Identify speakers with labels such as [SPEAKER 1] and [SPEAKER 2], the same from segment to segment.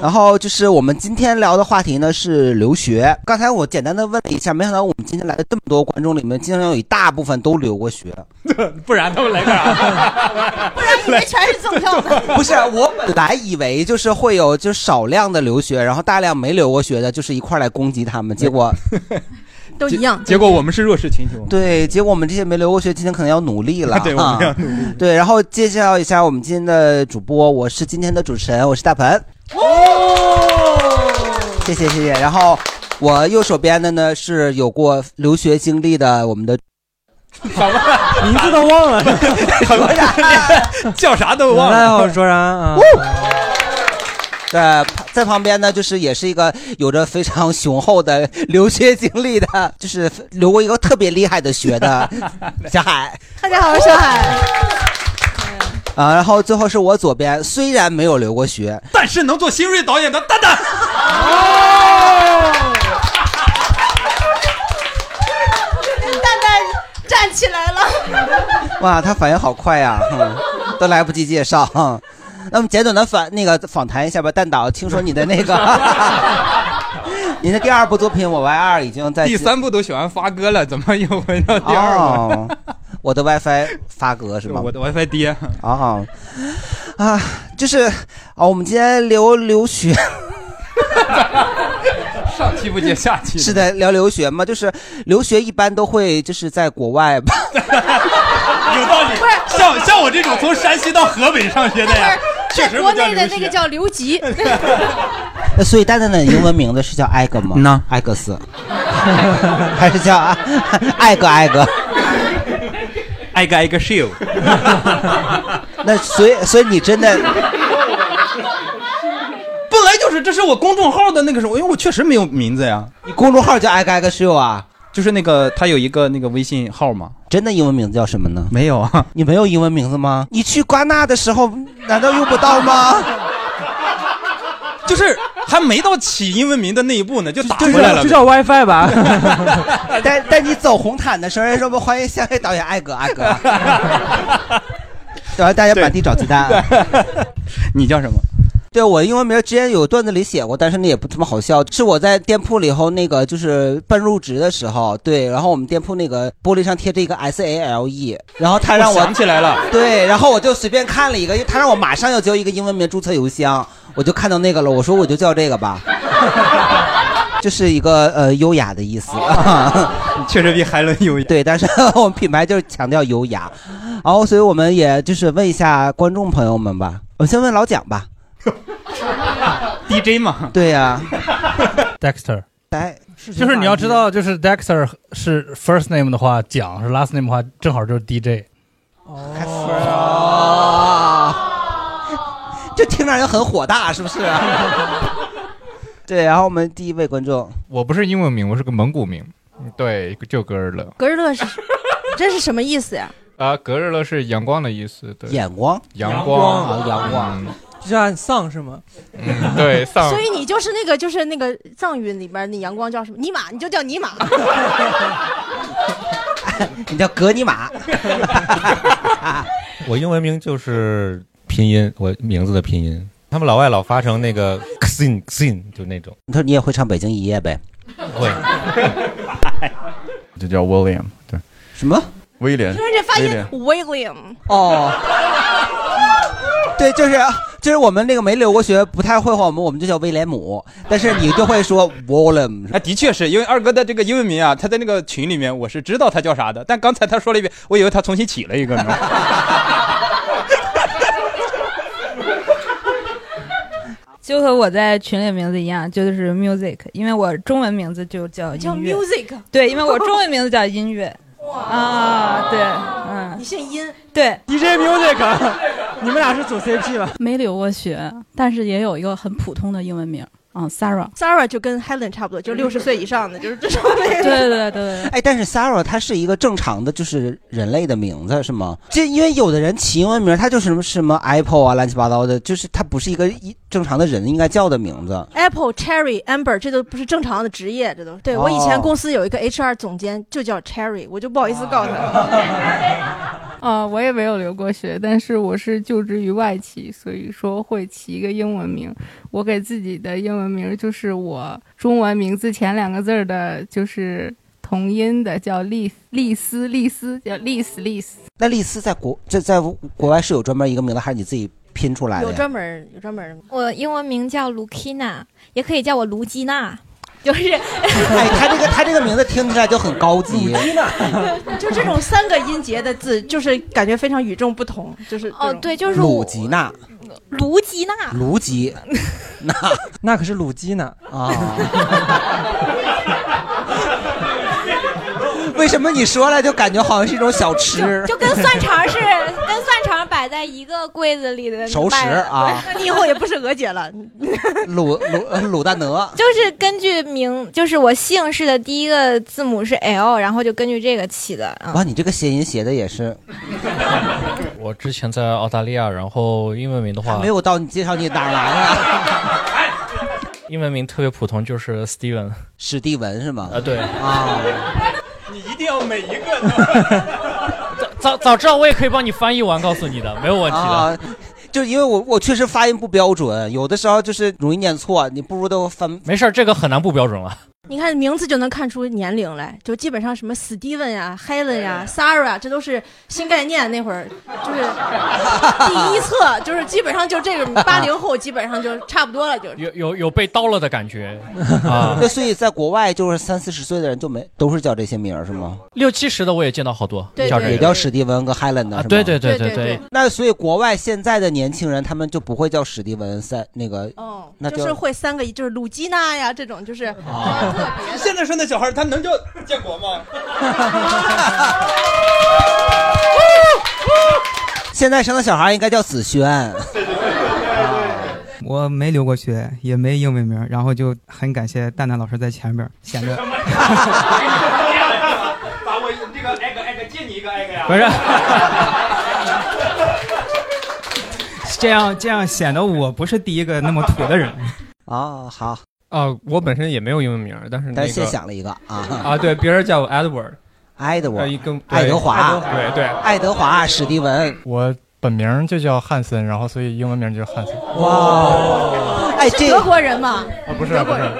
[SPEAKER 1] 然后就是我们今天聊的话题呢是留学。刚才我简单的问了一下，没想到我们今天来的这么多观众里面，经常有一大部分都留过学。
[SPEAKER 2] 不然他们来干啥？
[SPEAKER 3] 以为全是赠票的。
[SPEAKER 1] 不是，啊我本来以为就是会有就少量的留学，然后大量没留过学的，就是一块儿来攻击他们。结果
[SPEAKER 3] 都一样
[SPEAKER 2] 结果我们是弱势群体，我们
[SPEAKER 1] 对，结果我们这些没留过学，今天可能要努力了。
[SPEAKER 2] 对我们要
[SPEAKER 1] 努力。对，然后介绍一下我们今天的主播，我是今天的主持人，我是大盆。谢谢谢谢。然后我右手边的呢是有过留学经历的我们的
[SPEAKER 4] 名字都忘 了，
[SPEAKER 2] 叫啥 都忘
[SPEAKER 4] 来
[SPEAKER 2] 了。
[SPEAKER 4] 我说啥 啊？
[SPEAKER 1] 呃，嗯在旁边呢，就是也是一个有着非常雄厚的留学经历的，就是留过一个特别厉害的 学 的小海
[SPEAKER 3] 大家好，我是小海。
[SPEAKER 1] 啊、然后最后是我左边，虽然没有留过学，
[SPEAKER 2] 但是能做新锐导演的蛋蛋，
[SPEAKER 1] 哦
[SPEAKER 3] 蛋蛋站起来了，
[SPEAKER 1] 哇，他反应好快呀、哼都来不及介绍。哼那么简短的反那个访谈一下吧，蛋导，听说你的那个 你的第二部作品《我 Y 二》已经在
[SPEAKER 2] 第三部都喜欢发哥了，怎 么又回 到第二部了？
[SPEAKER 1] 哦，我的 WiFi 发哥是吗？
[SPEAKER 2] 我的 WiFi 爹，
[SPEAKER 1] 啊啊，就是啊，我们今天聊留学，
[SPEAKER 2] 上气不接下气。
[SPEAKER 1] 是，的，聊留学嘛，就是留学一般都会就是在国外吧，
[SPEAKER 2] 有道理。像像我这种从山西到河北上学的呀，确实
[SPEAKER 3] 在
[SPEAKER 2] 不
[SPEAKER 3] 国
[SPEAKER 2] 叫
[SPEAKER 3] 内的
[SPEAKER 2] 留
[SPEAKER 3] 那
[SPEAKER 2] 学
[SPEAKER 3] 个叫 留级，
[SPEAKER 1] 所以蛋蛋的英文名字是叫艾格吗？
[SPEAKER 2] 嗯呐
[SPEAKER 1] 艾格斯， 还是叫 啊艾格艾格？
[SPEAKER 2] 挨个挨个 show。
[SPEAKER 1] 那所以 所以哎你真的
[SPEAKER 2] 本来就是，这是我公众号的那个什么，因为我确实没有名字呀，
[SPEAKER 1] 你公众号叫艾格艾格秀啊？
[SPEAKER 2] 就是那个他有一个那个微信号嘛，
[SPEAKER 1] 真的英文名字叫什么呢？
[SPEAKER 2] 没有啊，
[SPEAKER 1] 你没有英文名字吗？你去瓜纳的时候难道用不到吗？
[SPEAKER 2] 就是还没到起英文名的那一步呢，就打
[SPEAKER 4] 就
[SPEAKER 2] 回来
[SPEAKER 4] 叫
[SPEAKER 2] 了
[SPEAKER 4] 就。叫 WiFi 吧。
[SPEAKER 1] 但但你走红毯的时候，人家说不欢迎下位导演艾格艾 格，然后大家满地找鸡蛋。
[SPEAKER 2] 你叫什么？
[SPEAKER 1] 对我英文名之前有段子里写过，但是那也不怎么好笑。是我在店铺里头那个就是办入职的时候，对，然后我们店铺那个玻璃上贴着一个 S A L E，然后他让我
[SPEAKER 2] 想起来了，
[SPEAKER 1] 对，然后我就随便看了一个，因为他让我马上要交一个英文名注册邮箱，我就看到那个了，我说我就叫这个吧，就是一个呃优雅的意思。
[SPEAKER 2] 确实比海伦有
[SPEAKER 1] 对，但是 我们品牌就是强调优雅，然后所以我们也就是问一下观众朋友们吧，我先问老 蒋吧。
[SPEAKER 2] DJ 嘛。
[SPEAKER 1] 对 呀、
[SPEAKER 5] Dexter，
[SPEAKER 1] 来，
[SPEAKER 5] 就是你要知道，就是 Dexter 是 first name 的话，蒋是 last name 的话，正好就是 DJ。
[SPEAKER 1] 哦，就听着就很火大，是不 是？对，然后我们第一位观众，
[SPEAKER 6] 我不是英文名，我是个蒙古名。嗯对，就格日乐。
[SPEAKER 3] 格日乐是，这是什么意思呀？
[SPEAKER 6] 啊，格日乐是阳光的意思。对，
[SPEAKER 1] 眼光
[SPEAKER 6] 阳
[SPEAKER 4] 光
[SPEAKER 1] 啊阳光
[SPEAKER 6] 嗯
[SPEAKER 4] 就像丧是吗？
[SPEAKER 6] 嗯， 对，丧
[SPEAKER 3] 所以你就是那个，就是那个藏语里边那阳光叫什么？尼玛，你就叫尼 玛。
[SPEAKER 1] 你叫格尼玛，
[SPEAKER 7] 我英文名就是拼音，我名字的拼音。他们老外老发成那个 xin xin，就那种
[SPEAKER 1] 你说你也会唱《北京一夜》呗？
[SPEAKER 7] 会。
[SPEAKER 8] 就叫 William，对，
[SPEAKER 1] 什么？
[SPEAKER 8] 威廉
[SPEAKER 3] 听这发音
[SPEAKER 8] William
[SPEAKER 3] ，William，
[SPEAKER 1] 哦，对，就是啊就是我们那个没留过学，不太会的话，我们我们就叫威廉姆，但是你就会说 Willem，
[SPEAKER 2] 哎，的确是因为二哥的这个英文名啊，他在那个群里面我是知道他叫啥的，但刚才他说了一遍，我以为他重新起了一个名。
[SPEAKER 9] 就和我在群里的名字一样，就是 music，因为我中文名字就叫
[SPEAKER 3] 叫
[SPEAKER 9] 音乐。
[SPEAKER 3] music，
[SPEAKER 9] 对，因为我中文名字叫音乐。啊，对，嗯，
[SPEAKER 3] 你姓殷，
[SPEAKER 9] 对，
[SPEAKER 4] DJ Music，你们俩是组 CP 吧？
[SPEAKER 9] 没留过学，但是也有一个很普通的英文名，啊
[SPEAKER 10] 嗯，Sarah，
[SPEAKER 3] Sarah 就跟 Helen 差不多，就六十岁以上的，就是这种类
[SPEAKER 10] 对
[SPEAKER 3] 型。
[SPEAKER 10] 对对对对，
[SPEAKER 1] 哎，但是 Sarah 它是一个正常的，就是人类的名字是吗？这因为有的人起英文名，他就是什么什么 Apple 啊，乱七八糟的，就是它不是一个一正常的人应该叫的名字。
[SPEAKER 3] Apple、Cherry、Amber，这都不是正常的职业，这都是。对、
[SPEAKER 1] 哦
[SPEAKER 3] 我以前公司有一个 HR 总监就叫 Cherry，我就不好意思告诉他。
[SPEAKER 11] 呃，我也没有留过学，但是我是就职于外企，所以说会起一个英文名。我给自己的英文名就是我中文名字前两个字儿的，就是同音的，叫丽丽丝，丽丝叫丽丝丽丝。
[SPEAKER 1] 那丽丝在国这在国外是有专门一个名字，还是你自己拼出来的
[SPEAKER 3] 有
[SPEAKER 1] 呀？
[SPEAKER 3] 专门有专门
[SPEAKER 12] 我英文名叫卢 n 娜，也可以叫我卢基娜，就 是
[SPEAKER 1] 哎，他这个他这个名字听起来就很高级。
[SPEAKER 3] 的， 就这种三个音节的字，就是感觉非常与众不同，就是哦，
[SPEAKER 12] 对，就是
[SPEAKER 1] 鲁吉娜，
[SPEAKER 12] 卢 基娜。
[SPEAKER 4] 嗯
[SPEAKER 1] 卢吉，那
[SPEAKER 4] 那可是卤鸡呢
[SPEAKER 1] 啊！哦为什么你说了就感觉好像是一种小吃？
[SPEAKER 12] 就跟蒜肠是跟蒜肠摆在一个柜子里的
[SPEAKER 1] 熟食
[SPEAKER 12] 卖的
[SPEAKER 1] 啊
[SPEAKER 12] 对
[SPEAKER 3] 你以后也不是娥姐了，
[SPEAKER 1] 鲁鲁呃鲁大鹅，
[SPEAKER 12] 就是根据名，就是我姓氏的第一个字母是 L，然后就根据这个起的啊。
[SPEAKER 1] 哇，你这个谐音写的也是
[SPEAKER 13] 我之前在澳大利亚，然后英文名的话
[SPEAKER 1] 没，有到你介绍你哪儿来啊？
[SPEAKER 13] 英文名特别普通，就是 Steven
[SPEAKER 1] 史蒂文是吗？
[SPEAKER 13] 啊，对
[SPEAKER 1] 啊，
[SPEAKER 2] 你一定要每一个呢。
[SPEAKER 13] 早早知道我也可以帮你翻译完，告诉你的，没有 问题的。
[SPEAKER 1] 啊，就因为我我确实发音不标准，有的时候就是容易念错，你不如都翻。
[SPEAKER 13] 没事，这个很难不标准 了。
[SPEAKER 3] 你看名字就能看出年龄来，就基本上什么 Steven 呀、Helen 呀、Sarah，这都是新概念那会儿，就是第一册，就是基本上就这个八零后，基本上就差不多了，就是
[SPEAKER 13] 有有有被刀了的感 觉啊
[SPEAKER 1] 那！所以在国外就是三四十岁的人就没都是叫这些名儿是吗？
[SPEAKER 13] 六七十的我也见到好多
[SPEAKER 1] 对
[SPEAKER 13] 叫这个啊
[SPEAKER 1] 也叫史蒂文跟 Helen 的、是吗
[SPEAKER 13] 对对对对对对对。
[SPEAKER 1] 那所以国外现在的年轻人他们就不会叫史蒂文三那个，
[SPEAKER 3] 哦
[SPEAKER 1] 那
[SPEAKER 3] 就是会三个，就是鲁基娜呀这种，就是
[SPEAKER 1] 哦
[SPEAKER 2] 现在说那小孩儿他能叫建国吗？
[SPEAKER 1] 现在生的小孩应该叫子轩。
[SPEAKER 14] 我没留过学，也没英文名，然后就很感谢蛋蛋老师在前边，显 得
[SPEAKER 2] 把我这个挨个挨个借你一个挨个呀
[SPEAKER 14] 不是这样这样显得我不是第一个那么土的人。
[SPEAKER 1] 啊，好，
[SPEAKER 15] 啊，我本身也没有英文 名儿，但是、那个、
[SPEAKER 1] 但是现想了一个啊
[SPEAKER 15] 啊，对，别人叫我 Edward，哎
[SPEAKER 1] 爱德华
[SPEAKER 15] 一跟对
[SPEAKER 1] 爱德华，
[SPEAKER 15] 对对，
[SPEAKER 1] 爱德华史蒂文。
[SPEAKER 16] 我本名就叫汉森，然后所以英文名就叫汉森。
[SPEAKER 1] 哇哎
[SPEAKER 3] 哦是
[SPEAKER 1] 这
[SPEAKER 3] 德国人嘛？
[SPEAKER 16] 啊不是
[SPEAKER 3] 德国
[SPEAKER 16] 不是
[SPEAKER 3] 人。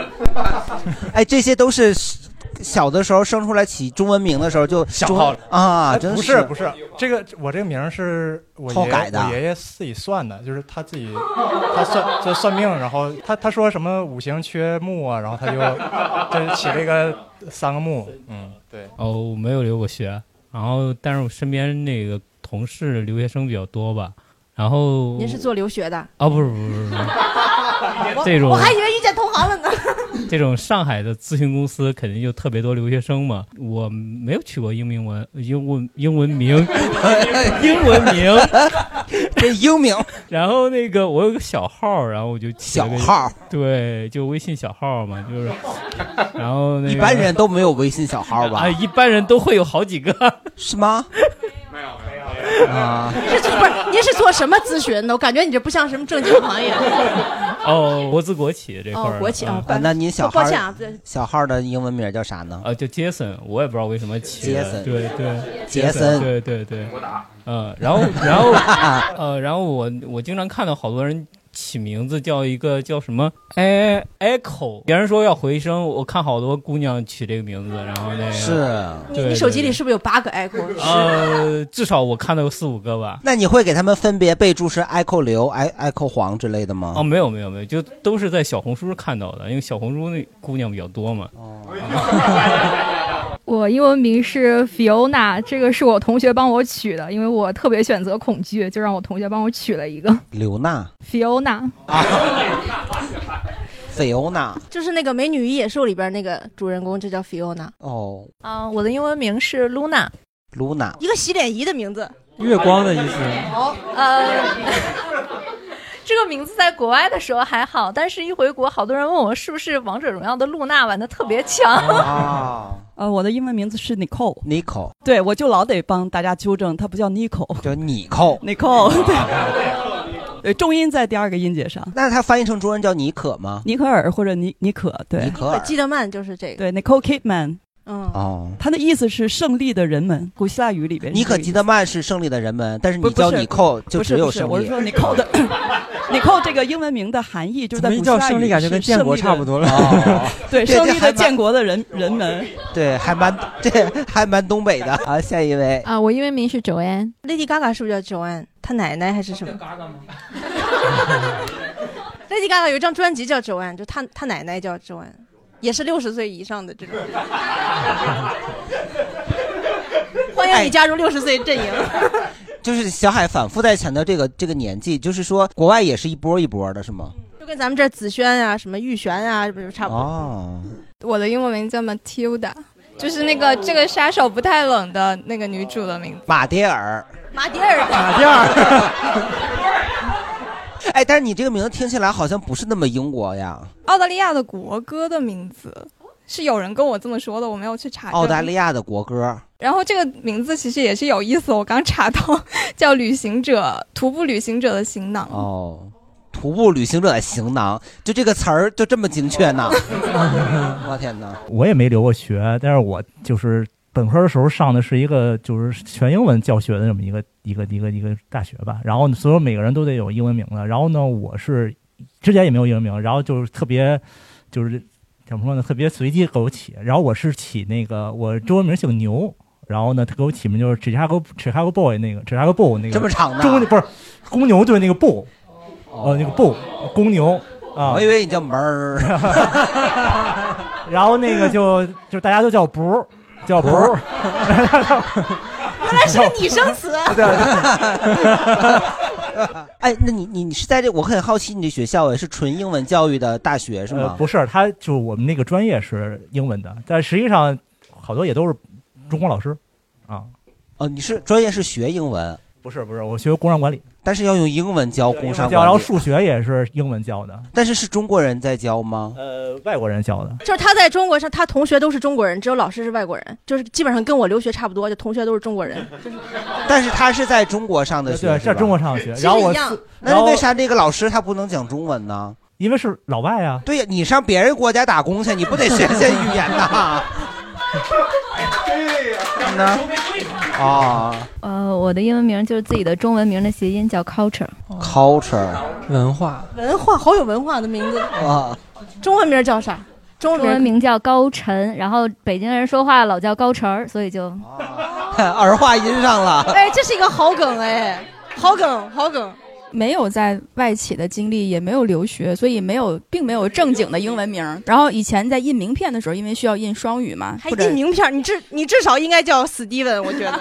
[SPEAKER 1] 哎，这些都是小的时候生出来起中文名的时候就
[SPEAKER 16] 想好了
[SPEAKER 1] 中啊，
[SPEAKER 16] 哎
[SPEAKER 1] 真
[SPEAKER 16] 不
[SPEAKER 1] 是
[SPEAKER 16] 是不是，这个我这个名儿是我
[SPEAKER 1] 后
[SPEAKER 16] 爷
[SPEAKER 1] 改的
[SPEAKER 16] 我爷爷自己算的，就是他自己他算就算命，然后他他说什么五行缺木啊，然后他就就起了一个三个木，嗯，对。
[SPEAKER 17] 哦，我没有留过学，然后但是我身边那个同事留学生比较多吧，然后
[SPEAKER 3] 您是做留学的？
[SPEAKER 17] 啊、不是不是不是不
[SPEAKER 3] 我
[SPEAKER 17] 这种
[SPEAKER 3] 我还以为遇见同行了呢。
[SPEAKER 17] 是，这种上海的咨询公司肯定就特别多留学生嘛，我没有取过英明文英文英 文名英文名，
[SPEAKER 1] 哎这英名，
[SPEAKER 17] 然后那个我有个小号，然后我就起了个
[SPEAKER 1] 小号，
[SPEAKER 17] 对，就微信小号嘛，就是，然后那个
[SPEAKER 1] 一般人都没有微信小号吧
[SPEAKER 17] 啊，？一般人都会有好几个，
[SPEAKER 1] 是吗？啊，
[SPEAKER 3] 是做不是？您是做什么咨询的？我感觉你这不像什么正经行 业。
[SPEAKER 17] 哦，国资国企这块儿、
[SPEAKER 3] 哦国企哦
[SPEAKER 1] 啊那您小号
[SPEAKER 3] 抱歉啊对
[SPEAKER 1] 小号的英文名叫啥呢？
[SPEAKER 17] 呃，就杰森，我也不知道为什么起的
[SPEAKER 1] 杰森
[SPEAKER 17] 对对，
[SPEAKER 1] 杰森
[SPEAKER 17] 对对对，嗯，然后然 后呃，然后我我经常看到好多人起名字叫一个叫什么哎 echo，别人说要回声，我看好多姑娘取这个名字，然后那个
[SPEAKER 1] 是
[SPEAKER 3] 你
[SPEAKER 17] 对
[SPEAKER 3] 你手机
[SPEAKER 17] 对
[SPEAKER 3] 里是不是有八个 echo？
[SPEAKER 17] 对呃，至少我看到有四五个吧。
[SPEAKER 1] 那你会给他们分别备注是 echo 刘、i echo 黄之类的吗？
[SPEAKER 17] 哦，没有没有没有，就都是在小红书上看到的，因为小红书那姑娘比较多嘛。
[SPEAKER 1] 哦
[SPEAKER 11] 我英文名是 Fiona，这个是我同学帮我取的，因为我特别选择恐惧，就让我同学帮我取了一个
[SPEAKER 1] 刘娜、
[SPEAKER 11] Fiona。
[SPEAKER 1] 菲欧娜。
[SPEAKER 3] 就是那个《美女与野兽》里边那个主人公，就叫 Fiona，
[SPEAKER 1] 哦，
[SPEAKER 12] 嗯、我的英文名是 Luna，
[SPEAKER 1] 卢娜，
[SPEAKER 3] 一个洗脸仪的名字。
[SPEAKER 4] 月光的意思。
[SPEAKER 12] 哦，呃，
[SPEAKER 8] 这个名字在国外的时候还好，但是一回国，好多人问我是不是王者荣耀的露娜玩的特别强。
[SPEAKER 1] 啊
[SPEAKER 18] 呃，我的英文名字是 Nicole，
[SPEAKER 1] ，Nico
[SPEAKER 18] 对我就老得帮大家纠正，它不叫 Nico，
[SPEAKER 1] 叫 Nico，Nico，
[SPEAKER 18] 对，对，重音在第二个音节上，
[SPEAKER 1] 那它翻译成中文叫尼可吗？
[SPEAKER 18] 尼克尔或者尼尼可，对，
[SPEAKER 1] 尼可尔
[SPEAKER 18] 基德曼就是这个，对，Nicole Kidman，
[SPEAKER 3] 嗯，
[SPEAKER 1] 哦，
[SPEAKER 18] 他的意思是胜利的人们，古希腊语里边是
[SPEAKER 1] 尼可
[SPEAKER 18] 这个意
[SPEAKER 1] 基
[SPEAKER 18] 思
[SPEAKER 1] 德曼是胜利的人们，但是
[SPEAKER 18] 不
[SPEAKER 1] 你
[SPEAKER 18] 不
[SPEAKER 1] 叫
[SPEAKER 18] 是
[SPEAKER 1] 尼寇就
[SPEAKER 18] 不是
[SPEAKER 1] 只有
[SPEAKER 18] 不是
[SPEAKER 1] 胜利。
[SPEAKER 18] 我是说尼寇的， 尼寇这个英文名的含义就是在
[SPEAKER 19] 怎么一
[SPEAKER 18] 古希腊
[SPEAKER 19] 叫
[SPEAKER 18] 语
[SPEAKER 19] 胜利感觉
[SPEAKER 18] 是
[SPEAKER 19] 跟建国
[SPEAKER 18] 胜
[SPEAKER 19] 差
[SPEAKER 18] 利的
[SPEAKER 19] 不多了
[SPEAKER 1] 哦
[SPEAKER 18] 对，
[SPEAKER 1] 这
[SPEAKER 18] 胜
[SPEAKER 1] 这
[SPEAKER 18] 利
[SPEAKER 1] 还
[SPEAKER 18] 的
[SPEAKER 1] 蛮
[SPEAKER 18] 建国 的人人们。
[SPEAKER 1] 对，还蛮 这还蛮东北的啊。下一位，
[SPEAKER 3] 啊，我英文名是 Joanne。Lady Gaga 是不是叫 Joanne？她奶奶还是什么？Lady Gaga 有一张专辑叫 Joanne，就她她奶奶叫 Joanne，也是六十岁以上的这种。欢迎你加入六十岁阵营。
[SPEAKER 1] 就是小海反复在强调这个这个年纪，就是说国外也是一波一波的，是吗？
[SPEAKER 3] 就跟咱们这儿紫萱啊、什么玉璇啊，不就差不多？
[SPEAKER 1] 哦，
[SPEAKER 20] 我的英文名叫 Matilda，就是那个这个杀手不太冷的那个女主的名字。
[SPEAKER 1] 马迭尔，
[SPEAKER 3] 马迭尔，
[SPEAKER 1] 马迭尔。 哎，但是你这个名字听起来好像不是那么英国呀，
[SPEAKER 20] 澳大利亚的国歌的名字是有人跟我这么说的，我没有去查证。
[SPEAKER 1] 澳大利。亚的国歌。
[SPEAKER 20] 然后这个名字其实也是有意思，我刚查到叫《旅行者》，徒步旅行者的行囊。
[SPEAKER 1] 哦，徒步旅行者的行囊，就这个词儿就这么精确 呢？我天哪！
[SPEAKER 21] 我也没留过学，但是我就是本科的时候上的是一个就是全英文教学的这么一个一个一个一个大学吧。然后所有每个人都得有英文名字。然后呢，我是之前也没有英文名，然后就是特别就是怎么说呢，特别随机给我起。然后我是起那个我中文名姓牛。然后呢，他给我起名就是 Chicago Chicago Boy 那个 Chicago Bull 那个
[SPEAKER 1] 这么长的啊
[SPEAKER 21] 中文不是公牛队那个 Bull，呃，那个 Bull 公牛啊，
[SPEAKER 1] 我以为你叫门儿。
[SPEAKER 21] 然后那 个就就大家都叫不儿，叫不儿，
[SPEAKER 3] 原来是个拟声词。
[SPEAKER 1] 哎，那你你你是在这？我很好奇，你这学校哎是纯英文教育的大学是
[SPEAKER 21] 呃
[SPEAKER 1] 吗？
[SPEAKER 21] 不是，他就是我们那个专业是英文的，但实际上好多也都是中国老师啊。
[SPEAKER 1] 哦，你是专业是学英文？
[SPEAKER 21] 不是不是，我学工商管理，
[SPEAKER 1] 但是要用英文教工商
[SPEAKER 21] 教，
[SPEAKER 1] 管
[SPEAKER 21] 然后
[SPEAKER 1] 理，
[SPEAKER 21] 数学也是英文教的，
[SPEAKER 1] 但是是中国人在教吗？
[SPEAKER 21] 呃，外国人教的。
[SPEAKER 3] 就是他在中国上，他同学都是中国人，只有老师是外国人，就是基本上跟我留学差不多，就同学都是中国人。就是
[SPEAKER 1] 但是他是在中国上的学，
[SPEAKER 21] 对
[SPEAKER 1] 是吧
[SPEAKER 21] 在中国上的学
[SPEAKER 3] 其实然后我一样四
[SPEAKER 1] 那
[SPEAKER 21] 然后
[SPEAKER 1] 为啥这个老师他不能讲中文呢？
[SPEAKER 21] 因为是老外啊。
[SPEAKER 1] 对呀，你上别人国家打工去，你不得学学语言呐？
[SPEAKER 22] 哎
[SPEAKER 1] 呢？啊
[SPEAKER 12] 呃，我的英文名就是自己的中文名的谐音，叫 culture。
[SPEAKER 1] 哦，culture
[SPEAKER 21] 文化
[SPEAKER 3] 文化好有文化的名字，
[SPEAKER 1] 啊，
[SPEAKER 3] 中文名叫啥？中
[SPEAKER 12] 中文名叫高晨，然后北京人说话老叫高晨儿，所以就
[SPEAKER 1] 儿化音上了。
[SPEAKER 3] 哎，这是一个好梗哎，好梗，好梗。
[SPEAKER 23] 没有在外企的经历，也没有留学，所以没有，并没有正经的英文名儿。然后以前在印名片的时候，因为需要印双语嘛，
[SPEAKER 3] 还
[SPEAKER 23] 或者
[SPEAKER 3] 印名片儿，你至你至少应该叫 Steven，我觉 得。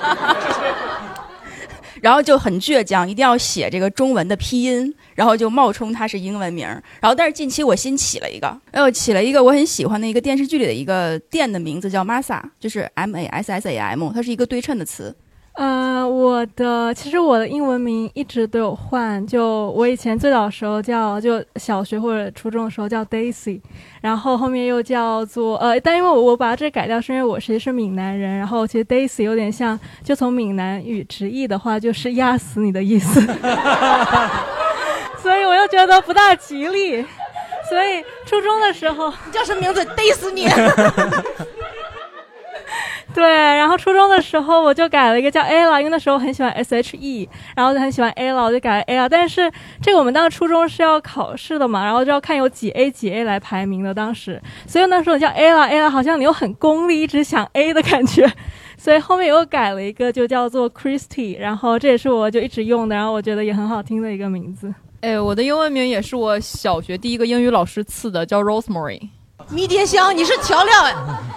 [SPEAKER 23] 然后就很倔强，一定要写这个中文的拼音，然后就冒充它是英文名儿。然后，但是近期我新起了一个，哎，我起了一个我很喜欢的一个电视剧里的一个店的名字叫 Masa，就是 M A S S A M，它是一个对称的词。
[SPEAKER 10] 呃，我的其实我的英文名一直都有换，就我以前最早的时候叫就小学或者初中的时候叫 Daisy，然后后面又叫做呃，但因为我我把这改掉，是因为我其实是闽南人，然后其实 Daisy 有点像，就从闽南语直译的话就是压死你的意思，所以我又觉得不大吉利，所以初中的时候
[SPEAKER 3] 叫什么名字？逮死你！
[SPEAKER 10] 对，然后初中的时候我就改了一个叫 Ella，因为那时候很喜欢 S H E，然后就很喜欢 Ella，我就改了 Ella。但是这个我们当时初中是要考试的嘛，然后就要看有几 A 几 A 来排名的，当时，所以那时候叫 Ella，Ella 好像你又很功利，一直想 A 的感觉。所以后面又改了一个，就叫做 Christy，然后这也是我就一直用的，然后我觉得也很好听的一个名字。
[SPEAKER 24] 哎，我的英文名也是我小学第一个英语老师赐的，叫 Rosemary。
[SPEAKER 3] 迷迭香，你是调料哎，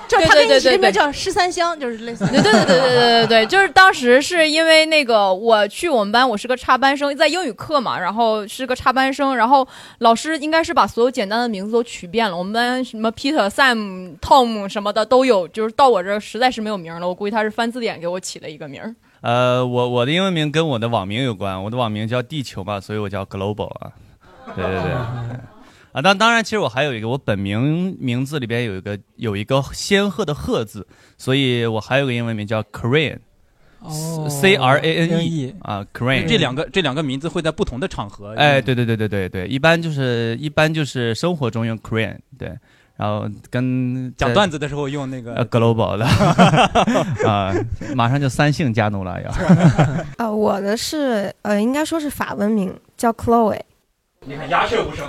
[SPEAKER 3] 就是他跟
[SPEAKER 24] 对对
[SPEAKER 3] 你
[SPEAKER 24] 对
[SPEAKER 3] 起这
[SPEAKER 24] 对
[SPEAKER 3] 名
[SPEAKER 24] 对
[SPEAKER 3] 叫十三香，就是类似。
[SPEAKER 24] 对对对对对对对，就是当时是因为那个我去我们班，我是个插班生，在英语课嘛，然后是个插班生，然后老师应该是把所有简单的名字都取遍了，我们班什么 Peter、Sam、Tom 什么的都有，就是到我这儿实在是没有名儿了，我估计他是翻字典给我起的一个名儿。
[SPEAKER 25] 呃，我我的英文名跟我的网名有关，我的网名叫地球嘛，所以我叫 Global 啊。对对对。啊，当当然，其实我还有一个，我本名名字里边有一个有一个仙鹤的鹤字，所以我还有个英文名叫 Crane，C、C
[SPEAKER 2] 哦
[SPEAKER 25] R A N E 啊，Crane
[SPEAKER 2] 这两个这两个名字会在不同的场合。
[SPEAKER 25] 哎，对对对对对对，一般就是一般就是生活中用 Korean，对，然后跟
[SPEAKER 2] 讲
[SPEAKER 25] 在
[SPEAKER 2] 段子的时候用那个
[SPEAKER 25] 呃 global 的 啊，马上就三姓加奴 了要。
[SPEAKER 5] 啊，我的是呃，应该说是法文名，叫 Chloe。
[SPEAKER 2] 你看鸦雀无声。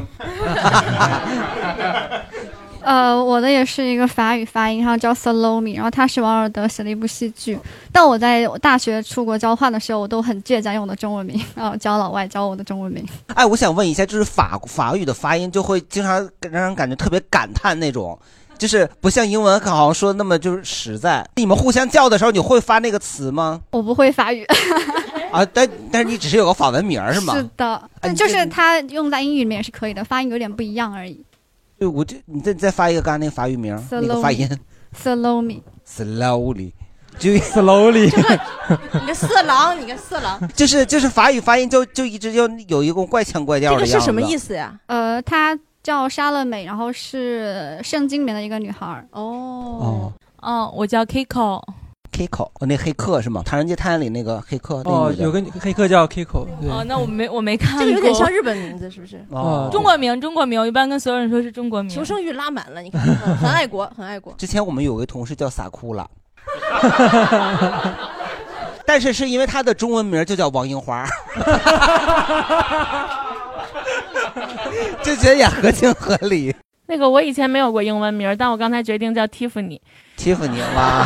[SPEAKER 8] 呃，我的也是一个法语发音，然后叫 Salome，然后它是王尔德写的一部戏剧。但我在大学出国交换的时候，我都很倔强用我的中文名，然后教老外教我的中文名。
[SPEAKER 1] 哎，我想问一下，就是法法语的发音，就会经常让人感觉特别感叹那种，就是不像英文好像说的那么就是实在。你们互相叫的时候，你会发那个词吗？
[SPEAKER 8] 我不会法语，
[SPEAKER 1] 啊，但但是你只是有个法文名儿是吗？ 哎
[SPEAKER 8] 是的，但就是它用在英语里面也是可以的，发音有点不一样而已。
[SPEAKER 1] 对，我这你再再发一个刚才那个法语名儿那个发音
[SPEAKER 8] Salome，
[SPEAKER 1] slowly，就 slowly，
[SPEAKER 3] 你个色狼，你个色狼，
[SPEAKER 1] 就是就是法语发音就就一直就有一个怪腔怪调的样子。
[SPEAKER 3] 思呀？
[SPEAKER 8] 呃，她叫莎乐美，然后是圣经里面的一个女孩儿。
[SPEAKER 1] 哦
[SPEAKER 8] 哦，
[SPEAKER 1] 嗯，我叫 Kiko。Kiko，哦那黑客是吗？《唐人街探案》里那个黑客。那
[SPEAKER 4] 哦，
[SPEAKER 1] 女的
[SPEAKER 4] 有个黑客叫 Kiko，对，
[SPEAKER 6] 哦，那我没我没看
[SPEAKER 3] 这
[SPEAKER 6] 过，
[SPEAKER 3] 个有点像日本名字，是不是？
[SPEAKER 1] 哦
[SPEAKER 6] 中国名，中国名，我一般跟所有人说是中国名。
[SPEAKER 3] 求生欲拉满了，你看，很很爱国，很 爱国。
[SPEAKER 1] 之前我们有位同事叫撒库拉， 但是是因为他的中文名就叫王樱花， 就觉得也 合情合理。
[SPEAKER 6] 那个我以前没有过英文名，但我刚才决定叫 Tiffany。
[SPEAKER 1] 欺负你哇，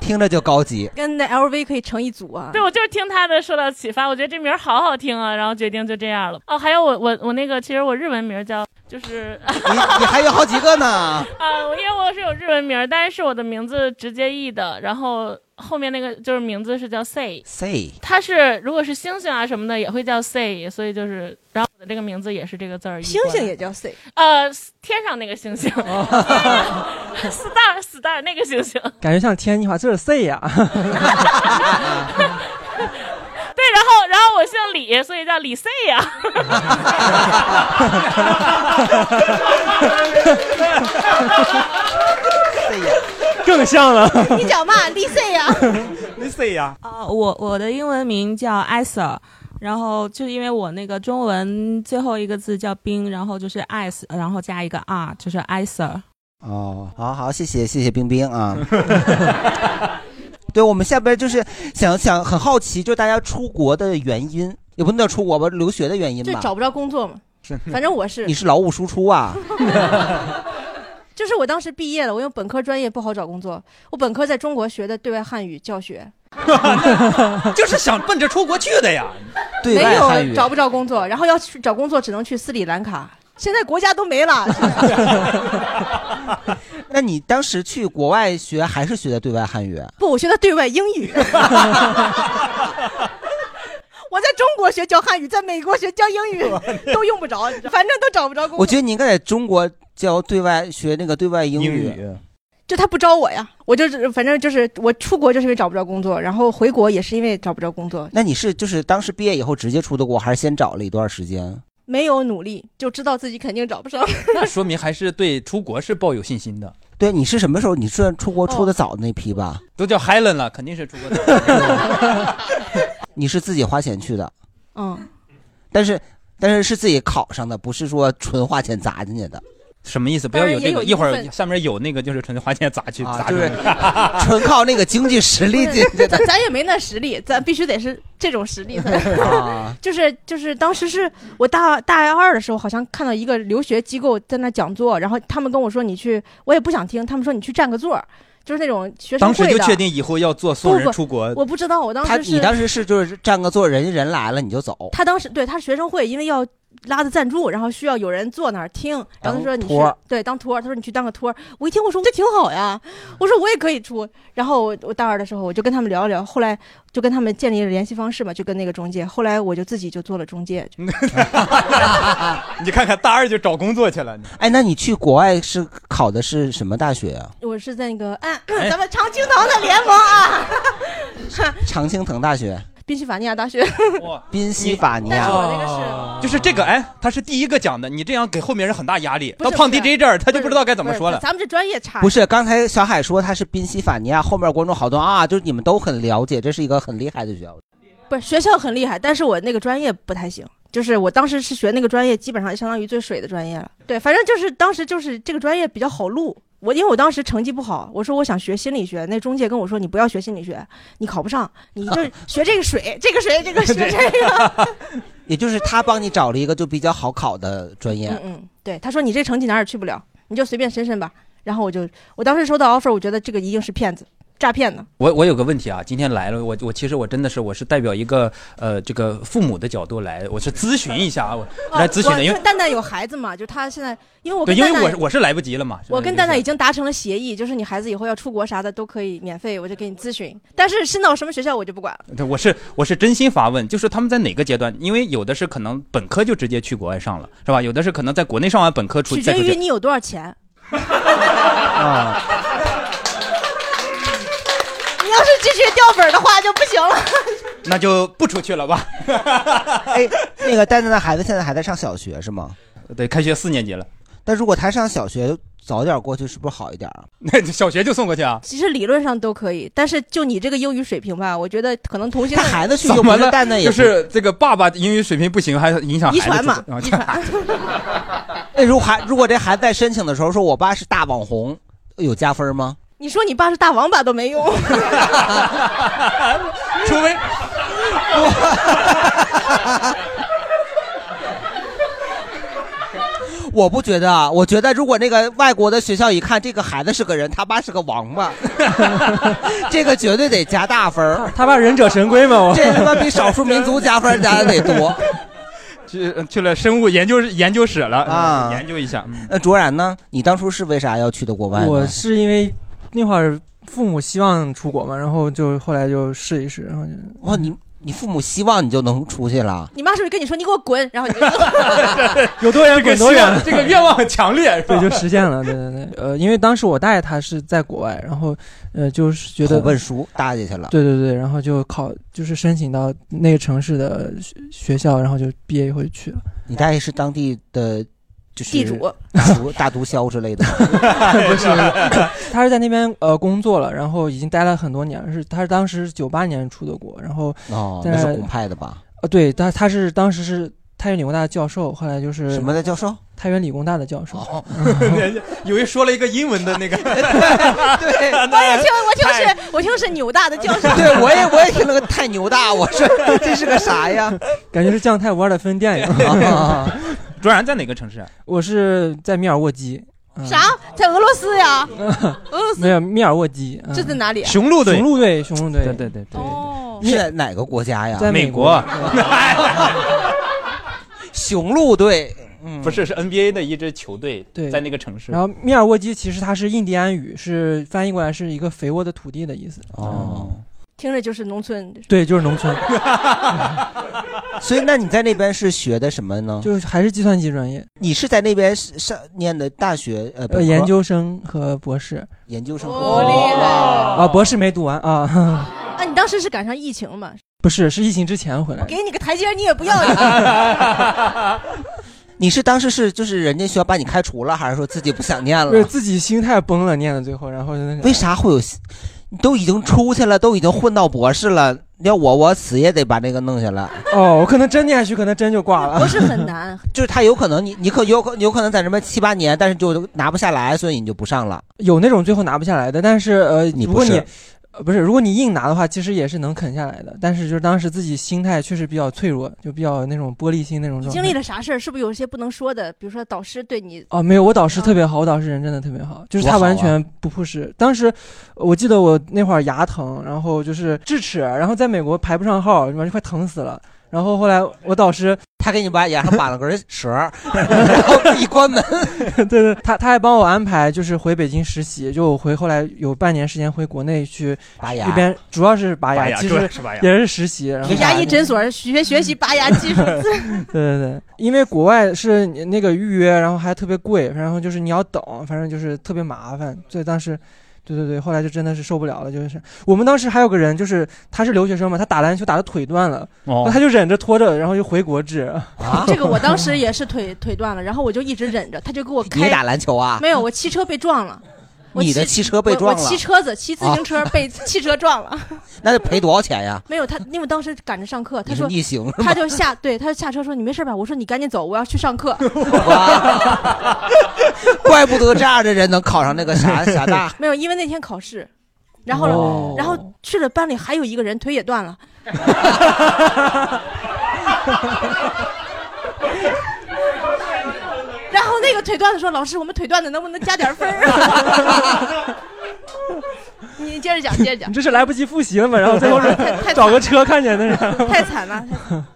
[SPEAKER 1] 听着就高级。
[SPEAKER 6] 跟那 LV 可以成一组啊！对，我就是听他的受到启发，我觉得这名儿好好听啊，然后决定就这样了。哦，还有我我我那个，其实我日文名叫就是
[SPEAKER 1] 你你还有好几个呢，
[SPEAKER 6] 啊，我因为我是有日文名儿，但是我的名字直接译的，然后后面那个就是名字是叫 Say。
[SPEAKER 1] C
[SPEAKER 6] 它是如果是星星啊什么的也会叫 Say，所以就是，然后我的这个名字也是这个字儿。
[SPEAKER 3] 星星也叫 C，
[SPEAKER 6] 呃，天上那个星星、s t a r star 那个星星。
[SPEAKER 4] 感觉像天津话，这是 C 呀。
[SPEAKER 6] 对，然后然后我姓李，所以叫李 C 呀、
[SPEAKER 4] 更像了。
[SPEAKER 3] 你讲嘛，利 C 呀？
[SPEAKER 2] 你 C 呀？
[SPEAKER 26] 呃
[SPEAKER 27] 啊，我我的英文名叫 Isa，然后就是因为我那个中文最后一个字叫冰，然后就是 ice，然
[SPEAKER 26] 呃
[SPEAKER 27] 后加一个 r，就是 Isa。
[SPEAKER 1] 哦，好好，谢谢谢谢冰冰啊。 对我们下边就是想想很好奇，就大家出国的原因，也不能叫出国吧，留学的原因
[SPEAKER 3] 就
[SPEAKER 1] 吧。
[SPEAKER 3] 找不着工作嘛。反正我是
[SPEAKER 1] 嗯你是劳务输出啊，
[SPEAKER 3] 就是我当时毕业了，我因为本科专业不好找工作，我本科在中国学的对外汉语教学，
[SPEAKER 2] 就是想奔着出国去的呀。
[SPEAKER 3] 没有找不着工作，然后要去找工作只能去斯里兰卡，现在国家都没了。
[SPEAKER 1] 那你当时去国外学还是学的对外汉语？
[SPEAKER 3] 不，我学的对外英语。我在中国学教汉语，在美国学教英语，都用不着，反正都找不着工作。
[SPEAKER 1] 我觉得你应该在中国教对外学那个对外英语。
[SPEAKER 3] 就他不招我呀，我就是反正就是我出国就是因为找不着工作，然后回国也是因为找不着工作，
[SPEAKER 1] 那你是就是当时毕业以后直接出的国，还是先找了一段时间？
[SPEAKER 3] 没有努力，就知道自己肯定找不上。
[SPEAKER 2] 那说明还是对出国是抱有信心的。
[SPEAKER 1] 对，你是什么时候？你算出国
[SPEAKER 3] 哦
[SPEAKER 1] 出的早的那批吧？
[SPEAKER 2] 都叫 Helen 了，肯定是出国的。
[SPEAKER 1] 你是自己花钱去的，
[SPEAKER 3] 嗯，
[SPEAKER 1] 但是但是是自己考上的，不是说纯花钱砸进去的。
[SPEAKER 2] 什么意思？不要有这个，一会
[SPEAKER 1] 当然也有
[SPEAKER 2] 儿
[SPEAKER 1] 一部分
[SPEAKER 2] 下面有那个就是纯粹花钱砸去
[SPEAKER 1] 啊
[SPEAKER 2] 砸
[SPEAKER 1] 就
[SPEAKER 2] 出
[SPEAKER 1] 是
[SPEAKER 2] 来的。
[SPEAKER 1] 纯靠那个经济实力进去的
[SPEAKER 3] 咱咱也没那实力，咱必须得是这种实力才。
[SPEAKER 1] 啊。
[SPEAKER 3] 就是就是当时是我大大二的时候，好像看到一个留学机构在那讲座，然后他们跟我说你去，我也不想听，他们说你去占个座儿，就是那种学生
[SPEAKER 2] 当
[SPEAKER 3] 会的。
[SPEAKER 2] 时就确定以后要做送
[SPEAKER 3] 不
[SPEAKER 2] 人
[SPEAKER 3] 不
[SPEAKER 2] 出国。
[SPEAKER 3] 我不知道，我当
[SPEAKER 1] 他
[SPEAKER 3] 时是
[SPEAKER 1] 你当时是就是占个座，人家人来了你就走。
[SPEAKER 3] 他当时对他学生会，因为要拉的赞助，然后需要有人坐那儿听，然后他说你去
[SPEAKER 1] 托儿
[SPEAKER 3] 对当托儿，他说你去当个托儿。我一听我说这挺好呀，我说我也可以出。然后我我大二的时候我就跟他们聊一聊，后来就跟他们建立了联系方式嘛，就跟那个中介。后来我就自己就做了中介，
[SPEAKER 2] 你看看大二就找工作去了，你
[SPEAKER 1] 哎，那你去国外是考的是什么大学啊？
[SPEAKER 3] 我是在那个哎，咱们常青藤的联盟啊，
[SPEAKER 1] 常青藤大学。
[SPEAKER 3] 宾夕法尼亚大学。
[SPEAKER 1] 宾夕法尼亚，
[SPEAKER 3] 嗯
[SPEAKER 2] 就是这个，哎，他是第一个讲的，你这样给后面人很大压力。
[SPEAKER 3] 是
[SPEAKER 2] 到胖
[SPEAKER 3] 不是
[SPEAKER 2] DJ 这儿，他就不知道该怎么说了。
[SPEAKER 3] 咱们这专业差。
[SPEAKER 1] 不是，刚才小海说他是宾夕法尼亚，后面观众好多啊，就是你们都很了解，这是一个很厉害的学校。
[SPEAKER 3] 不是学校很厉害，但是我那个专业不太行。就是我当时是学那个专业，基本上相当于最水的专业了。对，反正就是当时就是这个专业比较好录。我因为我当时成绩不好，我说我想学心理学，那中介跟我说你不要学心理学，你考不上，你就学这个水， 这个水，这个 学这个。
[SPEAKER 1] 也就是他帮你找了一个就比较好考的专业，
[SPEAKER 2] 啊
[SPEAKER 3] 嗯嗯，对，他说你这成绩哪儿也去不了，你就随便申申吧。然后我就，我当时收到 offer，我觉得这个一定是骗子，诈骗的。
[SPEAKER 2] 我我有个问题啊，今天来了，我我其实我真的是我是代表一个呃这个父母的角度来，我是咨询一下啊，我
[SPEAKER 3] 哦
[SPEAKER 2] 来咨询的，因为
[SPEAKER 3] 我蛋蛋有孩子嘛，就他现在，因为我
[SPEAKER 2] 对，
[SPEAKER 3] 跟
[SPEAKER 2] 因
[SPEAKER 3] 蛋
[SPEAKER 2] 为我是
[SPEAKER 3] 蛋
[SPEAKER 2] 我是来不及了嘛。
[SPEAKER 3] 我跟蛋蛋已经达成了协议，就是你孩子以后要出国啥的都可以免费，我就给你咨询。但是申到什么学校我就不管了。
[SPEAKER 2] 对，我是我是真心发问，就是他们在哪个阶段？因为有的是可能本科就直接去国外上了，是吧？有的是可能在国内上完本科出
[SPEAKER 3] 取
[SPEAKER 2] 再
[SPEAKER 3] 决
[SPEAKER 2] 出
[SPEAKER 3] 于
[SPEAKER 2] 去
[SPEAKER 3] 你有多少钱。
[SPEAKER 2] 啊。
[SPEAKER 3] 你要是继续掉本儿的话就不行了。
[SPEAKER 2] 那就不出去了吧？
[SPEAKER 1] 哎，那个丹丹的孩子现在还在上小学是吗？
[SPEAKER 2] 对，开学四年级了。
[SPEAKER 1] 但如果他上小学早点过去，是不是好一点啊？
[SPEAKER 2] 那小学就送过去啊？
[SPEAKER 3] 其实理论上都可以，但是就你这个英语水平吧，我觉得可能同性恋
[SPEAKER 2] 怎么了？就是这个爸爸英语水平不行，还影响孩
[SPEAKER 3] 遗
[SPEAKER 2] 子
[SPEAKER 3] 传嘛
[SPEAKER 2] 啊，
[SPEAKER 3] 遗传。
[SPEAKER 1] 那如果孩如果这孩子在申请的时候说我爸是大网红，有加分吗？
[SPEAKER 3] 你说你爸是大王八都没用，
[SPEAKER 2] 除非
[SPEAKER 1] 我不觉得啊，我觉得如果那个外国的学校一看这个孩子是个人，他爸是个 王八，这个绝对得加大分儿。
[SPEAKER 4] 他爸忍者神龟嘛，我
[SPEAKER 1] 这他妈比少数民族加分加的得 多。
[SPEAKER 2] 去去了生物研究研究室了啊，研究一下。嗯
[SPEAKER 1] 呃那卓然呢？你当初是为啥要去的国外呢？
[SPEAKER 4] 我是因为那会儿父母希望出国嘛，然后就后来就试一试，然后就
[SPEAKER 1] 哇，哦你你父母希望你就能出去了。
[SPEAKER 3] 你妈是不是跟你说你给我滚，然后你就
[SPEAKER 4] 有多远
[SPEAKER 2] 这个
[SPEAKER 4] 滚多
[SPEAKER 2] 希望
[SPEAKER 4] 远，
[SPEAKER 2] 这个愿望很强烈，是吧
[SPEAKER 4] 对，就实现了，对对对，呃，因为当时我大爷他是在国外，然后呃，就是觉得
[SPEAKER 1] 投奔书搭进去了
[SPEAKER 4] 对对对，然后就考就是申请到那个城市的学学校，然后就毕业以后就去了。
[SPEAKER 1] 你大爷是当地的，就是
[SPEAKER 4] 地主、
[SPEAKER 1] 大毒、大毒枭之类的。
[SPEAKER 2] 哎
[SPEAKER 4] 不是， 他是在那边呃工作了，然后已经待了很多年了，是他是当时九八年出的国，然后
[SPEAKER 1] 哦，
[SPEAKER 4] 在
[SPEAKER 1] 那是红派的吧？
[SPEAKER 4] 呃，对，他他是当时是太原理工大的教授，后来就是
[SPEAKER 1] 什么的教授？哦
[SPEAKER 4] 太原理工大的教授。
[SPEAKER 2] 有一说了一个英文的那个，
[SPEAKER 1] 对，
[SPEAKER 3] 我也听，我听是，我听是纽大的教授。
[SPEAKER 1] 对，我也我也听了个太牛大，我说这是个啥呀？
[SPEAKER 4] 感觉是酱太无二的分店一样。
[SPEAKER 1] 啊
[SPEAKER 2] 卓然在哪个城市啊？
[SPEAKER 4] 我是在密尔沃基， 嗯
[SPEAKER 3] 啥？在俄罗斯呀？俄罗斯
[SPEAKER 4] 没有密尔沃基，嗯
[SPEAKER 3] 这在哪里啊哦
[SPEAKER 2] 雄鹿队
[SPEAKER 4] 雄鹿队，雄鹿队，对
[SPEAKER 2] 对对对，
[SPEAKER 1] 是在哪个国家哎呀？
[SPEAKER 4] 在美国
[SPEAKER 2] 美
[SPEAKER 1] 雄鹿队，嗯
[SPEAKER 2] 不是是 NBA 的一支球队，
[SPEAKER 4] 对
[SPEAKER 2] 在那个城市。
[SPEAKER 4] 然后密尔沃基其实它是印第安语，是翻译过来是一个肥沃的土地的意思。
[SPEAKER 1] 哦，
[SPEAKER 3] 听着就是农村。
[SPEAKER 4] 对，就是农村，
[SPEAKER 1] 所以那你在那边是学的什么呢？
[SPEAKER 4] 就是还是计算机专业，
[SPEAKER 1] 你是在那边上念的大学呃
[SPEAKER 4] 呃，
[SPEAKER 1] 本科
[SPEAKER 4] 研究生和博士
[SPEAKER 1] 研究生
[SPEAKER 3] 哦厉害
[SPEAKER 4] 啊，博士没读完啊，
[SPEAKER 3] 啊，你当时是赶上疫情嘛？
[SPEAKER 4] 不是，是疫情之前回来的。
[SPEAKER 3] 给你个台阶儿你也不要。
[SPEAKER 1] 你是当时是就是人家学校把你开除了，还是说自己不想念
[SPEAKER 4] 不是
[SPEAKER 1] 了？
[SPEAKER 4] 自己心态崩了，念到最后，然后就那
[SPEAKER 1] 为啥会有？你都已经出去了，都已经混到博士了，要我我死也得把那个弄下来。
[SPEAKER 4] 哦，我可能真念下去，可能真就挂了。
[SPEAKER 3] 博士 很难，
[SPEAKER 1] 就是他有可能你你可有可有可能在这边七八年，但是就拿不下来，所以你就不上了。
[SPEAKER 4] 有那种最后拿不下来的，但是呃，
[SPEAKER 1] 你
[SPEAKER 4] 如果
[SPEAKER 1] 不是
[SPEAKER 4] 你呃不是，如果你硬拿的话，其实也是能啃下来的。但是就是当时自己心态确实比较脆弱，就比较那种玻璃心那种
[SPEAKER 3] 你
[SPEAKER 4] 状态。
[SPEAKER 3] 经历了啥事儿？是不是有一些不能说的？比如说导师 对你
[SPEAKER 4] 哦，没有，我
[SPEAKER 3] 嗯
[SPEAKER 4] 导师特别好，我导师人真的特别好，就是
[SPEAKER 1] 多
[SPEAKER 4] 他
[SPEAKER 1] 好啊
[SPEAKER 4] 完全不 push、当时呃我记得我那会儿牙疼，然后就是智齿，然后在美国排不上号，完就快疼死了。然后后来我导师
[SPEAKER 1] 他给你把牙上绑了根绳，然后一关门。
[SPEAKER 4] 对对，他他还帮我安排就是回北京实习，就我回后来有半年时间回国内去
[SPEAKER 1] 拔牙
[SPEAKER 4] 一边主要是拔
[SPEAKER 1] 拔
[SPEAKER 4] 牙，
[SPEAKER 1] 牙
[SPEAKER 4] 其
[SPEAKER 1] 主要
[SPEAKER 4] 实
[SPEAKER 1] 是拔牙
[SPEAKER 4] 也是实习，然后
[SPEAKER 3] 去牙医诊所学学习拔牙 技术，
[SPEAKER 4] 对对对，因为国外是你那个预约，然后还特别贵，然后就是你要等，反正就是特别麻烦，所以当时对对对，后来就真的是受不了了，就是我们当时还有个人，就是他是留学生嘛，他打篮球打的腿断了，
[SPEAKER 2] 哦
[SPEAKER 4] 他就忍着拖着，然后就回国治。 啊
[SPEAKER 3] 这个我当时也是腿腿断了，然后我就一直忍着，他就给我开。
[SPEAKER 1] 你打篮球啊？
[SPEAKER 3] 没有，我骑车被撞了。我
[SPEAKER 1] 你的汽
[SPEAKER 3] 骑
[SPEAKER 1] 车被撞了
[SPEAKER 3] 我我骑车子，骑自行车
[SPEAKER 1] 啊
[SPEAKER 3] 被 汽车撞了。
[SPEAKER 1] 那得赔多少钱呀？
[SPEAKER 3] 没有他，因为当时赶着上课，他
[SPEAKER 1] 你是
[SPEAKER 3] 说
[SPEAKER 1] 逆行是吧
[SPEAKER 3] 他就下对，他就下车说你没事吧？我说你赶紧走，我要去上课。
[SPEAKER 1] 怪不得这样的人能考上那个 啥啥大
[SPEAKER 3] 没有，因为那天考试，然后、
[SPEAKER 1] 哦
[SPEAKER 3] 然后去了班里还有一个人腿也断了， 然后那个腿断的说老师，我们腿断的能不能加点分儿？ 你接着讲，接着讲
[SPEAKER 4] 你，这是来不及复习了吗？然后最后是
[SPEAKER 3] 太
[SPEAKER 4] 找个车看见的人。
[SPEAKER 3] 太 惨了。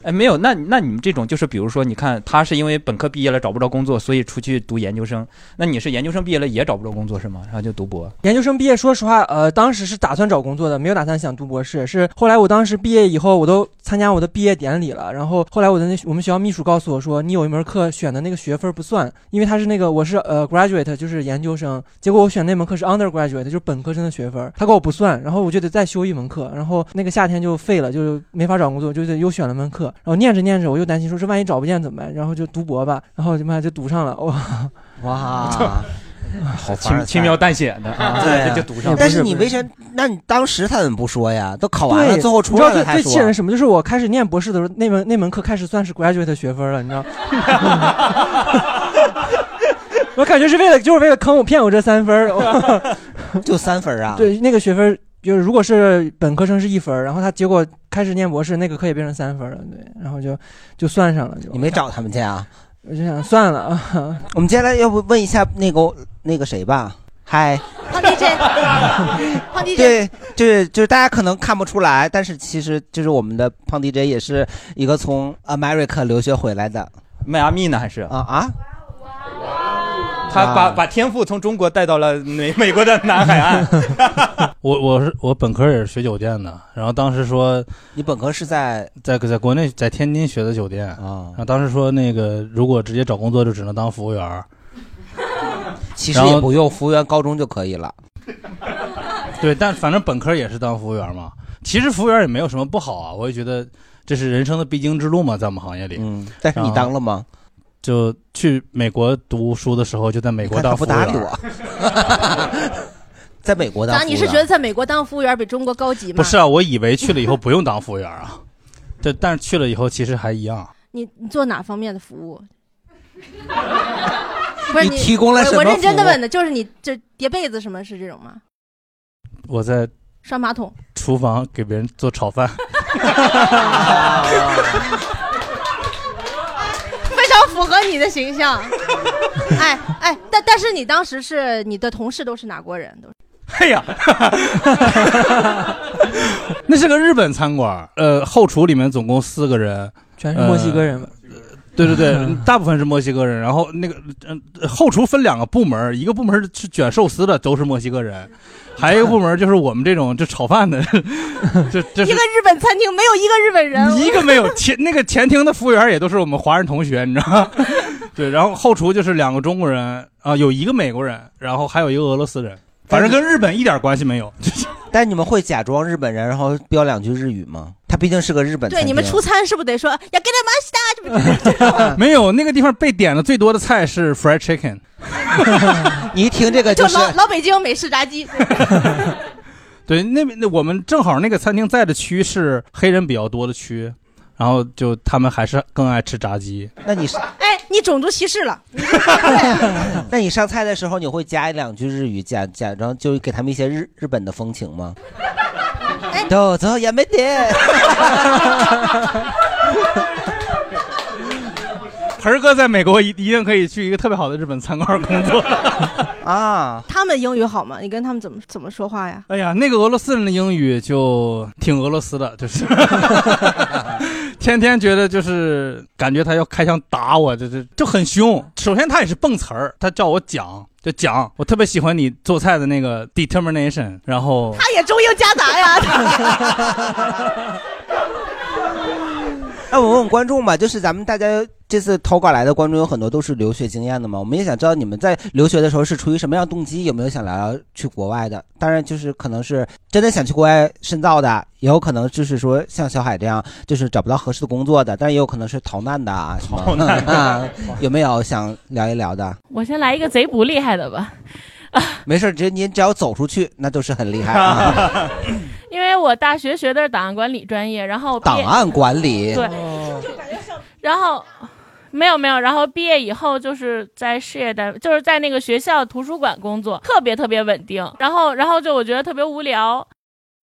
[SPEAKER 2] 哎，没有，那那你们这种就是，比如说，你看他是因为本科毕业了找不着工作，所以出去读研究生。那你是研究生毕业了也找不着工作是吗？然后就读博。
[SPEAKER 4] 研究生毕业，说实话，呃，当时是打算找工作的，没有打算想读博士。是后来我当时毕业以后，我都参加我的毕业典礼了。然后后来我的那我们学校秘书告诉我说，你有一门课选的那个学分不算，因为他是那个我是呃 graduate 就是研究生，结果我选那门课是 undergraduate 就是本科生的学分，他给我不算，然后我就得再修一门课。然后那个夏天就废了，就没法找工作，就得又选了门课。然后念着念着，我又担心说这万一找不见怎么办？然后就读博吧，然后他妈就读上了，哇、
[SPEAKER 1] 哇，好
[SPEAKER 4] 啊
[SPEAKER 1] 凡尔赛
[SPEAKER 2] 轻轻描淡写的啊
[SPEAKER 1] 啊对啊，
[SPEAKER 2] 这就读上了
[SPEAKER 1] 但是
[SPEAKER 2] 不是
[SPEAKER 1] 你
[SPEAKER 2] 不
[SPEAKER 1] 为
[SPEAKER 2] 是
[SPEAKER 1] 啥？那你当时他怎么不说呀？都考完
[SPEAKER 4] 对，
[SPEAKER 1] 了，最后出来
[SPEAKER 4] 你知道
[SPEAKER 1] 了才
[SPEAKER 4] 最最气人
[SPEAKER 1] 说
[SPEAKER 4] 是。什么？就是我开始念博士的时候，那门那门课开始算是 graduate 学分了，你知道？ 我感觉是为了就是为了坑我骗我这三分 儿，
[SPEAKER 1] 就三分啊？
[SPEAKER 4] 对，那个学分儿就是如果是本科生是一分儿，然后他结果开始念博士，那个课也变成三分了，对，然后就就算上了就。
[SPEAKER 1] 你没找他们去啊？
[SPEAKER 4] 我就想算了啊。
[SPEAKER 1] 我们接下来要不问一下那个那个谁吧？嗨，
[SPEAKER 3] 胖 DJ，胖 DJ，
[SPEAKER 1] 对，就是就是大家可能看不出来，但是其实就是我们的胖 DJ 也是一个从 America 留学回来的。
[SPEAKER 2] 迈阿密呢还是
[SPEAKER 1] 啊啊？
[SPEAKER 2] 他把把天赋从中国带到了美 美国的南海岸。
[SPEAKER 7] 我我是我本科也是学酒店的，然后当时说
[SPEAKER 1] 你本科是在
[SPEAKER 7] 在在国内在天津学的酒店
[SPEAKER 1] 啊，
[SPEAKER 7] 然后当时说那个如果直接找工作就只能当服务员儿，
[SPEAKER 1] 其实
[SPEAKER 7] 然后
[SPEAKER 1] 也不用，服务员高中就可以了。
[SPEAKER 7] 对，但反正本科也是当服务员嘛。其实服务员也没有什么不好啊，我也觉得这是人生的必经之路嘛，在我们行业里。
[SPEAKER 1] 嗯，但是你当了吗？
[SPEAKER 7] 就去美国读书的时候，就在美国
[SPEAKER 1] 你看他
[SPEAKER 7] 当服
[SPEAKER 1] 不
[SPEAKER 7] 务
[SPEAKER 1] 搭理
[SPEAKER 7] 员。
[SPEAKER 1] 我，在美国当
[SPEAKER 3] 咋？
[SPEAKER 7] 服务
[SPEAKER 3] 你是
[SPEAKER 7] 员
[SPEAKER 3] 觉得在美国当服务员比中国高级吗？
[SPEAKER 7] 不是啊，我以为去了以后不用当服务员啊，这但是去了以后其实还一样。
[SPEAKER 3] 你你做哪方面的服务？不是
[SPEAKER 7] 你提供了
[SPEAKER 3] 我
[SPEAKER 7] 什么
[SPEAKER 3] 我认真的
[SPEAKER 7] 服务
[SPEAKER 3] 问的，就是你这叠被子什么是这种吗？
[SPEAKER 7] 我在
[SPEAKER 3] 刷马桶？
[SPEAKER 7] 厨房给别人做炒饭，
[SPEAKER 3] 非常符合你的形象。哎哎，但但是你当时是你的同事都是哪国人？都是
[SPEAKER 7] 哎呀，那是个日本餐馆，呃，后厨里面总共四个人，
[SPEAKER 4] 全是墨西哥人
[SPEAKER 7] 呃对对对， 大部分是墨西哥人。然后那个，嗯、后厨分两个部门，一个部门是卷寿司的，都是墨西哥人；，还有一个部门就是我们这种就炒饭的， 这这
[SPEAKER 3] 一
[SPEAKER 7] 是
[SPEAKER 3] 个日本餐厅没有一个日本人，
[SPEAKER 7] 一个没有前那个前厅的服务员也都是我们华人同学，你知道 吗？对，然后后厨就是两个中国人啊、有一个美国人，然后还有一个俄罗斯人，反正跟日本一点关系没有。
[SPEAKER 1] 但你们会假装日本人，然后标两句日语吗？他毕竟是个日本餐
[SPEAKER 3] 对
[SPEAKER 1] 厅。
[SPEAKER 3] 你们出餐是不是得说要给他们西达？
[SPEAKER 1] 嗯
[SPEAKER 7] 没有，那个地方被点的最多的菜是 fried chicken。
[SPEAKER 1] 你一听这个
[SPEAKER 3] 就老老北京美式炸鸡，
[SPEAKER 7] 对，那边那我们正好那个餐厅在的区是黑人比较多的区，然后就他们还是更爱吃炸鸡。
[SPEAKER 1] 那你是
[SPEAKER 3] 哎，你种族歧视了。
[SPEAKER 1] 那你上菜的时候，你会加两句日语，假假装就给他们一些日日本的风情吗？豆子也没得。
[SPEAKER 7] 盆儿哥在美国一一定可以去一个特别好的日本餐馆工作
[SPEAKER 1] 啊！
[SPEAKER 3] 他们英语好吗？你跟他们怎么怎么说话呀？
[SPEAKER 7] 哎呀，那个俄罗斯人的英语就挺俄罗斯的，就是 天天觉得就是感觉他要开枪打我，这这就很凶。首先他也是蹦词儿，他叫我讲就讲，我特别喜欢你做菜的那个 determination，然后
[SPEAKER 3] 他也中英夹杂呀。
[SPEAKER 1] 那我问问观众吧，就是咱们大家这次投稿来的观众有很多都是留学经验的嘛，我们也想知道你们在留学的时候是出于什么样动机，有没有想聊聊去国外的？当然，就是可能是真的想去国外深造的，也有可能就是说像小海这样，就是找不到合适的工作的，但也有可能是逃难的啊，什么
[SPEAKER 6] 逃难
[SPEAKER 1] 啊， 有没有想聊一聊的？
[SPEAKER 6] 我先来一个贼不厉害的吧，
[SPEAKER 1] 没事儿，只您只要走出去，那都是很厉害啊。
[SPEAKER 6] 因为我大学学的是档案管理专业，然后我毕
[SPEAKER 1] 档
[SPEAKER 6] 业
[SPEAKER 1] 案管理，
[SPEAKER 6] 对，然后没有没有，然后毕业以后就是在事业单位，就是在那个学校图书馆工作，特别特别稳定。然后然后就我觉得特别无聊，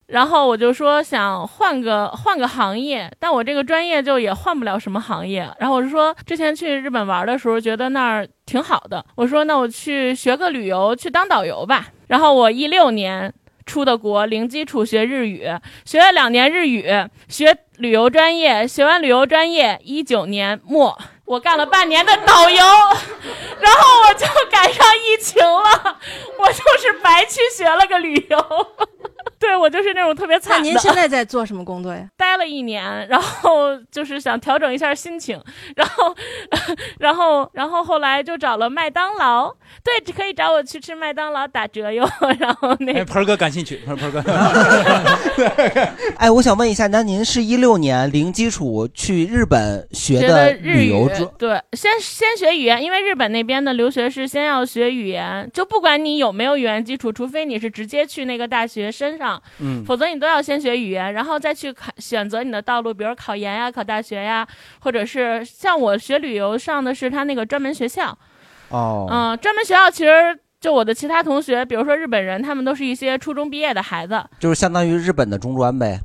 [SPEAKER 6] 然后我就说想换个换个行业，但我这个专业就也换不了什么行业。然后我就说之前去日本玩的时候觉得那儿挺好的，我说那我去学个旅游，去当导游吧。然后我一六年出的国，零基础学日语，学了两年日语，学旅游专业，学完旅游专业，一九年末我干了半年的导游，然后我就赶上疫情了，我就是白去学了个旅游。对我就是那种特别惨
[SPEAKER 3] 那
[SPEAKER 6] 的。
[SPEAKER 3] 您现在在做什么工作呀？
[SPEAKER 6] 待了一年，然后就是想调整一下心情，然后，然后，然后后来就找了麦当劳，对，可以找我去吃麦当劳打折哟。然
[SPEAKER 12] 哦
[SPEAKER 6] 后那
[SPEAKER 2] 哎，
[SPEAKER 6] 个
[SPEAKER 2] 盆儿哥感兴趣，盆儿盆儿哥。
[SPEAKER 1] 哎，我想问一下，那您是一六年零基础去日本学的
[SPEAKER 6] 得日
[SPEAKER 1] 旅
[SPEAKER 6] 语
[SPEAKER 1] 游专，
[SPEAKER 6] 对，先先学语言，因为日本那边的留学是先要学语言，就不管你有没有语言基础，除非你是直接去那个大学升上，
[SPEAKER 22] 嗯
[SPEAKER 6] 否则你都要先学语言，然后再去考选择你的道路，比如考研呀、考大学呀，或者是像我学旅游上的是他那个专门学校，
[SPEAKER 1] 哦
[SPEAKER 6] 嗯，专门学校其实就我的其他同学，比如说日本人，他们都是一些初中毕业的孩子，
[SPEAKER 1] 就是相当于日本的中专呗。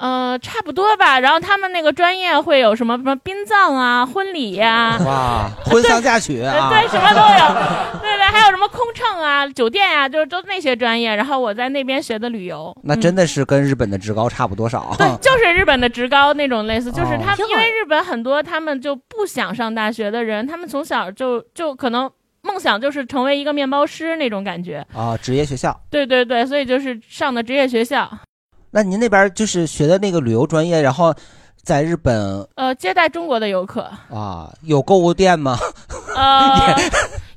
[SPEAKER 6] 呃，差不多吧。然后他们那个专业会有什么什么殡葬啊、婚礼呀、
[SPEAKER 1] 哇， 婚丧嫁娶啊，
[SPEAKER 6] 对，什么都有，对对，还有什么空乘啊、酒店呀、就是都那些专业。然后我在那边学的旅游，
[SPEAKER 1] 那真的是跟日本的职高差不多少。
[SPEAKER 6] 就是日本的职高那种类似，就是
[SPEAKER 1] 哦
[SPEAKER 6] 他
[SPEAKER 1] 挺好
[SPEAKER 6] 们因为日本很多他们就不想上大学的人，他们从小就就可能梦想就是成为一个面包师那种感觉。
[SPEAKER 1] 啊，职业学校。
[SPEAKER 6] 对对对，所以就是上的职业学校，
[SPEAKER 1] 那您那边就是学的那个旅游专业，然后在日本
[SPEAKER 6] 呃，接待中国的游客，
[SPEAKER 1] 啊，有购物店吗？
[SPEAKER 6] 呃，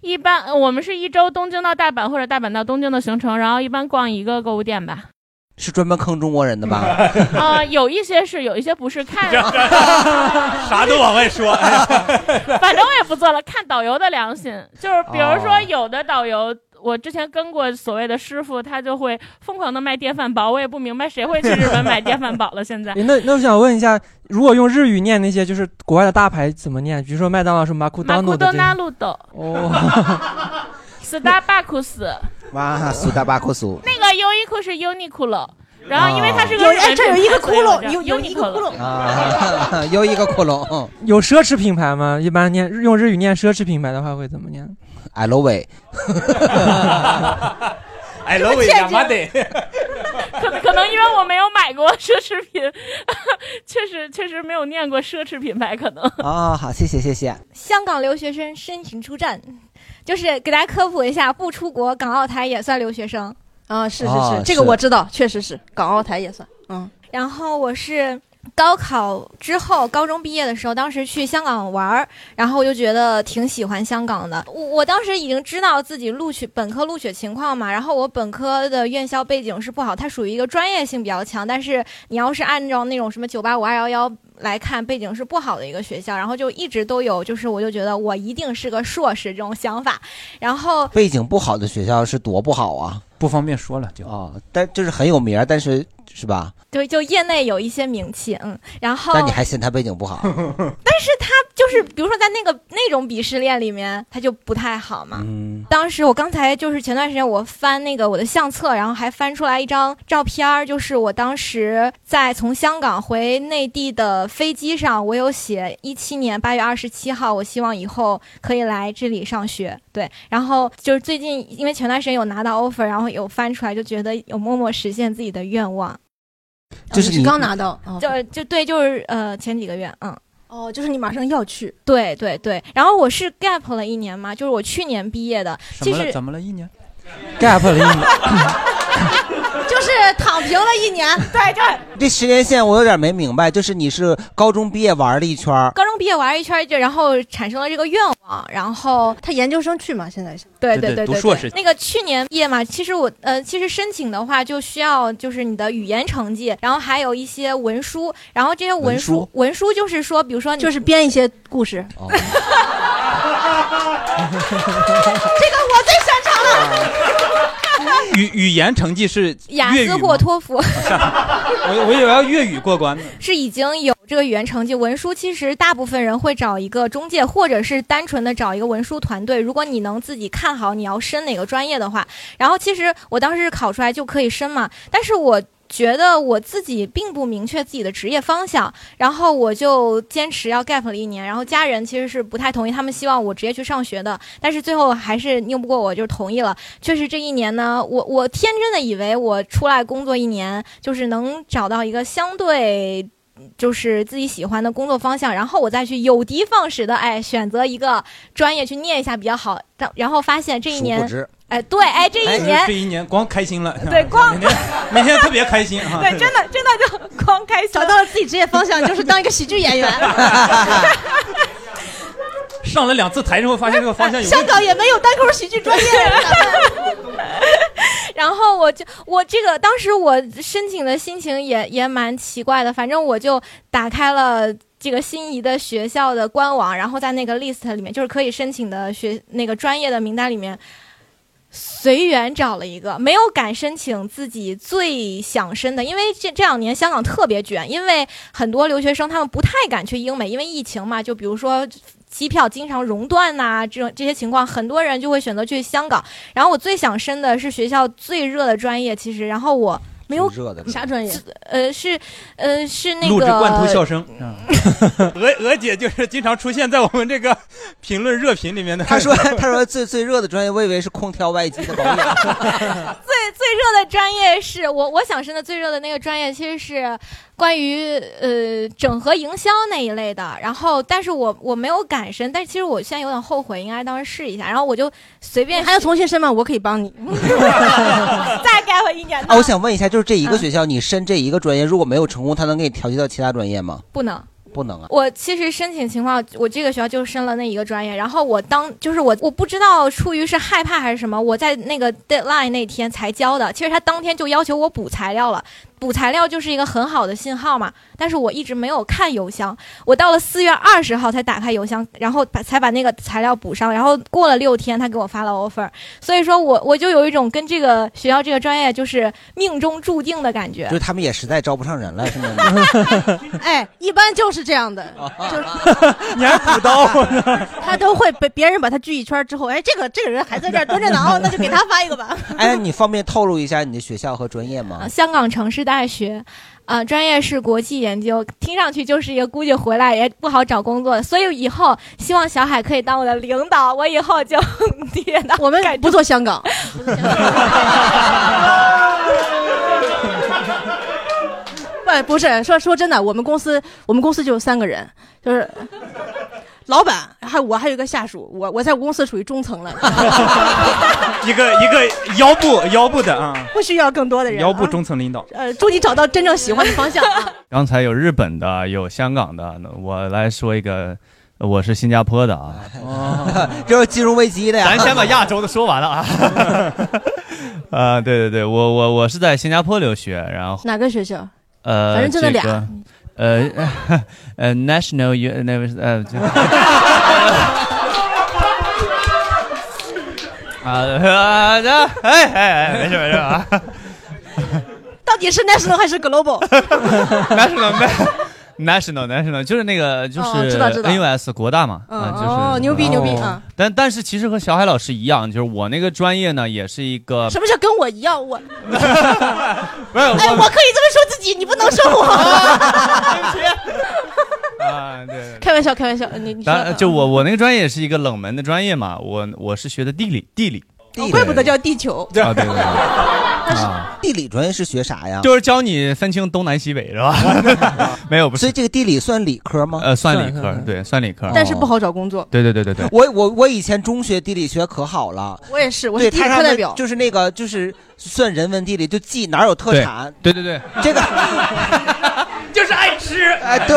[SPEAKER 6] 一般呃我们是一周东京到大阪或者大阪到东京的行程，然后一般逛一个购物店吧。
[SPEAKER 1] 是专门坑中国人的吧？
[SPEAKER 6] 啊、有一些是，有一些不是，看
[SPEAKER 2] 啥都往外说，
[SPEAKER 6] 反正我也不做了，看导游的良心。就是比如说，
[SPEAKER 2] 哦
[SPEAKER 6] 有的导游，我之前跟过所谓的师傅，他就会疯狂的卖电饭煲，我也不明白谁会去日本买电饭煲了。 现在
[SPEAKER 4] 哎诶那那我想问一下，如果用日语念那些就是国外的大牌怎么念？比如说麦当劳什么马库
[SPEAKER 6] 马
[SPEAKER 4] 当
[SPEAKER 6] 库
[SPEAKER 4] 诺
[SPEAKER 6] 多
[SPEAKER 4] 的这
[SPEAKER 6] 纳
[SPEAKER 4] 种。
[SPEAKER 6] 路斗、
[SPEAKER 4] 哦，
[SPEAKER 6] 斯达巴库斯，
[SPEAKER 1] 哇，苏达巴库苏。
[SPEAKER 6] 那个优衣库是 Uniqlo，然后因为它是个
[SPEAKER 3] 有
[SPEAKER 6] 日本
[SPEAKER 3] 哎这有
[SPEAKER 6] 品
[SPEAKER 3] 一个
[SPEAKER 6] 牌所以
[SPEAKER 3] 窟窿
[SPEAKER 6] 我叫
[SPEAKER 3] 有有一个
[SPEAKER 6] Uniqlo
[SPEAKER 3] 窟窿
[SPEAKER 1] 啊，又一个窟窿。
[SPEAKER 4] 有奢侈品牌吗？一般念用日语念奢侈品牌的话会怎么念？
[SPEAKER 1] LV。
[SPEAKER 2] 哎，
[SPEAKER 6] 这
[SPEAKER 2] 老
[SPEAKER 6] 么
[SPEAKER 2] 伟
[SPEAKER 6] 欠
[SPEAKER 2] 亚
[SPEAKER 6] 劲
[SPEAKER 3] 啊
[SPEAKER 2] 麻得，
[SPEAKER 6] 可可能因为我没有买过奢侈品， 确实确实没有念过奢侈品牌，可能。
[SPEAKER 1] 啊，好，谢谢谢谢。
[SPEAKER 12] 香港留学生申请出站，就是给大家科普一下，不出国，港澳台也算留学生。
[SPEAKER 3] 啊，是是
[SPEAKER 1] 哦
[SPEAKER 3] 是，这个我
[SPEAKER 1] 是
[SPEAKER 3] 知道，确实是港澳台也算。嗯，
[SPEAKER 12] 然后我是高考之后，高中毕业的时候，当时去香港玩儿，然后我就觉得挺喜欢香港的。我我当时已经知道自己录取本科录取情况嘛，然后我本科的院校背景是不好，它属于一个专业性比较强，但是你要是按照那种什么九八五二幺幺。来看背景是不好的一个学校，然后就一直都有，就是我就觉得我一定是个硕士这种想法，然后
[SPEAKER 1] 背景不好的学校是多不好啊，
[SPEAKER 2] 不方便说了就
[SPEAKER 1] 啊，但就是很有名儿，但是是吧？
[SPEAKER 12] 对，就业内有一些名气，嗯，然后
[SPEAKER 1] 但你还嫌他背景 不好，
[SPEAKER 12] 但是他就是，比如说在那个那种鄙视链里面，他就不太好嘛。
[SPEAKER 1] 嗯，
[SPEAKER 12] 当时我刚才就是前段时间我翻那个我的相册，然后还翻出来一张照片儿，就是我当时在从香港回内地的飞机上，我有写一七年八月二十七号，我希望以后可以来这里上学。对，然后就是最近因为前段时间有拿到 offer，然后有翻出来，就觉得有默默实现自己的愿望。
[SPEAKER 1] 就是你
[SPEAKER 3] 哦刚拿到，哦
[SPEAKER 12] 就就对，就是呃前几个月，嗯。
[SPEAKER 3] 哦，就是你马上要去，
[SPEAKER 12] 对对对，然后我是 gap 了一年嘛，就是我去年毕业的，
[SPEAKER 2] 怎
[SPEAKER 12] 其
[SPEAKER 2] 么了？
[SPEAKER 12] 实
[SPEAKER 2] 怎么了？一年
[SPEAKER 4] gap 了一年，
[SPEAKER 12] 就
[SPEAKER 3] 就是躺平了一 年。对对，
[SPEAKER 1] 这十年线我有点没明白，就是你是高中毕业玩了一圈儿，
[SPEAKER 12] 高中毕业玩一圈儿，就然后产生了这个愿望，然后他研究生去嘛，现在是对
[SPEAKER 3] 对
[SPEAKER 12] 对
[SPEAKER 3] 对
[SPEAKER 12] 对，
[SPEAKER 3] 读硕士
[SPEAKER 12] 那个去年毕业嘛，其实我呃，其实申请的话就需要就是你的语言成绩，然后还有一些文书，然后这些文书文书就是说，比如说 就是编一些故事，这个我最擅长了。
[SPEAKER 2] 语语言成绩是
[SPEAKER 12] 雅
[SPEAKER 2] 粤语
[SPEAKER 12] 思或托福
[SPEAKER 2] 我我以为要粤语过关呢。
[SPEAKER 12] 是已经有这个语言成绩，文书其实大部分人会找一个中介，或者是单纯的找一个文书团队。如果你能自己看好你要申哪个专业的话，然后其实我当时考出来就可以申嘛，但是我。觉得我自己并不明确自己的职业方向，然后我就坚持要 gap 了一年，然后家人其实是不太同意，他们希望我直接去上学的，但是最后还是拗不过我，就同意了。确实这一年呢，我我天真的以为我出来工作一年，就是能找到一个相对。就是自己喜欢的工作方向，然后我再去有的放矢的，哎，选择一个专业去念一下比较好。但然后发现这一
[SPEAKER 2] 殊
[SPEAKER 12] 年
[SPEAKER 2] 不知，
[SPEAKER 12] 哎，对，哎，这一年，
[SPEAKER 2] 这一年光开心了，
[SPEAKER 12] 对，光
[SPEAKER 2] 每天每天特别开心啊。
[SPEAKER 12] 对，真的真的就 光开心，找到了自己职业方向，就是当一个喜剧演员。
[SPEAKER 2] 上了两次台之后，发现这个方向有问题
[SPEAKER 12] 香 港也没有单口喜剧专业。然后我就我这个当时我申请的心情也也蛮奇怪的，反正我就打开了。这个心仪的学校的官网，然后在那个 list 里面，就是可以申请的学那个专业的名单里面，随缘找了一个，没有敢申请自己最想申的，因为这这两年香港特别卷，因为很多留学生他们不太敢去英美，因为疫情嘛，就比如说。机票经常熔断呐、这种这些情况，很多人就会选择去香港。然后我最想申的是学校最热的专业，其实，然后我没有
[SPEAKER 1] 热的
[SPEAKER 12] 啥专业，呃，是呃是那个
[SPEAKER 2] 录制贯通笑声。嗯 鹅鹅姐就是经常出现在我们这个评论热评里面的。
[SPEAKER 1] 他说他说最最热的专业，我以为是空调外机的保养。
[SPEAKER 12] 最最热的专业是我我想申的最热的那个专业，其实是关于呃整合营销那一类的。然后，但是我我没有敢申，但是其实我现在有点后悔，应该当时试一下。然后我就随便还要重新申吗？我可以帮你， 再改我一年
[SPEAKER 1] 啊，我想问一下，就是这一个学校，你申这一个专业，如果没有成功，他能给你调剂到其他专业吗？
[SPEAKER 12] 不能。
[SPEAKER 1] 不能啊。
[SPEAKER 12] 我其实申请情况，我这个学校就申了那一个专业，然后我当就是我我不知道出于是害怕还是什么，我在那个 deadline 那天才交的。其实他当天就要求我补材料了，补材料就是一个很好的信号嘛。但是我一直没有看邮箱，我到了四月二十号才打开邮箱，然后把才把那个材料补上，然后过了六天他给我发了 offer，所以说我我就有一种跟这个学校这个专业就是命中注定的感觉
[SPEAKER 1] 就。是他们也实在招不上人了，是吗？
[SPEAKER 3] 哎，一般就是这样的，就是
[SPEAKER 1] 你还补刀呢？
[SPEAKER 3] 他都会被别人把他聚一圈之后，哎，这个这个人还在这儿蹲着挠，那就给他发一个吧。
[SPEAKER 1] 哎，你方便透露一下你的学校和专业吗
[SPEAKER 12] 啊，？香港城市大学，啊、专业是国际研究，听上去就是一个估计回来也不好找工作的，所以以后希望小海可以当我的领导，我以后就 跌到
[SPEAKER 3] 我们不做香港，不不是说说真的，我们公司我们公司就有三个人，就是老板，还有我还有一个下属，我我在我公司属于中层了，
[SPEAKER 2] 一个一个腰部腰部的啊，
[SPEAKER 3] 不需要更多的人、啊。
[SPEAKER 2] 腰部中层领导。
[SPEAKER 3] 呃，祝你找到真正喜欢的方向啊！
[SPEAKER 25] 刚才有日本的，有香港的，那我来说一个，我是新加坡的啊。
[SPEAKER 1] 这是金融危机的呀。
[SPEAKER 25] 咱先把亚洲的说完了 啊。啊，对对对，我我我是在新加坡留学，然后
[SPEAKER 3] 哪个学校？
[SPEAKER 25] 呃，
[SPEAKER 3] 反正就那俩
[SPEAKER 25] 这个呃 呃，National U 那个呃 就啊啊 啊！哎哎哎，没事没事啊。
[SPEAKER 3] 到底是 national 还是 global？
[SPEAKER 25] national national national 就是那个就是
[SPEAKER 3] 哦知道知道
[SPEAKER 25] NUS 国大嘛，
[SPEAKER 3] 嗯
[SPEAKER 25] 啊就是
[SPEAKER 3] 哦牛逼牛逼啊！
[SPEAKER 25] 但但是其实和小海老师一样，就是我那个专业呢，也是一个
[SPEAKER 3] 什么叫跟我一样？我
[SPEAKER 25] 不是
[SPEAKER 3] 哎，我可以这么说自己，你不能说我。
[SPEAKER 25] 啊，对。
[SPEAKER 3] 开玩笑，开玩笑，你你说哦
[SPEAKER 25] 当然，就我我那个专业也是一个冷门的专业嘛，我我是学的地理，地理，
[SPEAKER 3] 怪不得叫地球。
[SPEAKER 25] 啊，对对对，
[SPEAKER 1] 地理专业是学啥呀？
[SPEAKER 25] 就是教你分清东南西北是 吧？没有，不是。所以
[SPEAKER 1] 这个地理算理科吗？
[SPEAKER 25] 呃，算理
[SPEAKER 1] 嗯
[SPEAKER 25] 科，对，算理科。
[SPEAKER 3] 但是不好找工作。
[SPEAKER 25] 对对对对对。
[SPEAKER 1] 我我我以前中学地理学可好了，
[SPEAKER 3] 我也是，我
[SPEAKER 1] 对
[SPEAKER 3] 是地理
[SPEAKER 1] 他
[SPEAKER 3] 课
[SPEAKER 1] 上
[SPEAKER 3] 代
[SPEAKER 1] 面
[SPEAKER 3] 表。
[SPEAKER 1] 就是那个就是算人文地理，就记哪儿有特
[SPEAKER 25] 对
[SPEAKER 1] 产。
[SPEAKER 25] 对对对，
[SPEAKER 1] 这个
[SPEAKER 17] 就是爱吃。
[SPEAKER 1] 哎， 对，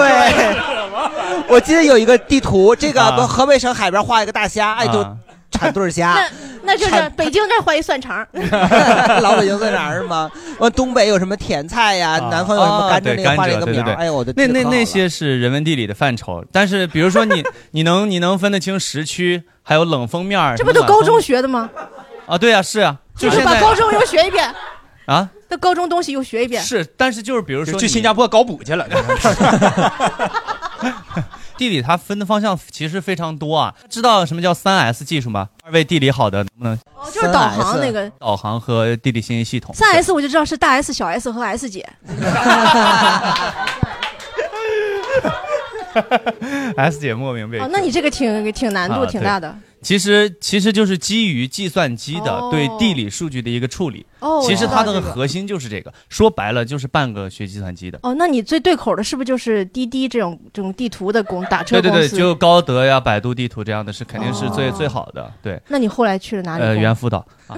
[SPEAKER 1] 我记得有一个地图，这个
[SPEAKER 25] 啊
[SPEAKER 1] 不河北省海边画一个大虾，哎，就
[SPEAKER 25] 啊
[SPEAKER 1] 产对儿虾。
[SPEAKER 3] 那就是
[SPEAKER 1] 产
[SPEAKER 3] 北京这儿换一蒜肠，
[SPEAKER 1] 老北京在哪儿是吗？完东北有什么甜菜呀？南方有什么甘蔗？
[SPEAKER 25] 啊对
[SPEAKER 1] 那
[SPEAKER 25] 甘
[SPEAKER 1] 个画了一
[SPEAKER 25] 蔗，
[SPEAKER 1] 个
[SPEAKER 25] 对
[SPEAKER 1] 苗
[SPEAKER 25] 对对，
[SPEAKER 1] 儿。哎呦我的
[SPEAKER 25] 那
[SPEAKER 1] 天
[SPEAKER 25] 那
[SPEAKER 1] 可好
[SPEAKER 25] 那
[SPEAKER 1] 了
[SPEAKER 25] 些是人文地理的范畴，但是比如说你你能你能分得清时区，还有冷风面儿，
[SPEAKER 3] 这不
[SPEAKER 25] 什
[SPEAKER 3] 都
[SPEAKER 25] 么暖
[SPEAKER 3] 高
[SPEAKER 25] 风
[SPEAKER 3] 中学的吗？
[SPEAKER 25] 啊？对啊，是啊，
[SPEAKER 3] 就
[SPEAKER 25] 现
[SPEAKER 3] 是把
[SPEAKER 25] 在
[SPEAKER 3] 高中又学一遍，
[SPEAKER 25] 啊
[SPEAKER 3] 那高中东西又学一遍。
[SPEAKER 25] 是，但是就是比如说
[SPEAKER 7] 就去新
[SPEAKER 25] 加
[SPEAKER 7] 坡搞补去了。
[SPEAKER 25] 地理它分的方向其实非常多啊，知道什么叫三 S 技术吗？二位地理好的能不能？哦，
[SPEAKER 3] 就是导航那个
[SPEAKER 25] 导航和地理信息系统。
[SPEAKER 3] 三 S 我就知道是大 S、小 S 和 S 姐。
[SPEAKER 25] S 姐莫名被
[SPEAKER 3] 哦，那你这个挺挺难度
[SPEAKER 25] 啊
[SPEAKER 3] 挺大
[SPEAKER 25] 对
[SPEAKER 3] 的。
[SPEAKER 25] 其实其实就是基于计算机的
[SPEAKER 3] 哦
[SPEAKER 25] 对地理数据的一个处理。
[SPEAKER 3] 哦我
[SPEAKER 25] 其实
[SPEAKER 3] 知道
[SPEAKER 25] 它
[SPEAKER 3] 这
[SPEAKER 25] 的
[SPEAKER 3] 个
[SPEAKER 25] 核心就是这个，说白了就是半个学计算机的。
[SPEAKER 3] 哦，那你最对口的是不是就是滴滴这种这种地图的公打车
[SPEAKER 25] 对
[SPEAKER 3] 公
[SPEAKER 25] 对
[SPEAKER 3] 司？
[SPEAKER 25] 对，就高德呀、百度地图这样的是肯定是最、最好的。对，
[SPEAKER 3] 那你后来去了哪里？
[SPEAKER 25] 呃，猿辅导啊，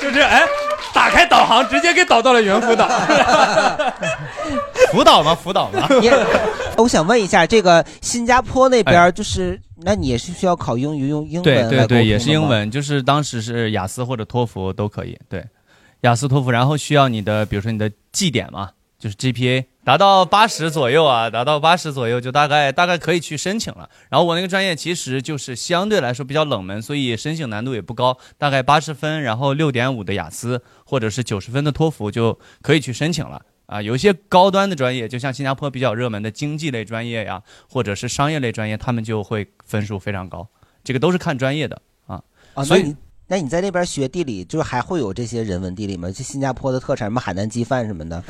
[SPEAKER 17] 就是哎，打开导航直接给导到了 猿辅导。
[SPEAKER 25] 辅导吗？辅导吗？
[SPEAKER 1] 你 我想问一下，这个新加坡那边
[SPEAKER 25] 哎
[SPEAKER 1] 儿就是，那你也是需要考英语用英文
[SPEAKER 25] 对
[SPEAKER 1] 来
[SPEAKER 25] 对
[SPEAKER 1] 沟通
[SPEAKER 25] 对，也是
[SPEAKER 1] 的
[SPEAKER 25] 英
[SPEAKER 1] 吗。
[SPEAKER 25] 文，就是当时是雅思或者托福都可以。对，雅思、托福，然后需要你的，比如说你的绩点嘛，就是 GPA 达到八十左右啊，达到八十左右就大概大概可以去申请了。然后我那个专业其实就是相对来说比较冷门，所以申请难度也不高，大概八十分，然后六点五的雅思或者是九十分的托福就可以去申请了。啊，有一些高端的专业，就像新加坡比较热门的经济类专业呀，或者是商业类专业，他们就会分数非常高。这个都是看专业的啊。
[SPEAKER 1] 啊，
[SPEAKER 25] 所
[SPEAKER 1] 那
[SPEAKER 25] 以
[SPEAKER 1] 你那你在那边学地理，就是还会有这些人文地理吗？就新加坡的特产，什么海南鸡饭什 么的，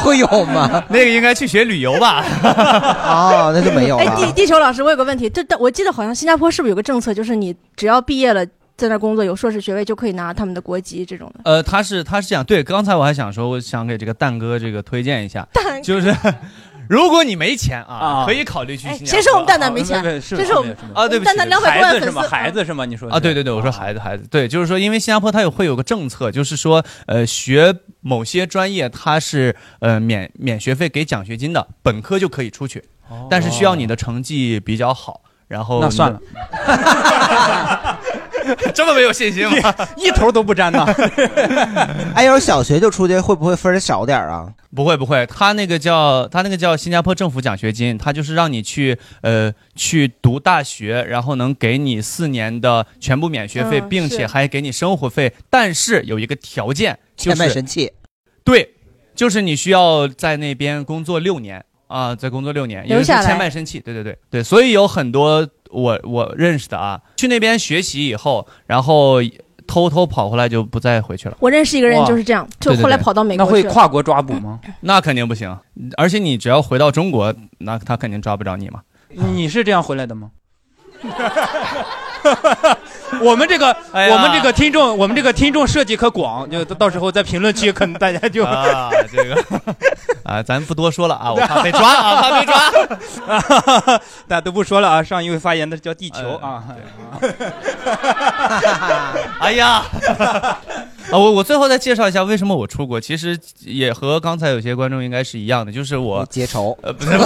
[SPEAKER 1] 会有吗？
[SPEAKER 25] 那个应该去学旅游吧？
[SPEAKER 1] 哦，那就没有
[SPEAKER 3] 哎，地
[SPEAKER 1] 了。
[SPEAKER 3] 地球老师，我有个问题，这但我记得好像新加坡是不是有个政策，就是你只要毕业了，在那儿工作有硕士学位就可以拿他们的国籍这种的。
[SPEAKER 25] 呃，他是他是这样，对，刚才我还想说，我想给这个蛋哥这个推荐一下，就是如果你没钱啊，可以考虑
[SPEAKER 2] 哎
[SPEAKER 25] 去新加坡。
[SPEAKER 3] 谁哎说我们蛋
[SPEAKER 2] 啊
[SPEAKER 3] 蛋没钱？
[SPEAKER 25] 啊嗯对
[SPEAKER 3] 谁说我们
[SPEAKER 25] 啊，对不起，
[SPEAKER 3] 蛋蛋两百多万粉丝，
[SPEAKER 25] 子
[SPEAKER 7] 是吗？你说
[SPEAKER 25] 啊？对对对，我说孩子，孩子，对，就是说，因为新加坡它有会有个政策，就是说，呃，学某些专业它是呃免免学费给奖学金的，本科就可以出去，但是需要你的成绩比较好，然后
[SPEAKER 7] 那
[SPEAKER 25] 你
[SPEAKER 7] 算
[SPEAKER 25] 的，这么没有信心吗？
[SPEAKER 7] 一头都不沾呐。
[SPEAKER 1] 哎，要是小学就出去，会不会分儿少点儿啊？
[SPEAKER 25] 不会不会，他那个叫他那个叫新加坡政府奖学金，他就是让你去呃去读大学，然后能给你四年的全部免学费，
[SPEAKER 1] 嗯
[SPEAKER 25] 并
[SPEAKER 1] 是
[SPEAKER 25] 且还给你生活费，但是有一个条件，就
[SPEAKER 1] 钱
[SPEAKER 25] 是
[SPEAKER 1] 买神器。
[SPEAKER 25] 对，就是你需要在那边工作六年啊，在工作六年，
[SPEAKER 3] 留下来
[SPEAKER 25] 也就是签卖身契，对对对对，所以有很多我我认识的啊，去那边学习以后，然后偷偷跑回来就不再回去了。
[SPEAKER 3] 我认识一个人就是这样，就后来跑到美国去了。
[SPEAKER 25] 国抓捕吗？ 那肯定不行，而且你只要回到中国，那他肯定抓不着你嘛。
[SPEAKER 7] 你是这样回来的吗？ 我们这个，
[SPEAKER 25] 呀
[SPEAKER 7] 我们这个听众，我们这个听众设计可广，就到时候在评论区，可能大家就
[SPEAKER 25] 啊，这个 啊，咱不多说了啊，我怕被抓 啊，怕被抓。
[SPEAKER 7] 抓。 大家都不说了啊，上一位发言的叫地球啊。
[SPEAKER 25] 哎呀，啊，我我最后再介绍一下为什么我出国，其实也和刚才有些观众应该是一样的，就是我
[SPEAKER 1] 结仇，
[SPEAKER 25] 呃，不 是，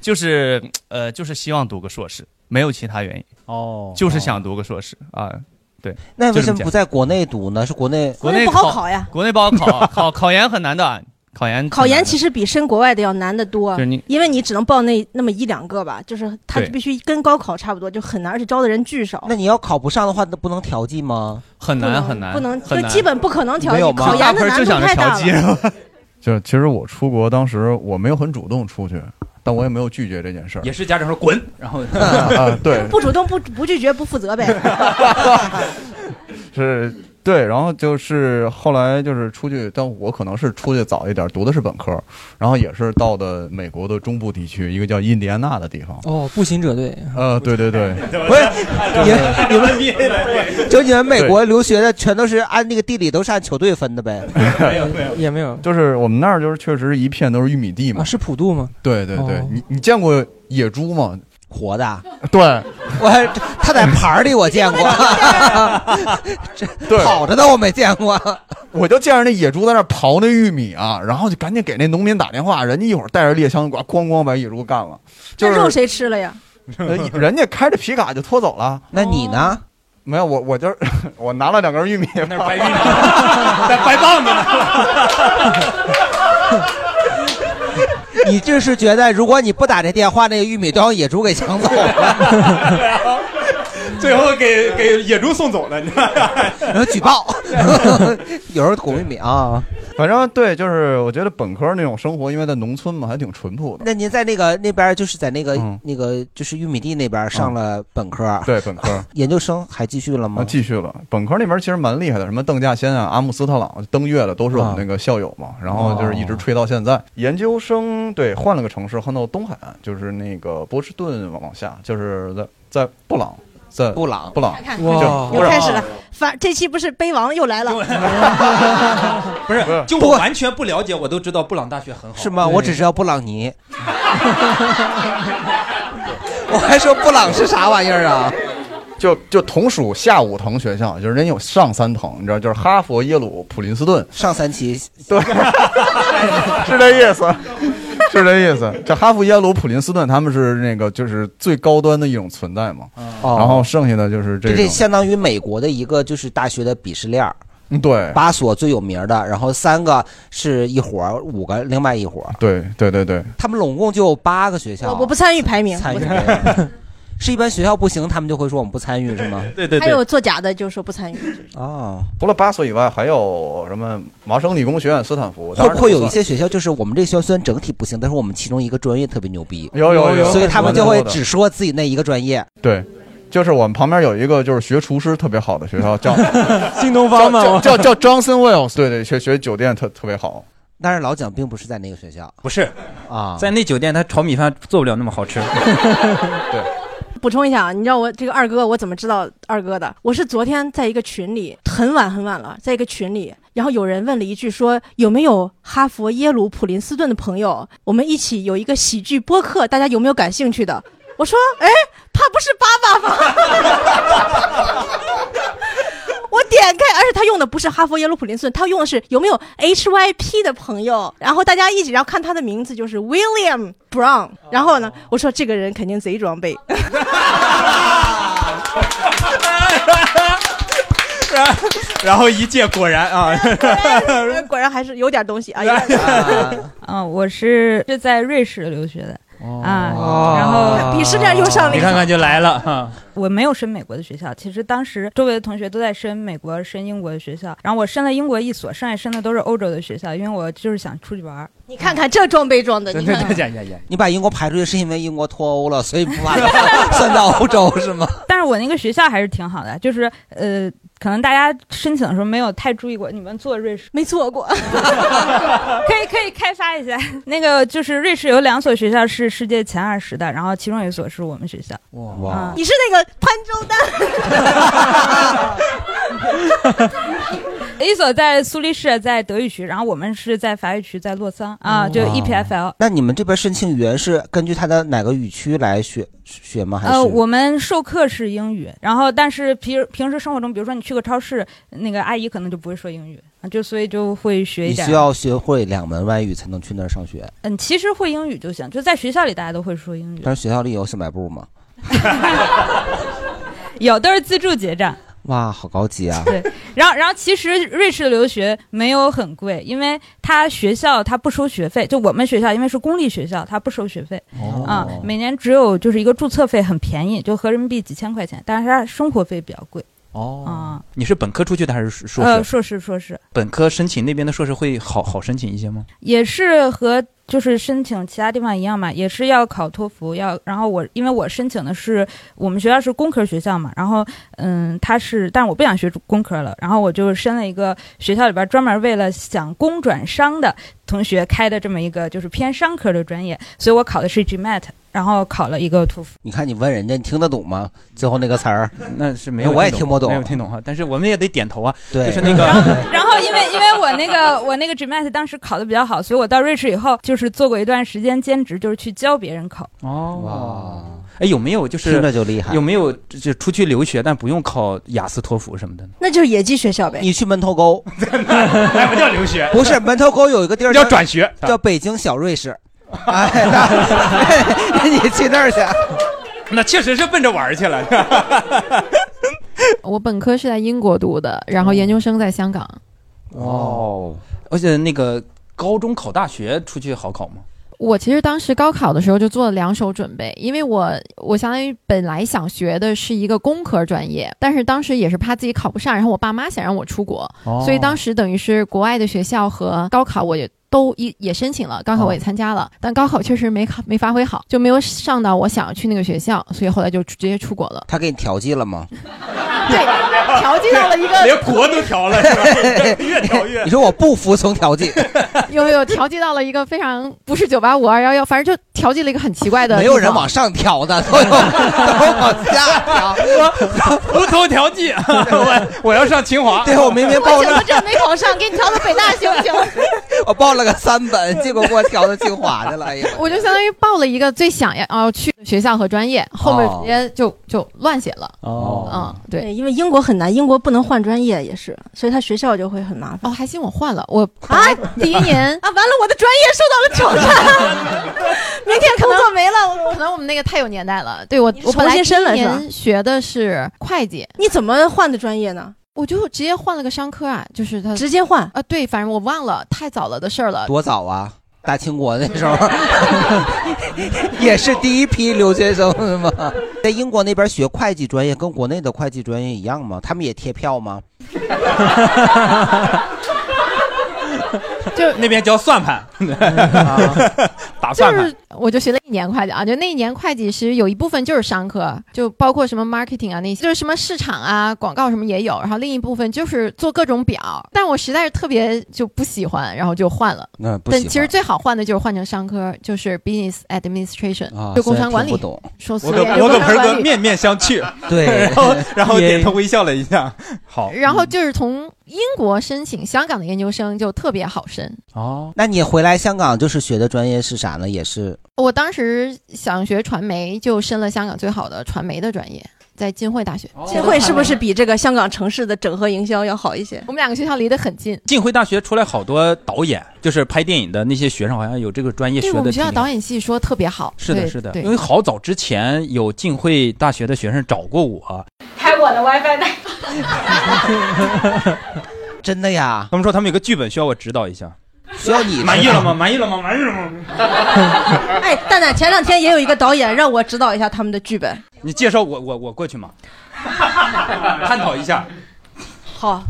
[SPEAKER 25] 就是呃，就是希望读个硕士，没有其他原因，
[SPEAKER 7] 哦
[SPEAKER 25] 就是想读个硕士啊，对。
[SPEAKER 1] 那
[SPEAKER 25] 就
[SPEAKER 1] 为
[SPEAKER 25] 这
[SPEAKER 1] 什
[SPEAKER 25] 么
[SPEAKER 1] 么
[SPEAKER 25] 简
[SPEAKER 1] 不
[SPEAKER 25] 单
[SPEAKER 1] 在国内读呢？是国内
[SPEAKER 25] 国内国内不好考， 考考研很难的，考研
[SPEAKER 3] 考研其
[SPEAKER 25] 实
[SPEAKER 3] 实比申国外的要难得多啊
[SPEAKER 25] 就是你，
[SPEAKER 3] 因为你只能报那那么一两个吧，就是它
[SPEAKER 25] 对
[SPEAKER 3] 必须跟高考差不多，就很难，而且招的人巨少。
[SPEAKER 1] 那你要考不上的话，那不能调剂吗？
[SPEAKER 25] 很
[SPEAKER 3] 不
[SPEAKER 25] 难
[SPEAKER 3] 能
[SPEAKER 25] 很难，
[SPEAKER 3] 不能
[SPEAKER 25] 很
[SPEAKER 3] 就
[SPEAKER 25] 难
[SPEAKER 3] 基本不可能调
[SPEAKER 1] 没有
[SPEAKER 3] 剂，
[SPEAKER 1] 吗
[SPEAKER 3] 考研的
[SPEAKER 25] 大盆
[SPEAKER 3] 难
[SPEAKER 25] 儿就
[SPEAKER 3] 度
[SPEAKER 25] 想着
[SPEAKER 3] 太大
[SPEAKER 25] 调剂是吧
[SPEAKER 3] 了。
[SPEAKER 22] 就是其实我出国当时我没有很主动出去，但我也没有拒绝这件事儿。
[SPEAKER 7] 也是 家长说滚，然 后
[SPEAKER 22] 啊，对，
[SPEAKER 3] 不主动不不拒绝不负责呗。
[SPEAKER 22] 是对，然后就是后来就是出去，但我可能是出去早一点，读的是本科，然后也是到的美国的中部地区，一个叫印第安纳的地方。
[SPEAKER 4] 哦，步行者队，
[SPEAKER 22] 呃，对对 对，
[SPEAKER 1] 不是
[SPEAKER 7] 哎
[SPEAKER 1] 你们你们就你们美国留学的全都是按那个地理都是按球队分 的呗？
[SPEAKER 22] 没有
[SPEAKER 4] 没有 也没有，啊
[SPEAKER 22] 就是我们那儿就是确实一片都是玉米地嘛。
[SPEAKER 4] 是普渡吗？
[SPEAKER 22] 对对对，
[SPEAKER 4] 哦啊
[SPEAKER 22] 你你见过野猪吗？
[SPEAKER 1] 活的？
[SPEAKER 22] 对，
[SPEAKER 1] 我还他在盘儿里我见过，这
[SPEAKER 22] 对
[SPEAKER 1] 跑着的我没见过。
[SPEAKER 22] 我就见着那野猪在那刨那玉米啊，然后就赶紧给那农民打电话，人家一会儿带着猎枪，呱咣咣把野猪干了。就
[SPEAKER 3] 这
[SPEAKER 22] 是
[SPEAKER 3] 肉谁吃了呀？
[SPEAKER 22] 呃人家开着皮卡就拖走了。
[SPEAKER 1] 那你
[SPEAKER 3] 哦
[SPEAKER 1] 呢？
[SPEAKER 22] 没有，我我就是 我拿了两根玉米，那白玉米，
[SPEAKER 7] 白棒子。
[SPEAKER 1] 你这是觉得如果你不打这电话，那个玉米都让野猪给抢走了，
[SPEAKER 7] 最后给给野猪送走了，你看。
[SPEAKER 1] 然后举报， 有人捅玉米啊。
[SPEAKER 22] 反正对，就是我觉得本科那种生活，因为在农村嘛，还挺淳朴的。
[SPEAKER 1] 那您在那个那边，就是在那个、
[SPEAKER 22] 嗯
[SPEAKER 1] 那个就是玉米地那边上了本科，
[SPEAKER 22] 对，本科
[SPEAKER 1] 研究生还继续了吗？
[SPEAKER 22] 啊，继续了。本科那边其实蛮厉害的，什么邓稼先啊、阿姆斯特朗、登月的都
[SPEAKER 1] 啊
[SPEAKER 22] 是我们那个校友嘛。然后就是一
[SPEAKER 1] 哦
[SPEAKER 22] 直吹到现在。研究生对换了个城市，换到东海岸，就是那个波士顿往往下，就是在在布朗，在
[SPEAKER 1] 布朗
[SPEAKER 22] 布朗
[SPEAKER 3] 看看，
[SPEAKER 22] 就
[SPEAKER 3] 又开始了。反这期不是杯王又来了，
[SPEAKER 14] 不是，就我完全不了解，我都知道布朗大学很好。
[SPEAKER 1] 是
[SPEAKER 22] 哦
[SPEAKER 1] 吗？我只知道布朗尼， 我还说布朗是啥玩意儿啊？
[SPEAKER 22] 就就同属下五藤学校，就是人有上三藤，你知道，就是哈佛、耶鲁、普林斯顿
[SPEAKER 1] 上三旗，
[SPEAKER 22] 对，是这意思， 是这意思。这哈佛、耶鲁、普林斯顿他们是那个就是最高端的一种存在嘛，
[SPEAKER 1] 哦
[SPEAKER 22] 然后剩下的就是这
[SPEAKER 1] 这
[SPEAKER 22] 种，
[SPEAKER 1] 这相当于美国的一个就是大学的鄙视链儿
[SPEAKER 22] 嗯对，
[SPEAKER 1] 八所最有名的，然后三个是一伙儿，五个另外一伙儿。
[SPEAKER 22] 对对对对，
[SPEAKER 1] 他们总共就有八个学校。
[SPEAKER 3] 我我不参与排名，
[SPEAKER 1] 参与这个， 是一般学校不行，他们就会说我们不参与，是 吗？
[SPEAKER 22] 对对
[SPEAKER 3] 还有作假的就说不参与，
[SPEAKER 1] 哦，
[SPEAKER 22] 除了八所以外，还有什么麻省理工学院、斯坦福，
[SPEAKER 1] 会不会有一些
[SPEAKER 22] 学
[SPEAKER 1] 学校就是我们这个学校虽然整体不行，但是我们其中一个专业特别牛逼？
[SPEAKER 22] 有有有有
[SPEAKER 1] 所以他们就
[SPEAKER 22] 有
[SPEAKER 1] 会
[SPEAKER 22] 的有的
[SPEAKER 1] 只说自己那一个 专业。
[SPEAKER 22] 对？就是我们旁边有一个就是学厨师特别好的学校，叫
[SPEAKER 4] 新东方嘛，
[SPEAKER 22] 叫叫 叫 Johnson Wales，对对，学学酒店特特别好。
[SPEAKER 1] 但是老蒋并不是在那个学 校，
[SPEAKER 14] 不是
[SPEAKER 1] 啊，
[SPEAKER 14] 在那酒店他炒米饭做不了那么好 吃。
[SPEAKER 3] 补充一下啊，你知道我这个二哥，我怎么知道二哥的？我是昨天在一个群里，很晚很晚了，在一个群里，然后有人问了一句说有没有哈佛、耶鲁、普林斯顿的朋友，我们一起有一个喜剧播客，大家有没有感兴趣的？我说，哎，怕不是爸爸吧？我点开，而且他用的不是哈佛、耶鲁、普林斯顿，他用的是有没有 HYP 的朋友，然后大家一起，然后看他的名字就是 William Brown，然后呢，我说这个人肯定贼装备。
[SPEAKER 14] 然然后一见果然啊，
[SPEAKER 3] 果然还是有点东西啊。有点东西
[SPEAKER 9] 啊，我是是在瑞士留学的、啊，然后
[SPEAKER 3] 鄙视链又上了一
[SPEAKER 14] 你
[SPEAKER 3] 层
[SPEAKER 14] 看看就来了
[SPEAKER 2] 啊
[SPEAKER 14] 哈。
[SPEAKER 9] 我没有申美国的学校，其实当时周围的同学都在申美国、申英国的学校，然后我申了英国一所，剩下申的都是欧洲的学校，因为我就是想出去玩儿。
[SPEAKER 3] 你看看这装备装的，你看看。
[SPEAKER 14] 呀呀呀！
[SPEAKER 1] 你把英国排出去是因为英国脱欧了，所以不把 算到欧洲是吗？
[SPEAKER 9] 但是我那个学校还是挺好的，就是呃，可能大家申请的时候没有太注意过，你们做瑞士
[SPEAKER 3] 没 做过，
[SPEAKER 9] 可以可以开发一下。那个就是瑞士有两所学校是世界前二十的，然后其中有一所是我们学校。
[SPEAKER 1] 哇
[SPEAKER 9] 啊
[SPEAKER 3] 你是那个潘周
[SPEAKER 9] 一所在苏黎世，在德语区，然后我们是在法语区，在洛桑啊，就
[SPEAKER 1] 哦
[SPEAKER 9] EPFL。
[SPEAKER 1] 那你们这边申请语言是根据他的哪个语区来学学吗？还是、
[SPEAKER 9] 呃，我们授课是英语，然后但是平平时生活中，比如说你去个超市，那个阿姨可能就不会说英语，啊就所以就会学一
[SPEAKER 1] 你
[SPEAKER 9] 点。
[SPEAKER 1] 需要学会两门外语才能去那儿上学？
[SPEAKER 9] 嗯，其实会英语就行，就在学校里大家都会说英语，
[SPEAKER 1] 但是学校里有小卖部吗？
[SPEAKER 9] 有都是自助结账。
[SPEAKER 1] 哇，好高级啊！
[SPEAKER 9] 对，然后然后其实瑞士留学没有很贵，因为他学校他不收学费，就我们学校因为是公立学校，他不收学费，
[SPEAKER 1] 哦
[SPEAKER 9] 啊，每年只有就是一个注册费很便宜，就合人民币几千块钱，但是他生活费比较贵。
[SPEAKER 2] 哦，你是本科出去的还是硕
[SPEAKER 23] 呃，
[SPEAKER 2] 士？
[SPEAKER 23] 硕士硕士
[SPEAKER 2] 本科申请那边的硕士会好好申请一些吗？
[SPEAKER 23] 也是和就是申请其他地方一样嘛，也是要考托福，要然后我因为我申请的是我们学校是工科学校嘛，然后嗯，他是，但是我不想学工科了，然后我就申了一个学校里边专门为了想工转商的同学开的这么一个就是偏商科的专业，所以我考的是 GMAT，然后考了一个托福。
[SPEAKER 1] 你看你问人家，你听得懂吗？最后那个词儿，哎
[SPEAKER 2] 那是没有
[SPEAKER 1] 我也
[SPEAKER 2] 听
[SPEAKER 1] 听不懂，
[SPEAKER 2] 没有听懂哈。但是我们也得点头啊，
[SPEAKER 1] 对，
[SPEAKER 2] 就是那个
[SPEAKER 23] 然后因为因为我那个我那个 GMAT 当时考的比较好，所以我到瑞士以后就是做过一段时间兼职，就是去教别人考。
[SPEAKER 2] 哦， 哎，有没有就是
[SPEAKER 1] 听着就厉害
[SPEAKER 2] 有没有就出去留学但不用考雅思托福什么的呢？
[SPEAKER 3] 那就是野鸡学校呗。
[SPEAKER 1] 你去门 头沟，
[SPEAKER 2] 那不叫留学
[SPEAKER 1] 不是门头沟有一个地儿
[SPEAKER 2] 叫转学
[SPEAKER 1] 叫北京小瑞士。哎，那你去那儿去。 啊
[SPEAKER 2] 那确实是奔着玩儿去了。
[SPEAKER 28] 我本科是在英国读的，然
[SPEAKER 1] 哦
[SPEAKER 28] 后研究生在香港。
[SPEAKER 2] 哦，而且那个高中考大学出去好考吗？
[SPEAKER 28] 我其实当时高考的时候就做了两手准备，因为我我相当于本来想学的是一个工科专业，但是当时也是怕自己考不上，然后我爸妈想让我出国，
[SPEAKER 29] 哦
[SPEAKER 28] 所以当时等于是国外的学校和高考我也都一也申请了，高考我
[SPEAKER 1] 哦
[SPEAKER 28] 也参加了，但高考确实没考没发挥好，就没有上到我想要去那个学校，所以后来就直接出国了。
[SPEAKER 1] 他给你调剂了吗？
[SPEAKER 28] 对，调剂到了一个
[SPEAKER 2] 连国都调了，是吧？越调越
[SPEAKER 1] 你说我不服从调剂，
[SPEAKER 28] 有有调剂到了一个非常不是九八五二幺幺，反正就调剂了一个很奇怪的。
[SPEAKER 1] 没有人往。上调的，都有都往下调。
[SPEAKER 2] 无头调剂，我我要上清华。
[SPEAKER 1] 对，我明明报了，
[SPEAKER 3] 证没考上，给你调到北大行不 行？
[SPEAKER 1] 我报了个三本，结果给我调到清华去了。哎呀，
[SPEAKER 28] 我就相当于报了一个最想要要去的学校和专业，后面
[SPEAKER 1] 哦
[SPEAKER 28] 直接就就乱写了。
[SPEAKER 1] 哦，
[SPEAKER 28] 嗯，对。
[SPEAKER 3] 因为英国很难，英国不能换专业也是，所以他学校就会很麻烦。
[SPEAKER 28] 哦，还行，我换了，我哎
[SPEAKER 3] 啊，
[SPEAKER 28] 第一 年
[SPEAKER 3] 啊，完了，我的专业受到了挑战，明天工作没了。
[SPEAKER 28] 可能我们那个太有年代了。对我，我本
[SPEAKER 3] 重
[SPEAKER 28] 来第
[SPEAKER 3] 新申
[SPEAKER 28] 一
[SPEAKER 3] 了是吧
[SPEAKER 28] 年？学的是会计，
[SPEAKER 3] 你怎么换的专业呢？
[SPEAKER 28] 我就直接换了个商科啊，就是他
[SPEAKER 3] 直接换
[SPEAKER 28] 啊，对，反正我忘了，太早了的事儿了。
[SPEAKER 1] 多早啊！大清国那时候 也是第一批留学生是吗？在英国那边学会计专业跟国内的会计专业一样吗？他们也贴票吗？
[SPEAKER 28] 就
[SPEAKER 2] 那边叫算盘， 打
[SPEAKER 28] 就
[SPEAKER 2] 算盘
[SPEAKER 28] 是。我就学了一年会计啊，就那一年会计其实有一部分就是商科，就包括什么 marketing 啊那些，就是什么市场啊、广告什么也有，然后另一部分就是做各种表，但我实在是特别就不喜欢，然后就换了。
[SPEAKER 1] 那不
[SPEAKER 28] 但
[SPEAKER 1] 喜
[SPEAKER 28] 其实最好换的就是换成商科，就是 business administration，、
[SPEAKER 1] 啊
[SPEAKER 28] 就工商管理。
[SPEAKER 1] 虽然听不懂
[SPEAKER 28] 说
[SPEAKER 2] 我
[SPEAKER 28] 俗一
[SPEAKER 2] 跟
[SPEAKER 28] 点，就
[SPEAKER 2] 我跟
[SPEAKER 28] 工
[SPEAKER 2] 盆
[SPEAKER 28] 商
[SPEAKER 2] 儿
[SPEAKER 28] 管
[SPEAKER 2] 哥
[SPEAKER 28] 理。
[SPEAKER 2] 面面相觑，
[SPEAKER 1] 对
[SPEAKER 2] 然后然后
[SPEAKER 1] 也
[SPEAKER 2] 点头微笑了一下，好，
[SPEAKER 28] 然后就是从英国申请香港的研究生就特别好申。
[SPEAKER 2] 哦，
[SPEAKER 1] 那你回来香港就是学的专业是啥呢？也是
[SPEAKER 28] 我当时想学传媒，就申了香港最好的传媒的专业，在浸会大学。
[SPEAKER 2] 哦
[SPEAKER 3] 这会是不是比这个香港城市的整合营销要好一些？
[SPEAKER 28] 我们两个学校离得很近？
[SPEAKER 2] 浸会大学出来好多导演，就是拍电影的那些学生，好像有这个专业学
[SPEAKER 28] 对我
[SPEAKER 2] 的
[SPEAKER 28] 们学校
[SPEAKER 2] 挺厉害。
[SPEAKER 28] 导演系说特别好，
[SPEAKER 2] 是的，
[SPEAKER 28] 对
[SPEAKER 2] 是的，
[SPEAKER 28] 对
[SPEAKER 2] 因为好早之前有浸会大学的学生找过我，
[SPEAKER 28] 开我的 WiFi 带。
[SPEAKER 1] 真的呀？
[SPEAKER 2] 他们说他们有个剧本需要我指导一下，
[SPEAKER 1] 需要你
[SPEAKER 2] 满意了吗？满意了吗？满意了吗？
[SPEAKER 3] 哎，蛋蛋，前两天也有一个导演让我指导一下他们的剧本。
[SPEAKER 2] 你介绍我我我过去嘛，探讨一 下。
[SPEAKER 3] 好，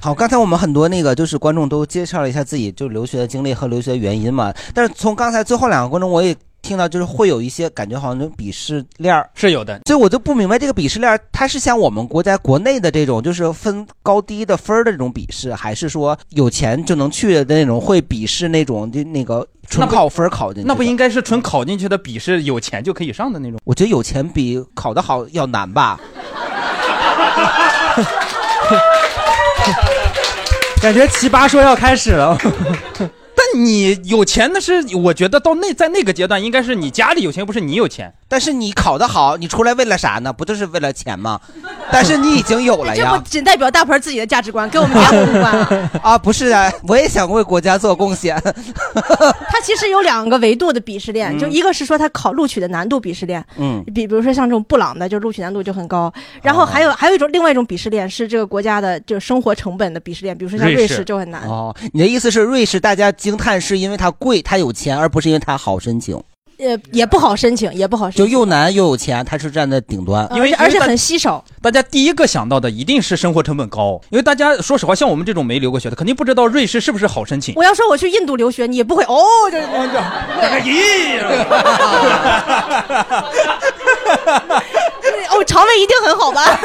[SPEAKER 1] 好，刚才我们很多那个就是观众都介绍了一下自己就留学的经历和留学的原因嘛，但是从刚才最后两个观众我也听到，就是会有一些感觉好像那种鄙视链儿
[SPEAKER 2] 是有的，
[SPEAKER 1] 所以我就不明白这个鄙视链儿，它是像我们国家国内的这种就是分高低的分儿的这种鄙视，还是说有钱就能去的那种会鄙视那种就那个纯靠分儿考进去
[SPEAKER 2] 那不
[SPEAKER 1] 的
[SPEAKER 2] 应该是纯考进去的笔试，有钱就可以上的那种。
[SPEAKER 1] 我觉得有钱比考得好要难吧。
[SPEAKER 2] 感觉奇葩说要开始了。 但你有钱那是，我觉得到那在那个阶段，应该是你家里有钱，又不是你有钱。
[SPEAKER 1] 但是你考得好，你出来为了啥呢？不就是为了钱吗？但是你已经有了
[SPEAKER 3] 这不
[SPEAKER 1] 呀。
[SPEAKER 3] 仅代表大盆自己的价值观，跟我们俩无关啊。
[SPEAKER 1] 啊，不是啊，我也想为国家做贡 献。
[SPEAKER 3] 它其实有两个维度的鄙视链，
[SPEAKER 1] 嗯
[SPEAKER 3] 就一个是说它考录取的难度鄙视链，
[SPEAKER 1] 嗯
[SPEAKER 3] 比比如说像这种布朗的，就录取难度就很高。然后还有还有一种另外一种鄙视链是这个国家的就生活成本的鄙视链，比如说像瑞士就很难。
[SPEAKER 1] 哦哦，你的意思是瑞士大家惊叹是因为它贵，它有钱，而不是因为它好申请。
[SPEAKER 3] 也呃也不好申请，也不好申
[SPEAKER 1] 就又难又有钱，他是站在顶端，
[SPEAKER 2] 因为
[SPEAKER 3] 而且很稀少。
[SPEAKER 2] 大家第一个想到的一定是生活成本高，因为大家说实话，像我们这种没留过学的，肯定不知道瑞士是不是好申请
[SPEAKER 3] 请。。 我要说我去印度留学，你也不会哦，这
[SPEAKER 2] 咦，
[SPEAKER 3] 哦，肠胃一定很好吧？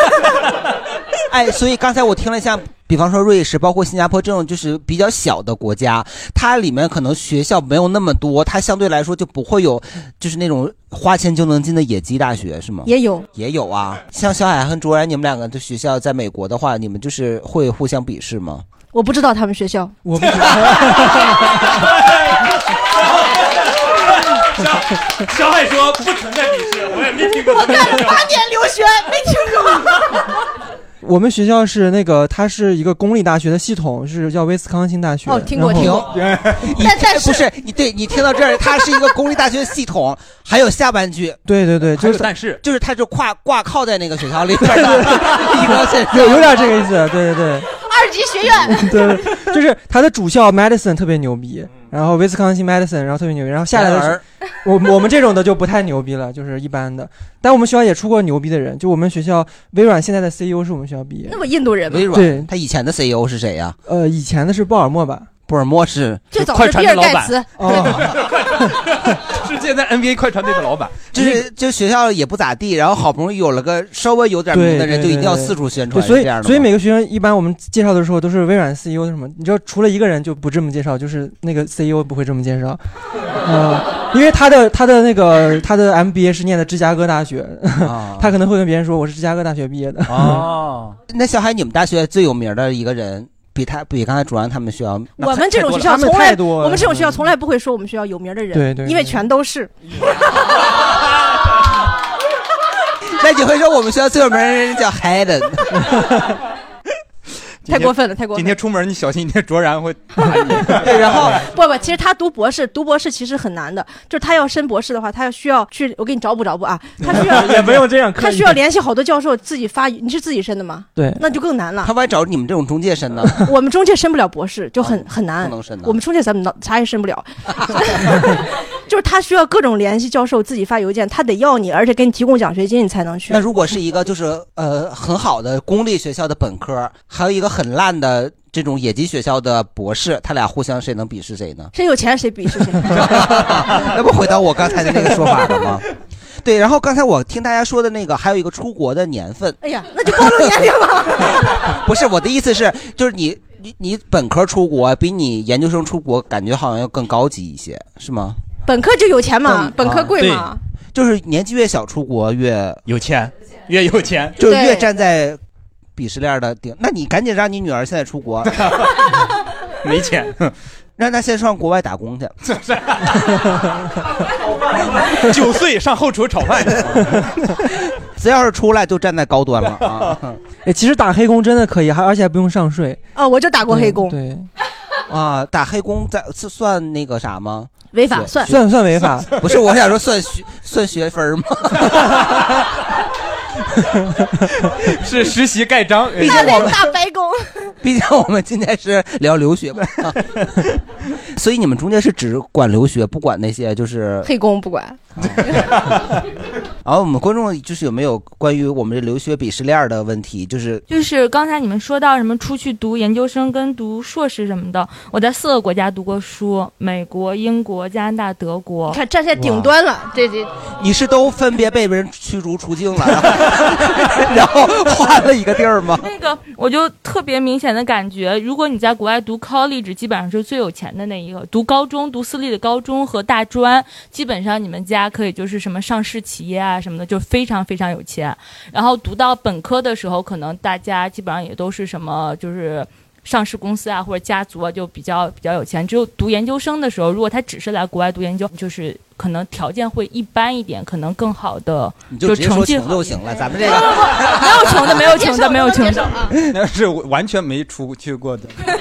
[SPEAKER 1] 哎，所以刚才我听了一下，比方说瑞士，包括新加坡这种就是比较小的国家，它里面可能学校没有那么多，它相对来说就不会有就是那种花钱就能进的野鸡大学，是吗？
[SPEAKER 3] 也有，
[SPEAKER 1] 也有啊。像小海和卓然，你们两个的学校在美国的话，你们就是会互相鄙视吗？
[SPEAKER 3] 我不知道他们学 校，
[SPEAKER 4] 我们
[SPEAKER 14] 小海说不存在鄙视，我也没听过。
[SPEAKER 3] 我干了八年留学，没 听过。
[SPEAKER 4] 我们学校是那个，它是一个公立大学的系统，是叫威斯康星大学。
[SPEAKER 1] 哦听过
[SPEAKER 4] 然后
[SPEAKER 1] 但但是不是你对你听到这儿，它是一个公立大学系统，还有下半句，
[SPEAKER 4] 对对对，就是
[SPEAKER 1] 是就是它就挂挂靠在那个学校里边 的一个现象
[SPEAKER 4] 有有点这个意思，对对对。
[SPEAKER 3] 二级学院，
[SPEAKER 4] 对，就是他的主校 Madison 特别牛逼，
[SPEAKER 3] 嗯
[SPEAKER 4] 然后威斯康星 Madison，然后特别牛逼，然后下来的
[SPEAKER 1] 然
[SPEAKER 4] 是
[SPEAKER 1] 而
[SPEAKER 4] 我 我们这种的就不太牛逼了，就是一般的。但我们学校也出过牛逼的人，就我们学校微软现在的 CEO 是我们学校毕业
[SPEAKER 3] 那，么印度人吗
[SPEAKER 1] 微
[SPEAKER 4] 对
[SPEAKER 1] 软，他以前的 CEO 是谁呀、
[SPEAKER 4] 呃，以前的是鲍尔默吧，
[SPEAKER 1] 鲍尔默是
[SPEAKER 3] 最早是比尔盖茨，
[SPEAKER 2] 是现在 NBA 快船队的老板。
[SPEAKER 1] 就是就学校也不咋地，然后好不容易有了个稍微有点名的人，就一定要四处宣传，
[SPEAKER 4] 对所
[SPEAKER 1] 是这样
[SPEAKER 4] 以
[SPEAKER 1] 的
[SPEAKER 4] 所以
[SPEAKER 1] 吗
[SPEAKER 4] 每个学生一般我们介绍的时候都是微软 CEO 的什么，你知道除了一个人就不这么介绍，就是那个 CEO 不会这么介绍，呃，因为他的他的那个他的 MBA 是念的芝加哥大学，
[SPEAKER 1] 啊
[SPEAKER 4] 他可能会跟别人说我是芝加哥大学毕业的。
[SPEAKER 1] 哦，那小海，你们大学最有名的一个人，比他比刚才主任他们学校，
[SPEAKER 3] 我们这种学校从来，我们这种学校从来不会说我们学校有名的人，
[SPEAKER 1] 嗯对对
[SPEAKER 3] 因为全都是。
[SPEAKER 1] 那你会说我们学校最有名的人叫 Hayden，
[SPEAKER 3] 太过分了，太过
[SPEAKER 2] 今
[SPEAKER 3] 分了
[SPEAKER 2] 天。出门你小心，你天卓然会
[SPEAKER 3] 对，然后不不，其实他读博士，读博士其实很难的，就是他要申博士的话，他要需要去，我给你找补找补啊，他 需要
[SPEAKER 4] 也不用这样刻意
[SPEAKER 3] 他需要联系好多教授自己发，你是自己申的吗？
[SPEAKER 4] 对
[SPEAKER 3] 那就更难了
[SPEAKER 1] 他。万一找你们这种中介申呢？
[SPEAKER 3] 我们中介申不了博士，就很很难。
[SPEAKER 1] 哦不能申的
[SPEAKER 3] 我们中介咱们脑啥也申不了， 就是他需要各种联系教授，自己发邮件，他得要你，而且给你提供奖学金，你才能去。
[SPEAKER 1] 那如果是一个就是呃很好的公立学校的本科，还有一个很烂的这种野鸡学校的博士，他俩互相谁能鄙视谁呢？
[SPEAKER 3] 谁有钱谁鄙视谁。
[SPEAKER 1] 那不回到我刚才的那个说法了吗？ 对，然后刚才我听大家说的那个，还有一个出国的年份，
[SPEAKER 3] 哎呀，那就暴露年龄了。
[SPEAKER 1] 不是我的意思是，就是你你你本科出国比你研究生出国感觉好像要更高级一些，是吗？
[SPEAKER 3] 本科就有钱
[SPEAKER 1] 嗯
[SPEAKER 3] 嘛，本
[SPEAKER 5] 啊
[SPEAKER 3] 科贵嘛。
[SPEAKER 1] 就是年纪越小出国越
[SPEAKER 2] 有钱，越有钱
[SPEAKER 1] 就是
[SPEAKER 3] 对
[SPEAKER 1] 越站在鄙视链的顶。那你赶紧让你女儿现在出国，
[SPEAKER 2] 没 钱，
[SPEAKER 1] 让她先上国外打 工去。
[SPEAKER 2] 九岁上后厨炒饭去。
[SPEAKER 1] 只要是出来就站在高端了啊！
[SPEAKER 4] 哎，其实打黑工真的可以，还而且还不用上税。
[SPEAKER 3] 啊，我就打过黑工，
[SPEAKER 4] 对，
[SPEAKER 1] 啊，打黑工在是算那个啥吗？
[SPEAKER 3] 违法
[SPEAKER 1] 算
[SPEAKER 4] 算不
[SPEAKER 3] 算
[SPEAKER 4] 算违法？
[SPEAKER 1] 不是，我想说算学算学分吗？
[SPEAKER 2] 是实习盖章，
[SPEAKER 1] 毕竟我们
[SPEAKER 3] 打白工。
[SPEAKER 1] 毕竟我们今天是聊留学嘛，啊 所以你们中间是只管留学，不管那些就是
[SPEAKER 5] 黑工不管。
[SPEAKER 1] 然后我们观众就是有没有关于我们这留学鄙视链的问题？就是
[SPEAKER 29] 就是刚才你们说到什么出去读研究生跟读硕士什么的，我在四个国家读过书，美国、英国、加拿大、德国。
[SPEAKER 3] 你看站在顶端了，这这
[SPEAKER 1] 你是都分别被人驱逐出境了，然后 换了一个地儿吗？
[SPEAKER 29] 那个，我就特别明显的感觉，如果你在国外读 college，基本上是最有钱的那一个；读高中，读私立的高中和大专，基本上你们家可以就是什么上市企业啊什么的，就非常非常有钱。然后读到本科的时候，可能大家基本上也都是什么就是。上市公司啊，或者家族啊，就比较比较有钱。只有读研究生的时候，如果他只是来国外读研究，就是可能条件会一般一点，可能更好的
[SPEAKER 1] 你就直接
[SPEAKER 29] 成
[SPEAKER 1] 说
[SPEAKER 29] 绩
[SPEAKER 1] 穷
[SPEAKER 29] 好
[SPEAKER 1] 就行了，咱们这
[SPEAKER 29] 不不
[SPEAKER 1] 个
[SPEAKER 29] 不，没有穷 的，没有穷的，没有穷的。
[SPEAKER 1] 嗯
[SPEAKER 2] 那是完全没出去过的，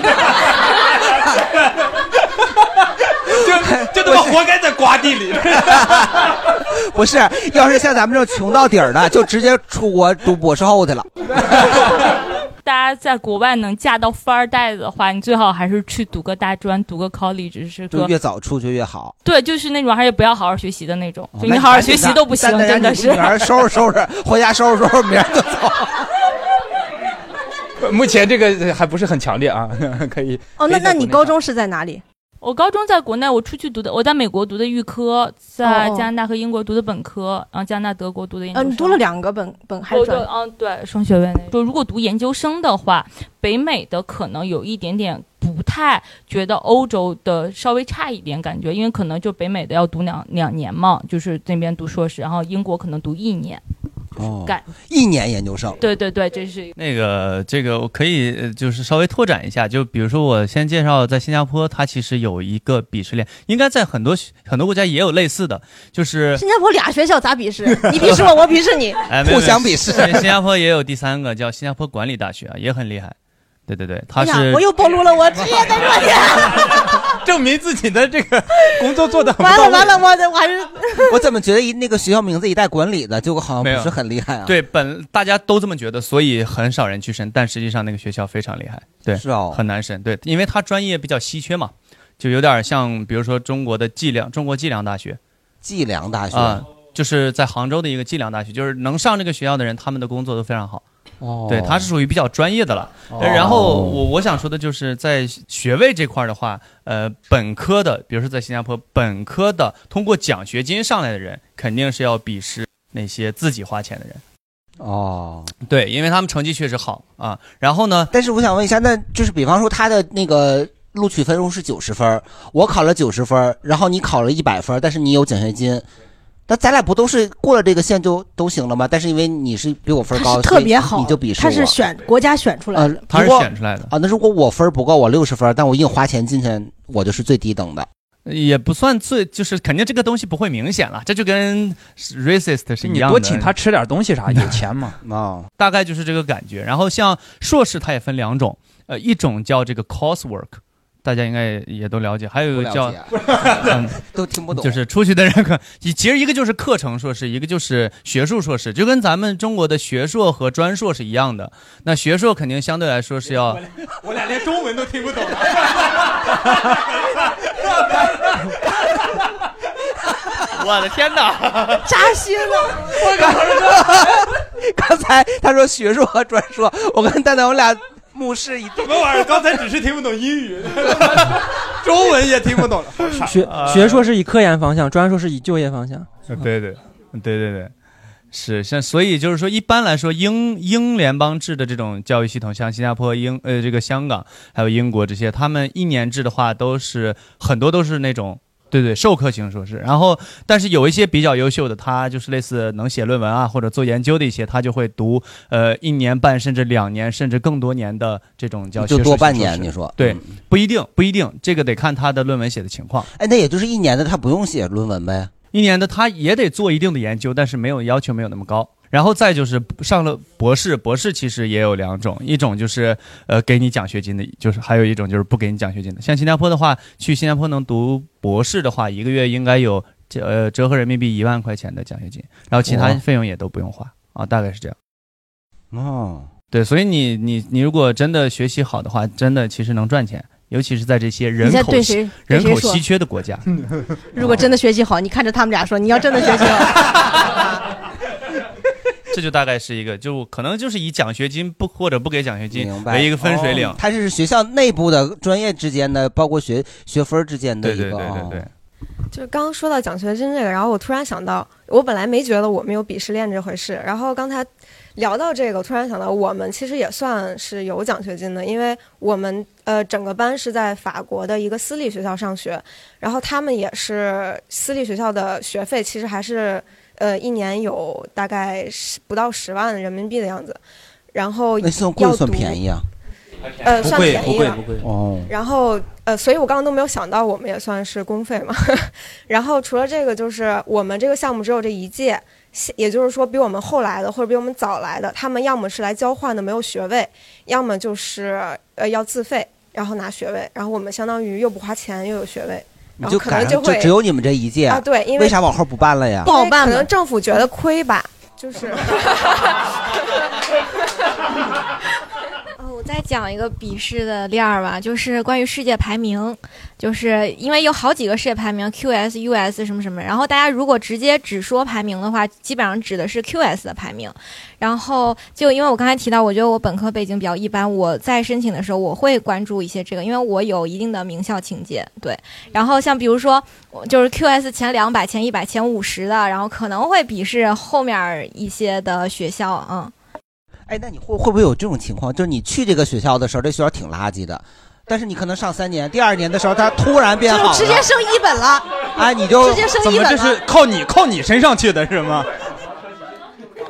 [SPEAKER 2] 就就他妈活该在瓜地 里。
[SPEAKER 1] 不是，要是像咱们这种穷到底儿的，就直接出国读博士后去了。
[SPEAKER 6] 大家在国外能嫁到富二代的话，你最好还是去读个大专，读个 college，是
[SPEAKER 1] 就
[SPEAKER 6] 个
[SPEAKER 1] 越早出去越好。
[SPEAKER 6] 对，就是那种还是不要好好学习的那种，就
[SPEAKER 1] 那
[SPEAKER 6] 你
[SPEAKER 1] 你
[SPEAKER 6] 好好
[SPEAKER 1] 赶
[SPEAKER 6] 学
[SPEAKER 1] 紧
[SPEAKER 6] 习
[SPEAKER 1] 的
[SPEAKER 6] 都不行，
[SPEAKER 1] 大家
[SPEAKER 6] 真的
[SPEAKER 1] 你
[SPEAKER 6] 是。
[SPEAKER 1] 女儿收拾收拾，回家收拾收拾，明儿就走。
[SPEAKER 2] 目前这个还不是很强烈啊， 可以。
[SPEAKER 3] 哦，那
[SPEAKER 2] 可以在
[SPEAKER 3] 那
[SPEAKER 2] 国
[SPEAKER 3] 你
[SPEAKER 2] 内
[SPEAKER 3] 高中是在哪里？
[SPEAKER 6] 我高中在国内，我出去读的，我在美国读的预科，在
[SPEAKER 3] 哦哦
[SPEAKER 6] 加拿大和英国读的本科，然后加拿大、德国读的研究
[SPEAKER 3] 呃，
[SPEAKER 6] 生。
[SPEAKER 3] 你读了两个本本还是
[SPEAKER 6] 哦对
[SPEAKER 3] 专业？
[SPEAKER 6] 嗯，对，双学位那。就如果读研究生的话，北美的可能有一点点不太觉得欧洲的稍微差一点感觉，因为可能就北美的要读两两年嘛，就是那边读硕士，然后英国可能读一年。
[SPEAKER 1] 哦
[SPEAKER 6] 干
[SPEAKER 1] 一年研究生，
[SPEAKER 6] 对对对，这是一个
[SPEAKER 25] 那个这个我可以呃就是稍微拓展一下，就比如说我先介绍在新加坡，它其实有一个鄙视链，应该在很多很多国家也有类似的，就是
[SPEAKER 3] 新加坡俩学校咋鄙视？你鄙视我，我鄙视你，
[SPEAKER 25] 哎没有没有新新加
[SPEAKER 3] 坡，
[SPEAKER 25] 坡也有第三个叫新加坡管理大学啊，也很厉害。对对对，它
[SPEAKER 3] 哎
[SPEAKER 25] 是、
[SPEAKER 3] 呀， 我又 暴露了我职业的弱点。
[SPEAKER 2] 证明自己的这个工作做的
[SPEAKER 3] 完了完了，我的我还是
[SPEAKER 1] 我怎么觉得一那个学校名字一带管理的，就好像
[SPEAKER 25] 没有
[SPEAKER 1] 不是很厉害啊？
[SPEAKER 25] 对本大家都这么觉得，所以很少人去申，但实际上那个学校非常厉害，对，
[SPEAKER 1] 是哦
[SPEAKER 25] 很难申，对，因为它专业比较稀缺嘛，就有点像比如说中国的计量，中国计量大学，
[SPEAKER 1] 计量大学
[SPEAKER 25] 啊、就是在杭州的一个计量大学，就是能上这个学校的人，他们的工作都非常好。
[SPEAKER 1] 哦
[SPEAKER 25] 对，它是属于比较专业的了。
[SPEAKER 1] 哦
[SPEAKER 25] 呃然后我我想说的就是，在学位这块儿的话，呃，本科的，比如说在新加坡，本科的通过奖学金上来的人，肯定是要鄙视那些自己花钱的人。
[SPEAKER 1] 哦，
[SPEAKER 25] 对，因为他们成绩确实好啊。然后呢？
[SPEAKER 1] 但是我想问一下，那就是比方说他的那个录取分数是九十分儿，我考了九十分儿，然后你考了一百分儿，但是你有奖学金，那咱俩不都是过了这个线就都行了吗？但是因为你是比我分儿
[SPEAKER 3] 他
[SPEAKER 1] 高，
[SPEAKER 3] 是特别
[SPEAKER 1] 哦所以
[SPEAKER 3] 好，
[SPEAKER 1] 你就鄙视我。
[SPEAKER 3] 他是选国家选出来
[SPEAKER 1] 呃
[SPEAKER 3] 的，，
[SPEAKER 1] 如果
[SPEAKER 25] 出来的
[SPEAKER 1] 啊。那如果我分儿不够，我六十分儿，但我硬花钱进去，我就是最低等的。
[SPEAKER 25] 也不算最，就是肯定这个东西不会明显了，这就跟 racist 是一
[SPEAKER 2] 你
[SPEAKER 25] 样的。
[SPEAKER 2] 多请他吃点东西啥，有钱嘛？
[SPEAKER 1] 啊，
[SPEAKER 25] 大概就是这个感觉。然后像硕士，它也分两种，呃，一种叫这个 coursework，大家应该也也都了解，还有一个叫
[SPEAKER 1] 不了解啊 都听不懂
[SPEAKER 25] 就是出去的人可，其其实一个就是课程硕士，一个就是学术硕士，就跟咱们中国的学硕和专硕是一样的。那学硕肯定相对来说是要，
[SPEAKER 14] 我俩连中文都听不懂。
[SPEAKER 25] 我的天哪，
[SPEAKER 3] 扎心了！
[SPEAKER 1] 我刚才 刚才他说学硕和专硕，我跟蛋蛋我俩目视一
[SPEAKER 14] 什么玩意儿？刚才只是听不懂英 语，中文也听不懂了。
[SPEAKER 4] 学学硕是以科研方向，专硕是以就业方向。
[SPEAKER 25] 对对对对对，是像所以就是说，一般来说，英英联邦制的这种教育系统，像新加坡、英呃这个香港还有英国这些，他们一年制的话都是很多都是那种。对对，授课型硕士，然后但是有一些比较优秀的，他就是类似能写论文啊，或者做研究的一些，他就会读呃一年半甚至两年甚至更多年的这种叫
[SPEAKER 1] 就嗯
[SPEAKER 25] 学术
[SPEAKER 1] 多
[SPEAKER 25] 型
[SPEAKER 1] 半
[SPEAKER 25] 硕
[SPEAKER 1] 年
[SPEAKER 25] 士
[SPEAKER 1] 你说
[SPEAKER 25] 对，不一定不一定，这个得看他的论文写的情况。
[SPEAKER 1] 哎，那也就是一年的，他不用写论文呗。
[SPEAKER 25] 一年的他也得做一定的研究，但是没有要求没有那么高。然后再就是上了博士，博士其实也有两种，一种就是呃给你奖学金的，就是还有一种就是不给你奖学金的。像新加坡的话，去新加坡能读博士的话，一个月应该有折呃折合人民币一万块钱的奖学金，然后其他
[SPEAKER 1] 哇
[SPEAKER 25] 费用也都不用花啊，大概是这样。
[SPEAKER 1] 哦，
[SPEAKER 25] 对，所以你你你如果真的学习好的话，真的其实能赚钱，尤其是在这些人
[SPEAKER 3] 你在
[SPEAKER 25] 口
[SPEAKER 3] 对
[SPEAKER 25] 稀
[SPEAKER 3] 谁对
[SPEAKER 25] 人
[SPEAKER 3] 谁
[SPEAKER 25] 口
[SPEAKER 3] 说
[SPEAKER 25] 稀缺的国家。
[SPEAKER 3] 如果真的学习好，你看着他们俩说，你要真的学习好，
[SPEAKER 25] 这就大概是一个，就可能就是以奖学金不或者不给奖学金
[SPEAKER 1] 明白
[SPEAKER 25] 为一个分水岭。
[SPEAKER 1] 哦它是学校内部的专业之间的，包括学学分之间的一个。
[SPEAKER 25] 对对对对对
[SPEAKER 1] 哦
[SPEAKER 5] 就是刚刚说到奖学金这个，然后我突然想到，我本来没觉得我们有鄙视链这回事，然后刚才聊到这个，我突然想到，我们其实也算是有奖学金的，因为我们呃整个班是在法国的一个私立学校上学，然后他们也是私立学校的学费其实还是呃一年有大概十不到十万人民币的样子，然后
[SPEAKER 1] 那算贵
[SPEAKER 5] 要
[SPEAKER 1] 算
[SPEAKER 5] 读
[SPEAKER 1] 便宜啊？
[SPEAKER 5] 呃，算便宜了
[SPEAKER 1] 哦，
[SPEAKER 5] 然后呃，所以我刚刚都没有想到，我们也算是公费嘛。 然后除了这个，就是我们这个项目只有这一届，现也就是说，比我们后来的或者比我们早来的，他们要么是来交换的没有学位，要么就是呃要自费，然后拿学位，然后我们相当于又不花钱又有学位，
[SPEAKER 1] 你
[SPEAKER 5] 然后可
[SPEAKER 1] 赶
[SPEAKER 5] 能
[SPEAKER 1] 上
[SPEAKER 5] 会
[SPEAKER 1] 就只有你们这一届
[SPEAKER 5] 啊对因为
[SPEAKER 1] 啥往后不办了呀？
[SPEAKER 5] 因为可能政府觉得 亏吧，就是。
[SPEAKER 12] 我再讲一个笔试的链儿吧，就是关于世界排名，就是因为有好几个世界排名，QS、US 什么什么，然后大家如果直接只说排名的话，基本上指的是 QS 的排名。然后就因为我刚才提到，我觉得我本科背景比较一般，我在申请的时候我会关注一些这个，因为我有一定的名校情结，对。然后像比如说，我就是 QS 前两百、前一百、前五十的，然后可能会鄙视后面儿一些的学校，嗯。
[SPEAKER 1] 哎，那你会会不会有这种情况？就是你去这个学校的时候，这学校挺垃圾的，但是你可能上三年，第二年的时候，它突然变好了，
[SPEAKER 12] 就直接升一本了。
[SPEAKER 1] 哎，你就
[SPEAKER 12] 直接升
[SPEAKER 7] 啊怎
[SPEAKER 12] 一
[SPEAKER 7] 么
[SPEAKER 12] 本
[SPEAKER 7] 这
[SPEAKER 12] 了
[SPEAKER 7] 是。靠你靠你身上去的是吗？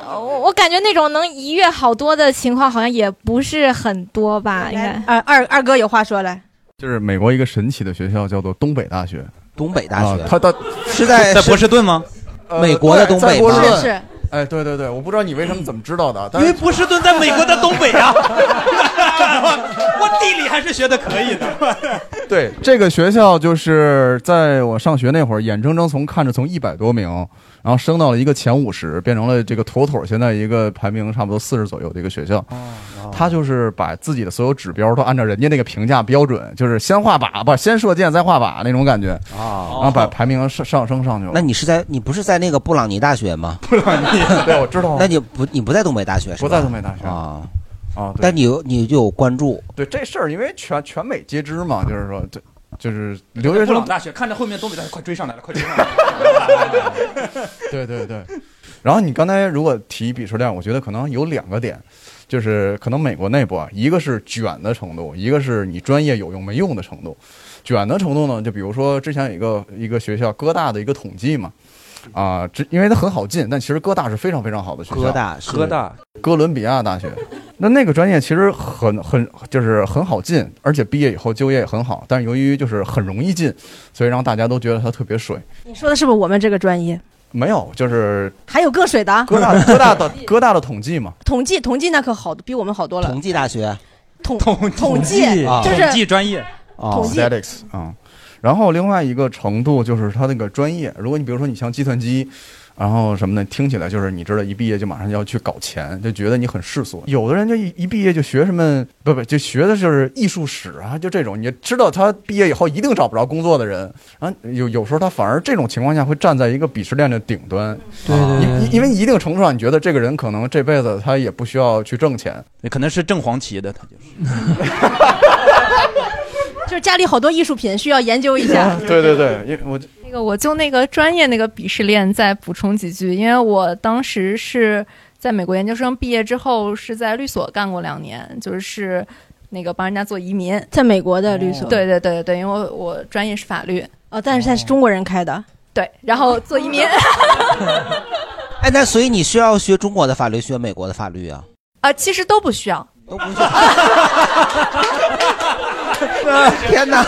[SPEAKER 12] 呃我我感觉那种能一跃好多的情况，好像也不是很多吧？应该。二二二哥有话说来。
[SPEAKER 22] 就是美国一个神奇的学校，叫做东北大学。
[SPEAKER 1] 东北大学
[SPEAKER 22] 啊、它它
[SPEAKER 1] 是在
[SPEAKER 22] 在波士顿吗？呃
[SPEAKER 1] 美国的东
[SPEAKER 22] 对在
[SPEAKER 1] 北
[SPEAKER 22] 波
[SPEAKER 1] 吗
[SPEAKER 22] 士顿
[SPEAKER 1] 是是。
[SPEAKER 22] 哎，对对对，我不知道你为什么怎么知道的，但
[SPEAKER 14] 因为
[SPEAKER 22] 是
[SPEAKER 14] 波士顿在美国的东北啊。 我地理还是学的可以的。
[SPEAKER 22] 对这个学校，就是在我上学那会儿，眼睁睁从看着从一百多名，然后升到了一个前五十，变成了这个妥妥现在一个排名差不多四十左右的一个学校。他就是把自己的所有指标都按照人家那个评价标准，就是先画靶，不先射箭再画靶那种感觉
[SPEAKER 1] 啊
[SPEAKER 22] 然后把排名上上升上去了。
[SPEAKER 1] 那你是在你不是在那个布朗尼大学吗？
[SPEAKER 22] 布朗尼， 对，我知道。
[SPEAKER 1] 那你不你不在东北大学是吧？
[SPEAKER 22] 不在东北大学
[SPEAKER 1] 啊
[SPEAKER 22] 啊！对
[SPEAKER 1] 但你有你就有关注，
[SPEAKER 22] 对这事儿，因为全全美皆知嘛，就是说，这就是留学
[SPEAKER 14] 布
[SPEAKER 22] 生
[SPEAKER 14] 朗大学，看着后面东北大学快追上来了，快追上来了。
[SPEAKER 22] 对对 对。然后你刚才如果提鄙视链，我觉得可能有两个点，就是可能美国内部啊，一个是卷的程度，一个是你专业有用没用的程度。卷的程度呢，就比如说之前有一个一个学校哥大的一个统计嘛，啊，只因为它很好进，但其实哥大是非常非常好的学校。
[SPEAKER 1] 哥大是哥大
[SPEAKER 22] 哥伦比亚大学。那那个专业其实很很就是很好进，而且毕业以后就业也很好，但是由于就是很容易进，所以让大家都觉得它特别水。
[SPEAKER 3] 你说的是不是我们这个专业？
[SPEAKER 22] 没有，就是
[SPEAKER 3] 还有个水的啊？
[SPEAKER 22] 哥 大哥大的哥大的统计嘛，
[SPEAKER 3] 统计统计那可好，比我们好多了。
[SPEAKER 1] 统计大学
[SPEAKER 3] 统统计
[SPEAKER 22] 啊
[SPEAKER 3] 就是
[SPEAKER 22] 专业啊
[SPEAKER 3] 统计
[SPEAKER 22] ，statics 啊。然后另外一个程度就是它那个专业，如果你比如说你像计算机，然后什么的，听起来就是你知道一毕业就马上要去搞钱，就觉得你很世俗。有的人就一一毕业就学什么不不就学的就是艺术史啊，就这种，你知道他毕业以后一定找不着工作的人啊。有有时候他反而这种情况下会站在一个鄙视链的顶端，
[SPEAKER 2] 对对对
[SPEAKER 22] 因因因为一定程度上你觉得这个人可能这辈子他也不需要去挣钱，。
[SPEAKER 2] 可能是正黄旗的，他就是。
[SPEAKER 3] 就是家里好多艺术品需要研究一 下
[SPEAKER 22] 对对对，因为我
[SPEAKER 8] 那个我就那个专业那个鄙视链再补充几句，因为我当时是在美国研究生毕业之后是在律所干过两年，就是那个帮人家做移民，嗯
[SPEAKER 3] 在美国的律所
[SPEAKER 8] 对对对对对，因为我我专业是法律，
[SPEAKER 3] 哦，但是他是中国人开的。
[SPEAKER 8] 对，然后做移民。
[SPEAKER 1] 哎，那所以你需要学中国的法律，学美国的法律啊？
[SPEAKER 8] 啊，其实都不需要。
[SPEAKER 1] 天哪！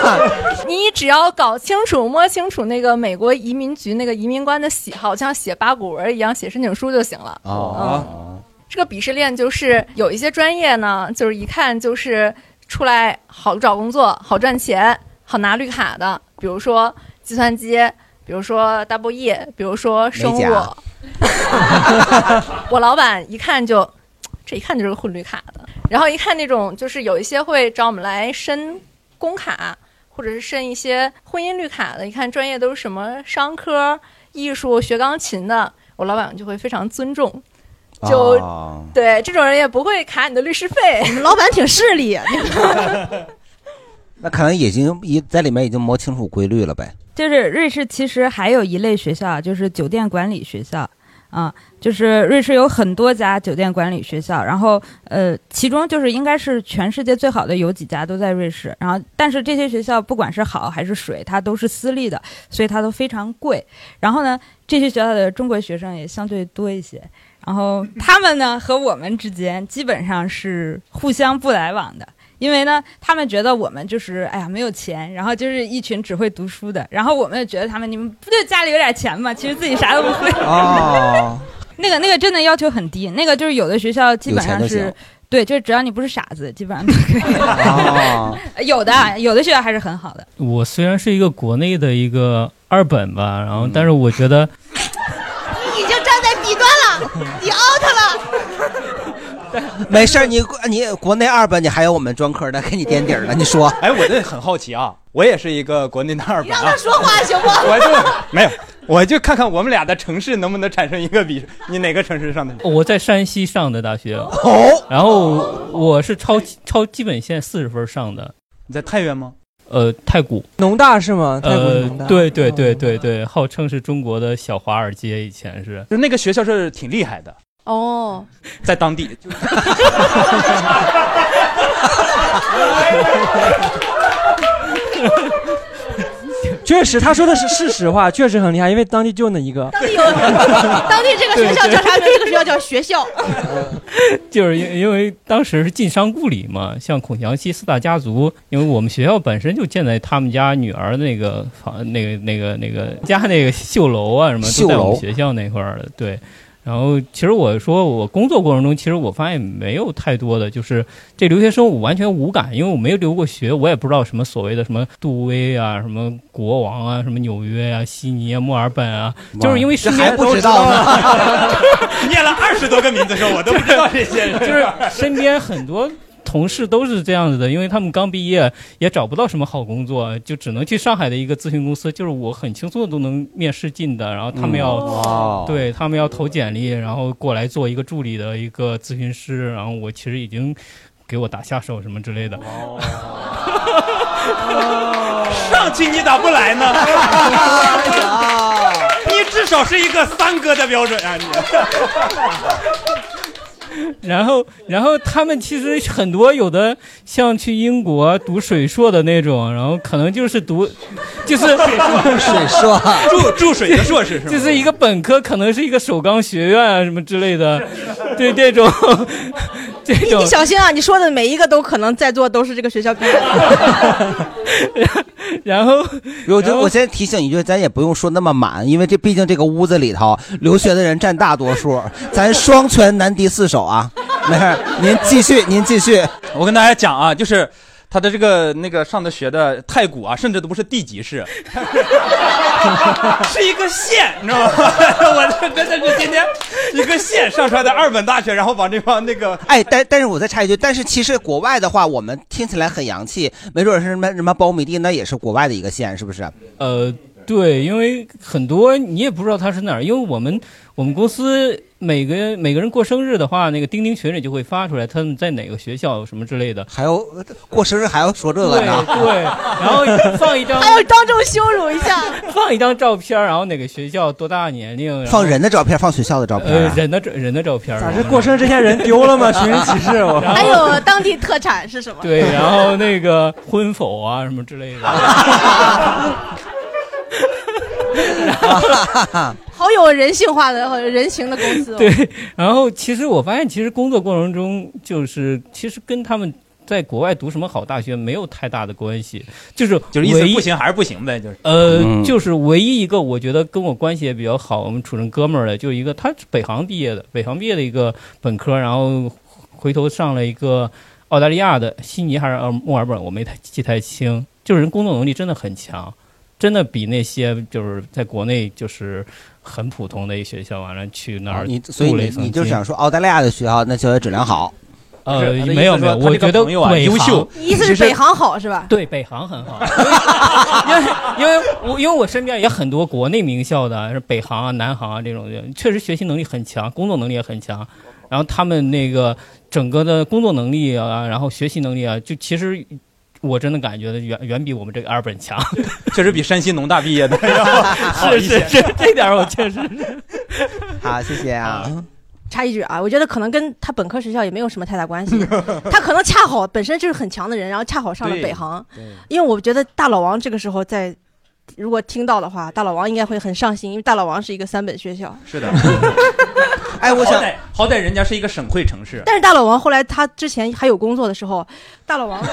[SPEAKER 8] 你只要搞清楚、摸清楚那个美国移民局那个移民官的喜好，像写八股文一样写申请书就行了。
[SPEAKER 6] 啊
[SPEAKER 1] 哦，
[SPEAKER 8] 这个鄙视链就是有一些专业呢，就是一看就是出来好找工作、好赚钱、好拿绿卡的，比如说计算机，比如说 double E，比如说生
[SPEAKER 1] 美
[SPEAKER 8] 物
[SPEAKER 1] 甲。
[SPEAKER 8] 我老板一看就，这一看就是个混绿卡的。然后一看那种就是有一些会找我们来申工卡，或者是申一些婚姻绿卡的，一看专业都是什么商科、艺术、学钢琴的，我老板就会非常尊重。就
[SPEAKER 1] 啊
[SPEAKER 8] 对，这种人也不会卡你的律师费。
[SPEAKER 3] 你们老板挺势利。啊
[SPEAKER 1] 那可能已经已在里面已经摸清楚规律了 呗。
[SPEAKER 9] 就是瑞士其实还有一类学校，就是酒店管理学校啊，就是瑞士有很多家酒店管理学校，然后呃，其中就是应该是全世界最好的有几家都在瑞士，然后但是这些学校不管是好还是水，它都是私立的，所以它都非常贵。然后呢，这些学校的中国学生也相对多一些。然后他们呢和我们之间基本上是互相不来往的，因为呢，他们觉得我们就是哎呀没有钱，然后就是一群只会读书的，然后我们就觉得他们你们不就家里有点钱嘛，其实自己啥都不会。
[SPEAKER 1] 哦，
[SPEAKER 9] 那个那个真的要求很低，那个就是有的学校基本
[SPEAKER 1] 有钱
[SPEAKER 9] 上
[SPEAKER 1] 就行
[SPEAKER 9] 是。对，就是只要你不是傻子，基本上都可
[SPEAKER 1] 哦
[SPEAKER 9] 以。 有的啊有的学校还是很好的。
[SPEAKER 17] 我虽然是一个国内的一个二本吧，然后但是我觉得
[SPEAKER 3] 你已经站在底端了，你 out 了。
[SPEAKER 1] 没事儿，你你国内二本，你还有我们专科的给你垫底儿了。你说，
[SPEAKER 14] 哎，我这很好奇啊，我也是一个国内的二本、啊。让
[SPEAKER 3] 他说话行吗
[SPEAKER 14] 我就没有，我就看看我们俩的城市能不能产生一个比你哪个城市上的？
[SPEAKER 17] 我在山西上的大学，
[SPEAKER 14] 哦，
[SPEAKER 17] 然后我是超超基本线四十分上的。
[SPEAKER 14] 你在太原吗？
[SPEAKER 17] 呃，太谷，
[SPEAKER 4] 农大是吗？泰国
[SPEAKER 17] 呃
[SPEAKER 4] 农大，，哦
[SPEAKER 17] 对对对对对，号称是中国的小华尔街，以前是。
[SPEAKER 14] 就那个学校是挺厉害的，
[SPEAKER 3] 哦，
[SPEAKER 14] 在当地。就
[SPEAKER 4] 确实他说的是是实话，确实很厉害，因为当地就那一个。
[SPEAKER 3] 当地有 当地这个学校叫啥名？这个学校叫 学校。
[SPEAKER 17] 就是因因为当时是晋商故里嘛，像孔祥熙四大家族，因为我们学校本身就建在他们家女儿那个房、那个、那个、那个家那个绣楼啊什么，
[SPEAKER 1] 绣
[SPEAKER 17] 都在我
[SPEAKER 1] 楼
[SPEAKER 17] 们学校那块儿的。对，然后其实我说我工作过程中，其实我发现没有太多的，就是这留学生我完全无感，因为我没有留过学，我也不知道什么所谓的什么杜威啊、什么国王啊、什么纽约啊、悉尼啊、墨尔本啊，就是因为身边
[SPEAKER 14] 都呢， 念了二十多个名字的时候，我都不知道这些人。
[SPEAKER 17] 就是身边很多同事都是这样子的，因为他们刚毕业也找不到什么好工作，就只能去上海的一个咨询公司，就是我很轻松的都能面试进的，然后他们要、
[SPEAKER 14] 嗯哇
[SPEAKER 17] 对他们要投简历，然后过来做一个助理的一个咨询师，然后我其实已经给我打下手什么之类的。
[SPEAKER 14] 上去你咋不来呢？哎 你至少是一个三哥的标准啊！你
[SPEAKER 17] 然后，然后他们其实很多有的像去英国读水硕的那种，然后可能就是读，就是
[SPEAKER 14] 水硕注注水的硕士是吗
[SPEAKER 17] 就是一个本科，可能是一个首钢学院啊什么之类的，对这种这
[SPEAKER 3] 你
[SPEAKER 17] 种
[SPEAKER 3] 你小心啊！你说的每一个都可能在座都是这个学校毕业的。
[SPEAKER 17] 然后，
[SPEAKER 1] 我就我先提醒一句，咱也不用说那么满，因为这毕竟这个屋子里头留学的人占大多数，咱双拳难敌四手啊。没事儿，您继续，您继续。
[SPEAKER 14] 我跟大家讲啊，就是他的这个那个上的学的太谷啊，甚至都不是地级市， 是一个县，你知道吗？ 我这真的是今天一个县上出来的二本大学，然后往这帮那个
[SPEAKER 1] 哎，但但是我再插一句，但是其实国外的话，我们听起来很洋气，没准是什么什么苞米地，那也是国外的一个县，是不是？
[SPEAKER 17] 呃，对，因为很多你也不知道他是哪儿，因为我们我们公司每个每个人过生日的话，那个钉钉群里就会发出来他们在哪个学校什么之类的。
[SPEAKER 1] 还有过生日还要说这个呢？
[SPEAKER 17] 对对，然后放一 张，
[SPEAKER 3] 还要当众羞辱一下。
[SPEAKER 17] 放一张照片，然后哪个学校多大年龄，然后
[SPEAKER 1] 放人的照片，放学校的照片、
[SPEAKER 17] 呃
[SPEAKER 1] 啊。
[SPEAKER 17] 人的照人的照片。咋
[SPEAKER 1] 这过生日这些人丢了吗寻人启事我
[SPEAKER 3] 还有当地特产是 什么？
[SPEAKER 17] 对，然后那个婚否啊什么之类的。
[SPEAKER 3] 好有人性化的、人情的公司、哦。
[SPEAKER 17] 对，然后其实我发现，其实工作过程中，就是其实跟他们在国外读什么好大学没有太大的关系，就是
[SPEAKER 14] 就是意思
[SPEAKER 17] 唯一
[SPEAKER 14] 不行还是不行呗，就是
[SPEAKER 17] 呃，
[SPEAKER 14] 嗯
[SPEAKER 17] 就是唯一一个我觉得跟我关系也比较好，我们处成哥们儿的，就一个他是北航毕业的，北航毕业的一个本科，然后回头上了一个澳大利亚的悉尼还是呃墨尔本，我没太记太清。就是人工作能力真的很强，真的比那些就是在国内就是很普通的一学校，完了去那儿
[SPEAKER 1] 啊你所以
[SPEAKER 17] 镀了一
[SPEAKER 1] 你
[SPEAKER 17] 层
[SPEAKER 1] 你就
[SPEAKER 17] 金
[SPEAKER 1] 想说澳大利亚的学校那教学质量好？
[SPEAKER 17] 呃没有没有，我觉得
[SPEAKER 14] 啊
[SPEAKER 17] 北航。
[SPEAKER 3] 你意思是北航好是吧？
[SPEAKER 17] 对，北航很好。 因为我因为我身边也很多国内名校的，是北航啊、南航啊这种人，确实学习能力很强，工作能力也很强。然后他们那个整个的工作能力啊，然后学习能力啊，就其实我真的感觉远远比我们这个二本强。
[SPEAKER 14] 确实比山西农大毕业的要好一
[SPEAKER 17] 是
[SPEAKER 14] 些。
[SPEAKER 17] 是是，这点儿我确实是。
[SPEAKER 1] 好，谢谢啊。
[SPEAKER 3] 插一句啊，我觉得可能跟他本科学校也没有什么太大关系， 他可能恰好本身就是很强的人，然后恰好上了
[SPEAKER 20] 对
[SPEAKER 3] 北航
[SPEAKER 20] 对，
[SPEAKER 3] 因为我觉得大老王这个时候在。如果听到的话，大老王应该会很上心，因为大老王是一个三本学校。
[SPEAKER 14] 是的，
[SPEAKER 1] 哎，我
[SPEAKER 14] 想好歹人家是一个省会城 市，
[SPEAKER 3] 但是大老王后来他之前还有工作的时候，大老王，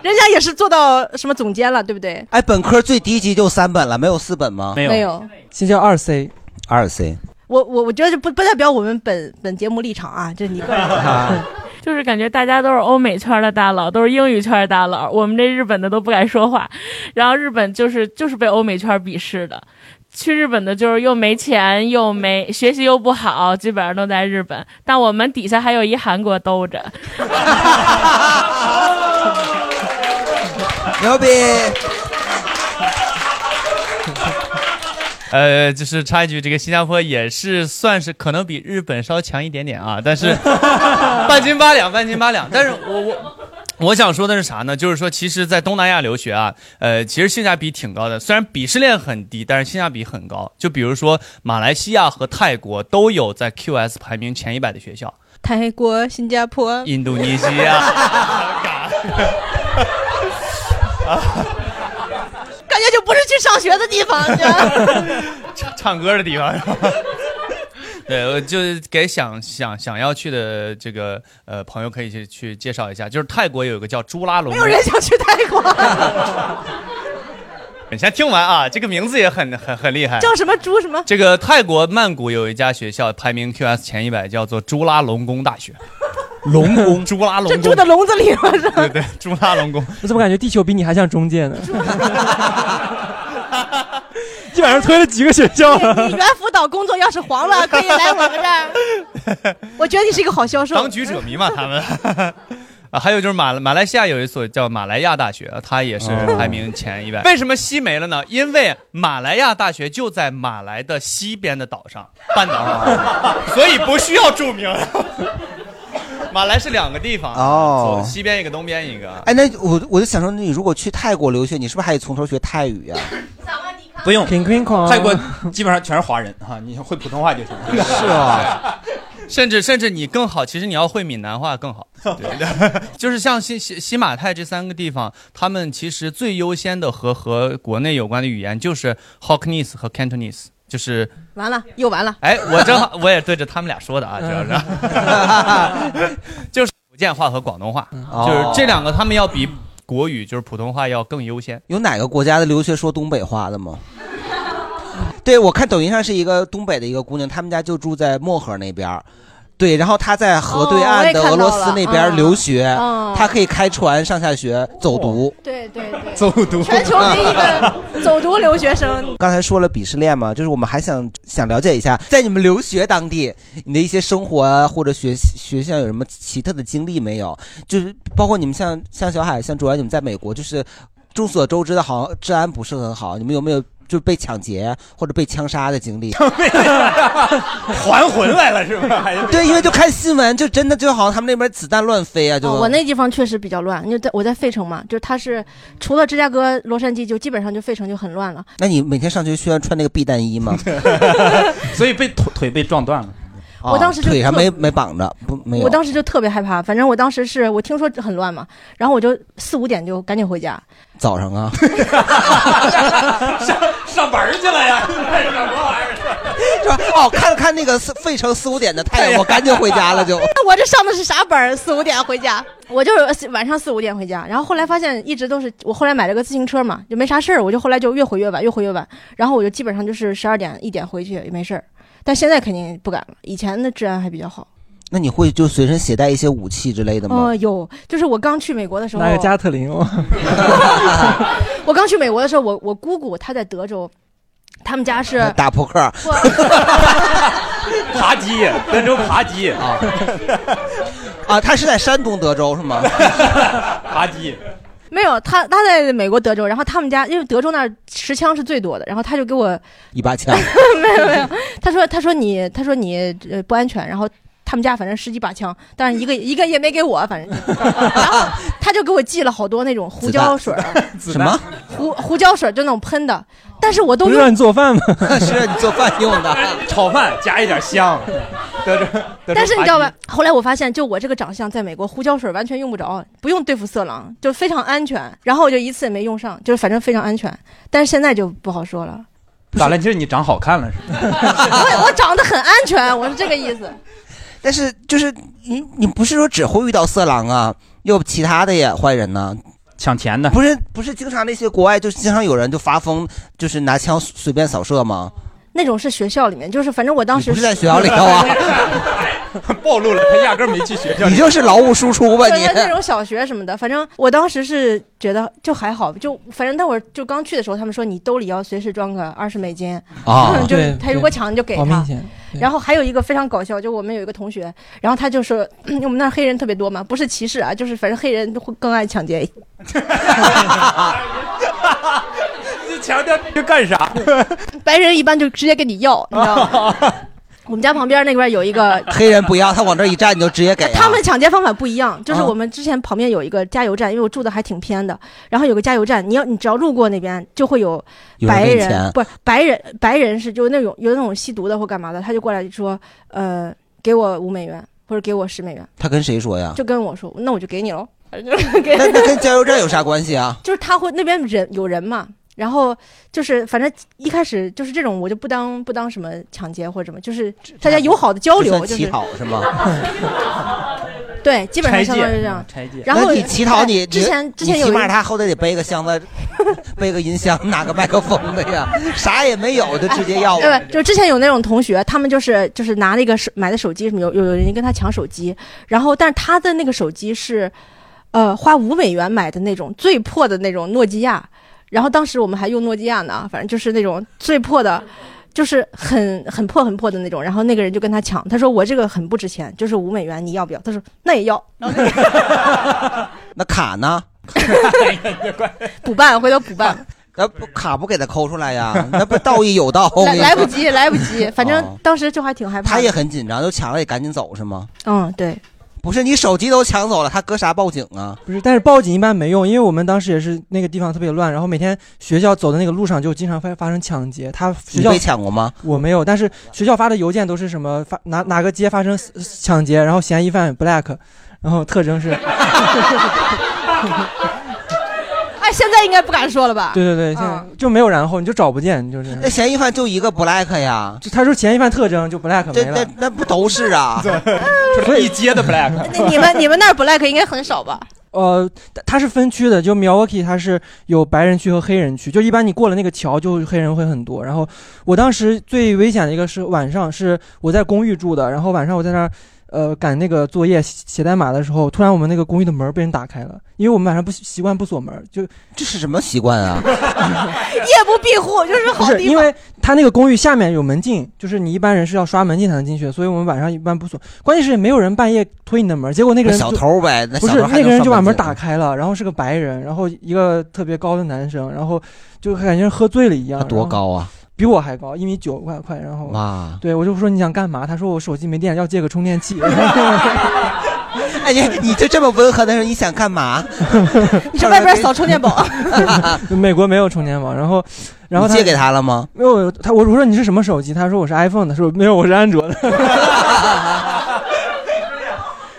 [SPEAKER 3] 人家也是做到什么总监了，对不对？
[SPEAKER 1] 哎，本科最低级就三本了，没有四本吗？
[SPEAKER 3] 没有没有，
[SPEAKER 1] 现在二 C，二 C
[SPEAKER 3] 我我我觉得这不不代表我们本本节目立场 啊，这是你个人的。
[SPEAKER 1] 啊，
[SPEAKER 6] 就是感觉大家都是欧美圈的大佬，都是英语圈的大佬，我们这日本的都不敢说话，然后日本就是就是被欧美圈鄙视的。去日本的就是又没钱又没学习又不好，基本上都在日本。但我们底下还有一韩国兜着，
[SPEAKER 1] 牛逼！
[SPEAKER 25] 呃，就是插一句，这个新加坡也是算是可能比日本稍强一点点啊，但 是半斤八两，半斤八两。但是我我我想说的是啥呢？就是说，其实，在东南亚留学啊，呃，其实性价比挺高的，虽然鄙视链很低，但是性价比很高。就比如说马来西亚和泰国都有在 QS 排名前一百的学校，
[SPEAKER 20] 泰国、新加坡、
[SPEAKER 25] 印度尼西亚
[SPEAKER 3] 感觉就不是去上学 的地方，你知道吗？
[SPEAKER 25] 唱唱歌的地方是吧？ 对，我就是给想想想要去的这个呃朋友可以去去介绍一下，就是泰国有一个叫朱拉隆，
[SPEAKER 3] 没有人想去泰国，
[SPEAKER 25] 你先听完啊，这个名字也很 很很厉害，
[SPEAKER 3] 叫什么猪什么？
[SPEAKER 25] 这个泰国曼谷有一家学校排名 QS 前一百，叫做朱拉隆功大学。龙宫，朱拉隆
[SPEAKER 3] 这
[SPEAKER 25] 功，
[SPEAKER 3] 猪的笼子里吗？是吧？
[SPEAKER 25] 对对，朱拉隆功。
[SPEAKER 4] 我怎么感觉地球比你还像中介呢？ 一晚上推了几个学校啊
[SPEAKER 3] 你原辅导工作要是 黄了，可以来我们这儿。我觉得你是一个好销售。
[SPEAKER 25] 当局者迷嘛，他们。啊，还有就是马马来西亚有一所叫马来亚大学，它也是
[SPEAKER 14] 哦
[SPEAKER 25] 排名前一百。为什么西没了呢？因为马来亚大学就在马来的西边的岛上，半岛 上，所以不需要注明。 马来是两个地方
[SPEAKER 1] 哦
[SPEAKER 25] 走西边一个，东边一个。
[SPEAKER 1] 哎，那我我就想说，你如果去泰国留学，你是不是还得从头学泰语啊？
[SPEAKER 14] 不用，泰
[SPEAKER 1] 泰
[SPEAKER 14] 国基本上全是华人哈， 你会普通话就行。
[SPEAKER 1] 是啊，
[SPEAKER 25] 甚至甚至你更好，其实你要会闽南话更 好。对， 就是像新新新马泰这三个地方，他们其实最优先的和和国内有关的语言就是 Hokkien 和 Cantonese，就是
[SPEAKER 3] 完了，又完了。
[SPEAKER 25] 哎，我正好我也对着他们俩说的啊，主要是， 就是福建话和广东话，
[SPEAKER 1] 嗯
[SPEAKER 25] 就是这两个
[SPEAKER 1] 哦
[SPEAKER 25] 他们要比国语就是普通话要更优先。
[SPEAKER 1] 有哪个国家的留学说东北话的吗？ 对，我看抖音上是一个东北的一个姑娘，他们家就住在漠河那边儿对，然后她在河对
[SPEAKER 3] 哦我
[SPEAKER 1] 岸
[SPEAKER 3] 也
[SPEAKER 1] 的
[SPEAKER 3] 看
[SPEAKER 1] 俄罗
[SPEAKER 3] 到
[SPEAKER 1] 斯
[SPEAKER 3] 了
[SPEAKER 1] 那边儿
[SPEAKER 3] 嗯
[SPEAKER 1] 留学，
[SPEAKER 3] 嗯
[SPEAKER 1] 她可以开船上下学走读。 啊
[SPEAKER 3] 对对对，
[SPEAKER 1] 走读
[SPEAKER 3] 全球唯一个走读留学 生。
[SPEAKER 1] 刚才说了鄙视链嘛，就是我们还想想了解一下，在你们留学当地，你的一些生活啊，或者学学校有什么奇特的经历没有？就是包括你们像像小海、像卓然，你们在美国，就是众所周知的，好像治安不是很好，你们有没有就是被抢劫或者被枪杀的 经历？
[SPEAKER 14] 还魂来了是吧？还是
[SPEAKER 1] 对，因为就看新闻，就真的就好像他们那边子弹乱飞啊，就、
[SPEAKER 3] 哦，我那地方确实比较乱，因为在我在费城嘛，就是它是除了芝加哥、洛杉矶，就基本上就费城就很乱了。
[SPEAKER 1] 那你每天上学需要穿那个避弹衣吗？
[SPEAKER 14] 所以被腿腿被撞断了。
[SPEAKER 3] 我当时就
[SPEAKER 1] 腿还
[SPEAKER 3] 特
[SPEAKER 1] 没没绑着，不没有。
[SPEAKER 3] 我当时就特别害怕，反正我当时是我听说很乱嘛，然后我就四五点就赶紧 回家，
[SPEAKER 1] 早上啊，
[SPEAKER 14] 上班去了呀？
[SPEAKER 1] 是吧？哦，看看那个四费城四五点的太阳，我赶紧回家了就。
[SPEAKER 3] 那我这上的是啥班儿？四五点回家，我就是晚上四五点回家。然后后来发现一直都是我后来买了个自行车嘛，就没啥事儿，我就后来就越回越晚，越回越晚。然后我就基本上就是十二点一点回去也没事儿。但现在肯定不敢了，以前的治安还比较好。
[SPEAKER 1] 那你会就随身携带一些武器之类的吗？
[SPEAKER 3] 哦，有，就是我刚去美国的时候，
[SPEAKER 4] 拿个加特林哦，
[SPEAKER 3] 我刚去美国的时候，我我姑姑她在德州，他们家是
[SPEAKER 1] 打扑克，
[SPEAKER 14] 扒鸡，德州扒鸡啊，
[SPEAKER 1] 啊，他是在山东德州是吗？
[SPEAKER 14] 扒鸡。
[SPEAKER 3] 没有，他他在美国德州，然后他们家因为德州那儿持枪是最多的，然后他就给我，
[SPEAKER 1] 一把枪，
[SPEAKER 3] 没有没有，他说他说你他说你呃不安全，然后他们家反正十几把枪，但是一个 一个也没给我，反正 就，然后他就给我寄了好多那种胡椒水儿，
[SPEAKER 1] 什么？
[SPEAKER 3] 胡胡椒水儿就那种喷的，但是我都
[SPEAKER 4] 不是
[SPEAKER 3] 用
[SPEAKER 4] 让你做饭吗？
[SPEAKER 1] 是让你做饭用的，
[SPEAKER 14] 炒饭加一点香，德州。德州
[SPEAKER 3] 但是你
[SPEAKER 14] 扒
[SPEAKER 3] 知道
[SPEAKER 14] 鸡
[SPEAKER 3] 吧？？后来我发现，就我这个长相，在美国胡椒水完全用不着，不用对付色狼，就非常安全。然后我就一次也没用上，就是反正非常安全。但是现在就不好 说了，
[SPEAKER 2] 咋了？就是你长好看了是吧？
[SPEAKER 3] 我我长得很安全，我是这个意思。
[SPEAKER 1] 但是就是你你不是说只会遇到色狼啊，有其他的也坏人呢、
[SPEAKER 2] 抢钱的
[SPEAKER 1] 不是不是，经常那些国外就经常有人就发疯，就是拿枪随随便扫射吗？
[SPEAKER 3] 那种是学校里面，就是反正我当时
[SPEAKER 1] 不是在学校里头啊，
[SPEAKER 14] 暴露了他压根儿没去学校。
[SPEAKER 1] 你就是劳务输 出吧
[SPEAKER 3] 对，
[SPEAKER 1] 你
[SPEAKER 3] 那。那种小学什么的，反正我当时是觉得就还好，就反正那会儿就刚去的时候，他们说你兜里要随时装个二十美金
[SPEAKER 1] 啊
[SPEAKER 3] 就
[SPEAKER 1] 对
[SPEAKER 3] 他如果抢你就给
[SPEAKER 1] 好明
[SPEAKER 3] 他
[SPEAKER 1] 显。
[SPEAKER 3] 然后还有一个非常搞笑，就我们有一个同学，然后他就说嗯我们那儿黑人特别多嘛，不是歧视啊，就是反正黑人会更爱抢劫。
[SPEAKER 14] 你 强调这干啥？
[SPEAKER 3] 白人一般就直接跟你要，你知道 吗？我们家旁边那边有一个
[SPEAKER 1] 黑人不要，他往这一站，你就直接给啊。
[SPEAKER 3] 他们抢劫方法不一样，就是
[SPEAKER 1] 啊
[SPEAKER 3] 我们之前旁边有一个加油站，因为我住的还挺偏的，然后有个加油站，你要你只要路过那边，就会有
[SPEAKER 1] 有人
[SPEAKER 3] 白
[SPEAKER 1] 给
[SPEAKER 3] 人，
[SPEAKER 1] 钱
[SPEAKER 3] 不是白人，白人是就那种有那种吸毒的或干嘛的，他就过来就说，呃，给我五美元或者给我十美元，
[SPEAKER 1] 他跟谁说呀？
[SPEAKER 3] 就跟我说，那我就给你 喽，就是给
[SPEAKER 1] 那那跟加油站有啥关系啊？
[SPEAKER 3] 就是他会那边人有人嘛，然后就是反正一开始就是这种，我就不当不当什么抢劫或者什么，就是大家友好的 交流，
[SPEAKER 1] 就
[SPEAKER 3] 就
[SPEAKER 1] 算
[SPEAKER 3] 是
[SPEAKER 1] 乞讨是吗？
[SPEAKER 3] 对， 基本上相当
[SPEAKER 1] 嗯
[SPEAKER 3] 于这样。然后
[SPEAKER 1] 那你乞讨你
[SPEAKER 3] 之前
[SPEAKER 1] 你
[SPEAKER 3] 之前
[SPEAKER 1] 你
[SPEAKER 3] 有
[SPEAKER 1] 起
[SPEAKER 3] 一
[SPEAKER 1] 码他后头得背个箱子， 背个音箱，拿个麦克风的呀， 啥也没有就直接要。
[SPEAKER 3] 对，就呃之前有那种同学，他们就是就是拿那个手买的手机什么，有有有人跟他抢手机，然后但是他的那个手机是，呃，花五美元买的那种最破的那种诺基亚，然后当时我们还用诺基亚呢，反正就是那种最破的。就是很很破很破的那种，然后那个人就跟他抢，他说我这个很不值钱，就是五美元，你要不要？他说那也要，
[SPEAKER 1] 那卡呢？
[SPEAKER 3] 补办，回头补办。
[SPEAKER 1] 那不卡不给他抠出来 呀？那不道义有道。哦我
[SPEAKER 3] 来
[SPEAKER 1] 跟你说
[SPEAKER 3] 来不及，来不及，反正
[SPEAKER 1] 哦
[SPEAKER 3] 当时就还挺害怕的。
[SPEAKER 1] 他也很紧张，就抢了也赶紧走是吗？
[SPEAKER 3] 嗯，对，
[SPEAKER 1] 不是你手机都抢走了，他搁啥报警啊？
[SPEAKER 4] 不是，但是报警一般没用，因为我们当时也是那个地方特别乱，然后每天学校走的那个路上就经常会发生抢劫。他学
[SPEAKER 1] 你
[SPEAKER 4] 校
[SPEAKER 1] 被抢过吗？
[SPEAKER 4] 我没有，但是学校发的邮件都是什么发哪哪个街发生呃抢劫，然后嫌疑犯 black，然后特征是，
[SPEAKER 3] 哎，现在应该不敢说了吧？
[SPEAKER 4] 对对对，现
[SPEAKER 3] 嗯
[SPEAKER 4] 在就没有然后，你就找不见，就是
[SPEAKER 1] 那嫌疑犯就一个 black 呀，
[SPEAKER 4] 就他说嫌疑犯特征就 black
[SPEAKER 1] 这
[SPEAKER 4] 没
[SPEAKER 1] 那
[SPEAKER 4] 了。
[SPEAKER 1] 那不都是 啊？
[SPEAKER 4] 所以
[SPEAKER 14] 一街的 black，
[SPEAKER 3] 你们你们那儿 black 应该很少吧？
[SPEAKER 4] 呃，它它是分区的，就 Milwaukee 它是有白人区和黑人区，就一般你过了那个桥，就黑人会很多。然后我当时最危险的一个是晚上，是我在公寓住的，然后晚上我在那儿。呃，赶那个作业写写代码的时候，突然我们那个公寓的门被人打开了，因为我们晚上不习习惯不锁门，就
[SPEAKER 1] 这是什么习惯啊？
[SPEAKER 3] 夜不闭户就是
[SPEAKER 4] 不
[SPEAKER 3] 好
[SPEAKER 4] 是，
[SPEAKER 3] 地
[SPEAKER 4] 因
[SPEAKER 3] 方。
[SPEAKER 4] 为他那个公寓下面有门禁，就是你一般人是要刷门禁才能进去，所以我们晚上一般不锁。关键是也没有人半夜推你的门，结果那个人就
[SPEAKER 1] 小偷呗那
[SPEAKER 4] 不
[SPEAKER 1] 小
[SPEAKER 4] 是
[SPEAKER 1] 偷还能
[SPEAKER 4] 那个人
[SPEAKER 1] 上
[SPEAKER 4] 就把
[SPEAKER 1] 门
[SPEAKER 4] 门
[SPEAKER 1] 禁
[SPEAKER 4] 打开了，然后是个白人，然后一个特别高的男生，然后就感觉喝醉了一样。
[SPEAKER 1] 他多
[SPEAKER 4] 然后
[SPEAKER 1] 高啊？
[SPEAKER 4] 比我还高，一米九快快。然后
[SPEAKER 1] 哇，
[SPEAKER 4] 对我就说你想干嘛？他说我手机没电，要借个充电器。
[SPEAKER 1] 哎呀，你就这么温和的说你想干嘛？
[SPEAKER 3] 你这外边扫充电宝。
[SPEAKER 4] 美国没有充电宝，然后 然后
[SPEAKER 1] 你借给他了吗？
[SPEAKER 4] 没有，他我我说你是什么手机？他说我是 iPhone 的，他说没有，我是安卓的。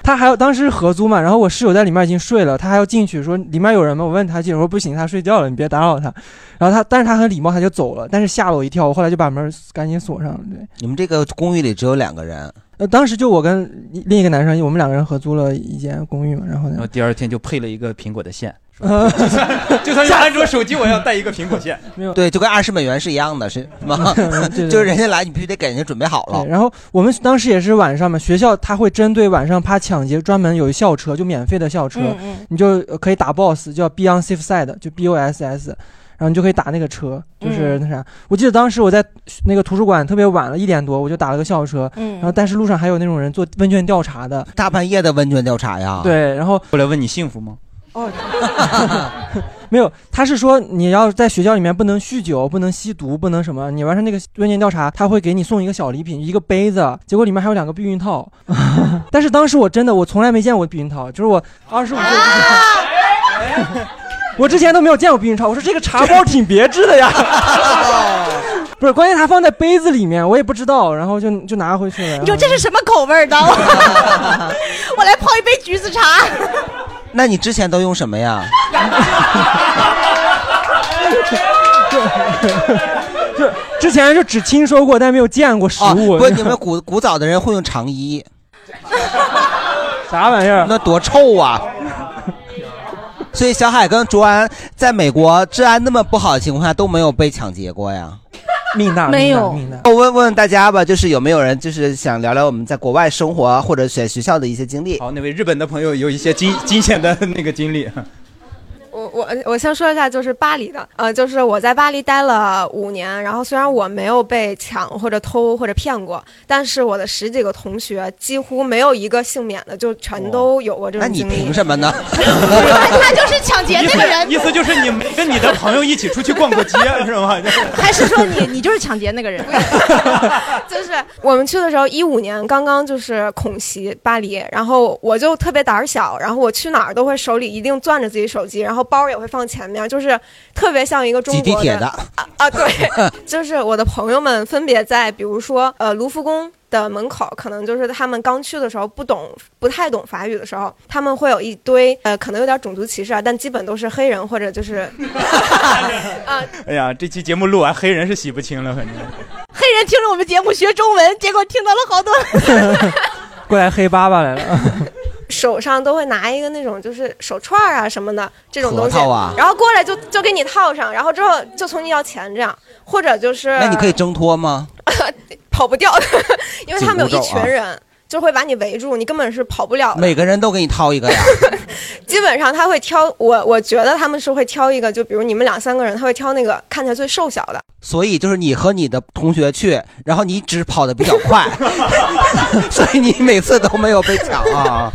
[SPEAKER 4] 他还有当时合租嘛，然后我室友在里面已经睡了，他还要进去说里面有人吗？我问他，室友说不行，他睡觉了，你别打扰他。然后他，但是他很礼貌，他就走了，但是吓了我一跳，我后来就把门赶紧锁上了。对，
[SPEAKER 1] 你们这个公寓里只有两个人，
[SPEAKER 4] 呃，当时就我跟另一个男生，我们两个人合租了一间公寓嘛，然后
[SPEAKER 2] 然后第二天就配了一个苹果的线，
[SPEAKER 4] 呃，
[SPEAKER 14] 就算用安卓手机，我也要带一个苹果线。
[SPEAKER 4] 没有
[SPEAKER 1] 对，就跟二十美元是一样的，是吗
[SPEAKER 4] 对？
[SPEAKER 1] 就是人家来，你必须得给人家准备好
[SPEAKER 4] 对，
[SPEAKER 1] 了。
[SPEAKER 4] 然后我们当时也是晚上嘛，学校他会针对晚上怕抢劫，专门有一校车，就免费的校车，
[SPEAKER 1] 嗯嗯
[SPEAKER 4] 你就呃可以打 BOSS，叫 Be on Safe Side，就 B O S S，然后你就可以打那个车，就是
[SPEAKER 1] 嗯
[SPEAKER 4] 那啥。我记得当时我在那个图书馆特别晚了，一点多我就打了个校车，
[SPEAKER 1] 嗯
[SPEAKER 4] 然后但是路上还有那种人做问卷调查的，
[SPEAKER 1] 大半夜的问卷调查呀，
[SPEAKER 4] 对，然后
[SPEAKER 2] 过来问你幸福吗？
[SPEAKER 4] 没有，他是说你要在学校里面不能酗酒，不能吸毒，不能什么。你完成那个问卷调查，他会给你送一个小礼品，一个杯子，结果里面还有两个避孕套。但是当时我真的我从来没见过避孕套，就是我二十五岁之前，
[SPEAKER 1] 啊
[SPEAKER 4] 我之前都没有见过避孕套。我说这个茶包挺别致的呀， 不是，关键它放在杯子里面，我也不知道，然后就就拿回去了。
[SPEAKER 3] 你说这是什么口味 儿的？我来泡一杯橘子茶。
[SPEAKER 1] 那你之前都用什么呀？
[SPEAKER 4] 就之前就只听说过，但没有见过实
[SPEAKER 1] 啊，
[SPEAKER 4] 物。
[SPEAKER 1] 不，你们古古早的人会用长衣，
[SPEAKER 4] 啥玩意儿？
[SPEAKER 1] 那多 臭啊！所以小海跟卓安在美国治安那么不好的情况下都没有被抢劫过呀。
[SPEAKER 4] 命大
[SPEAKER 3] 没有
[SPEAKER 4] 命大。
[SPEAKER 1] 我问问大家吧，就是有没有人就是想聊聊我们在国外生活啊或者选学校的一些经历？
[SPEAKER 14] 好，那位日本的朋友有一些惊惊险的那个经历。
[SPEAKER 5] 我我我先说一下，就是巴黎的，呃，就是我在巴黎待了五年，然后虽然我没有被抢或者偷或者骗过，但是我的十几个同学几乎没有一个幸免的，就全都有过这
[SPEAKER 1] 那
[SPEAKER 5] 种
[SPEAKER 1] 你
[SPEAKER 5] 经历。
[SPEAKER 1] 凭什么呢？
[SPEAKER 5] 他就是 抢劫
[SPEAKER 14] 意
[SPEAKER 5] 那
[SPEAKER 14] 思
[SPEAKER 5] 个人，
[SPEAKER 14] 意思就是你没跟你的朋友一起出去逛 过街是吗？
[SPEAKER 3] 还是说 你你就是抢劫那个人？
[SPEAKER 5] 就是我们去的时候，一五年刚刚就是恐袭巴黎，然后我就特别胆儿小，然后我去哪儿都会手里一定攥着自己手机，然后包也会放前面，就是特别像一个中
[SPEAKER 1] 挤
[SPEAKER 5] 国
[SPEAKER 1] 地铁
[SPEAKER 5] 的
[SPEAKER 1] 的，
[SPEAKER 5] 啊，对，就是我的朋友们分别在，比如说呃卢浮宫的门口，可能就是他们刚去的时候不懂、不太懂法语的时候，他们会有一堆呃可能有点种族歧视啊，但基本都是黑人或者就是
[SPEAKER 14] 哎呀，这期节目录完，黑人是洗不清了，反正。
[SPEAKER 3] 黑人听着我们节目学中文，结果听到了好多。
[SPEAKER 4] 过 来黑爸爸来了，
[SPEAKER 5] 手上都会拿一个那种就是手串儿啊什么的这种东西，
[SPEAKER 4] 核桃啊
[SPEAKER 5] 然后过来就就给你套上，然后之后就从你要钱这样，或者就是
[SPEAKER 1] 那你可以挣脱吗？
[SPEAKER 5] 跑不掉， 因为他们有
[SPEAKER 1] 紧
[SPEAKER 5] 一
[SPEAKER 1] 箍咒啊
[SPEAKER 5] 群人。就会把你围住，你根本是跑不了的。
[SPEAKER 1] 每个人都给你掏一个呀？
[SPEAKER 5] 基本上他会挑我，我觉得他们是会挑一个，就比如你们两三个人，他会挑那个看起来最瘦小的。
[SPEAKER 1] 所以就是你和你的同学去，然后你只跑得比较 快，所以你每次都没有被抢啊。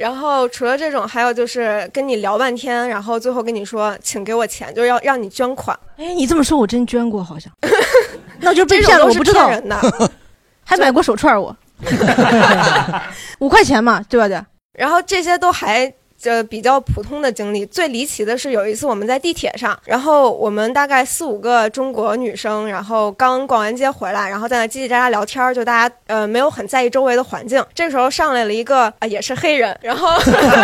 [SPEAKER 5] 然后除了这种，还有就是跟你聊半天，然后最后跟你说，请给我钱，就是要让你捐款。
[SPEAKER 3] 哎，你这么说，我真捐过，好像。那我就是被
[SPEAKER 5] 这种
[SPEAKER 3] 骗了，
[SPEAKER 5] 都
[SPEAKER 3] 我
[SPEAKER 5] 是
[SPEAKER 3] 不知道
[SPEAKER 5] 骗人的。
[SPEAKER 3] 还买过手 串儿我，五块钱嘛，对吧？对。
[SPEAKER 5] 然后这些都还呃比较普通的经历。最离奇的是有一次我们在地铁上，然后我们大概四五个中国女生，然后刚逛完街回来，然后在那叽叽喳喳聊天儿，就大家呃没有很在意周围的环境。这时候上来了一个、呃、也是黑人，然后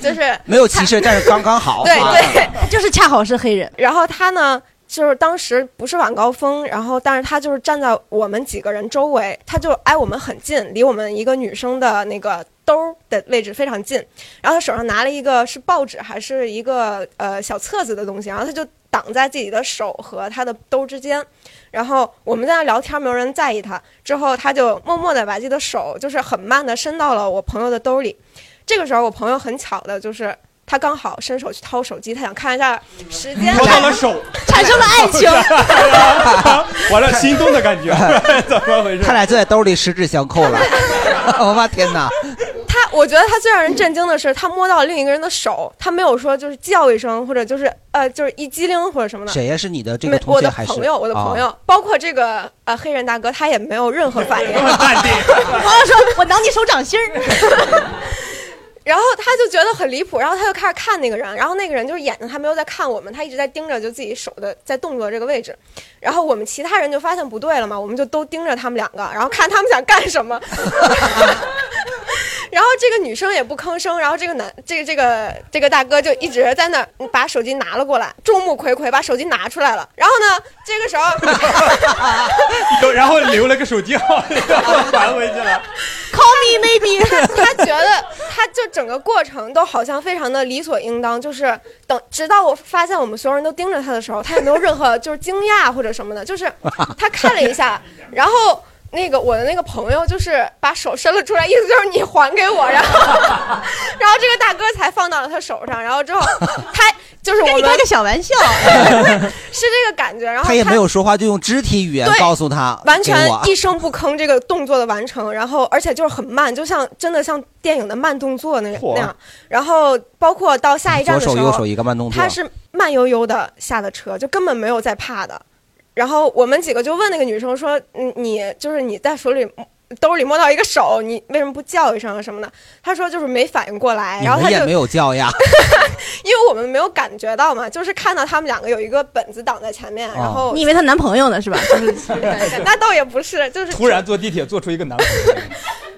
[SPEAKER 5] 就是
[SPEAKER 1] 没有歧视，但是刚刚好。啊
[SPEAKER 5] 对对，
[SPEAKER 3] 就是恰好是黑人。
[SPEAKER 5] 然后他呢，就是当时不是晚高峰，然后但是他就是站在我们几个人周围，他就挨我们很近，离我们一个女生的那个兜的位置非常近。然后他手上拿了一个是报纸还是一个呃小册子的东西，然后他就挡在自己的手和他的兜之间。然后我们在那聊天，没有人在意他。之后他就默默地把自己的手，就是很慢地伸到了我朋友的兜里。这个时候，我朋友很巧的就是他刚好伸手去掏手机，他想看一下时间，
[SPEAKER 14] 掏到了手，
[SPEAKER 5] 产生了爱情。
[SPEAKER 14] 完了，心动的感觉， 怎么回事？
[SPEAKER 1] 他俩就在兜里十指相扣 了。我的天哪！
[SPEAKER 5] 他，我觉得他最让人震惊的是，他摸到另一个人的手，他没有说就是叫一声，或者就是呃，就是一激灵或者什么的。
[SPEAKER 1] 谁呀？是你的这
[SPEAKER 5] 没
[SPEAKER 1] 个同
[SPEAKER 5] 我
[SPEAKER 1] 学
[SPEAKER 5] 的
[SPEAKER 1] 还是
[SPEAKER 5] 朋友，我的朋友，
[SPEAKER 1] 啊
[SPEAKER 5] 包括这个呃黑人大哥，他也没有任何反应。
[SPEAKER 3] 朋友说：“我挠你手掌心儿。
[SPEAKER 5] 然后他就觉得很离谱，然后他就开始看那个人，然后那个人就是眼睛他没有在看我们，他一直在盯着就自己手的在动作这个位置，然后我们其他人就发现不对了嘛，我们就都盯着他们两个，然后看他们想干什么。 然后这个女生也不吭声，然后这个男这个这个这个大哥就一直在那儿把手机拿了过来，众目睽睽把手机拿出来了，然后呢，这个时候。
[SPEAKER 14] 然后留了个手机 号，然后还回去了。
[SPEAKER 5] Call me maybe 他。他觉 得，他就整个过程都好像非常的理所应当，就是等直到我发现我们所有人都盯着他的时候，他也没有任何就是惊讶或者什么的，就是他看了一下，然后那个我的那个朋友就是把手伸了出来，意思就是你还给我，然 后然后这个大哥才放到了他手上，然后之后他就是我们
[SPEAKER 3] 跟你开个小玩笑，
[SPEAKER 5] 是这个感觉，然后
[SPEAKER 1] 他也没有说话，就用肢体语言
[SPEAKER 5] 对
[SPEAKER 1] 告诉他，
[SPEAKER 5] 完全
[SPEAKER 1] 给我
[SPEAKER 5] 一声不吭这个动作的完成，然后而且就是很慢，就像真的像电影的慢动作那
[SPEAKER 1] 嚯
[SPEAKER 5] 那样。然后包括到下一站的时候，
[SPEAKER 1] 嗯左手右手一个慢动作
[SPEAKER 5] 他是慢悠悠的下的车，就根本没有在怕的。然后我们几个就问那个女生说：“嗯你就是你在手里兜里摸到一个手，你为什么不叫一声啊什么的？”她说：“就是没反应过来。”
[SPEAKER 1] 你
[SPEAKER 5] 然后她
[SPEAKER 1] 们也
[SPEAKER 5] 就
[SPEAKER 1] 没有叫呀。
[SPEAKER 5] 因为我们没有感觉到嘛，就是看到他们两个有一个本子挡在前
[SPEAKER 1] 啊
[SPEAKER 5] 面，然后
[SPEAKER 3] 你以为她 男朋友呢是吧？就是
[SPEAKER 5] 那倒也不是，就是
[SPEAKER 14] 突然坐地铁做出一个男朋友，
[SPEAKER 1] 哎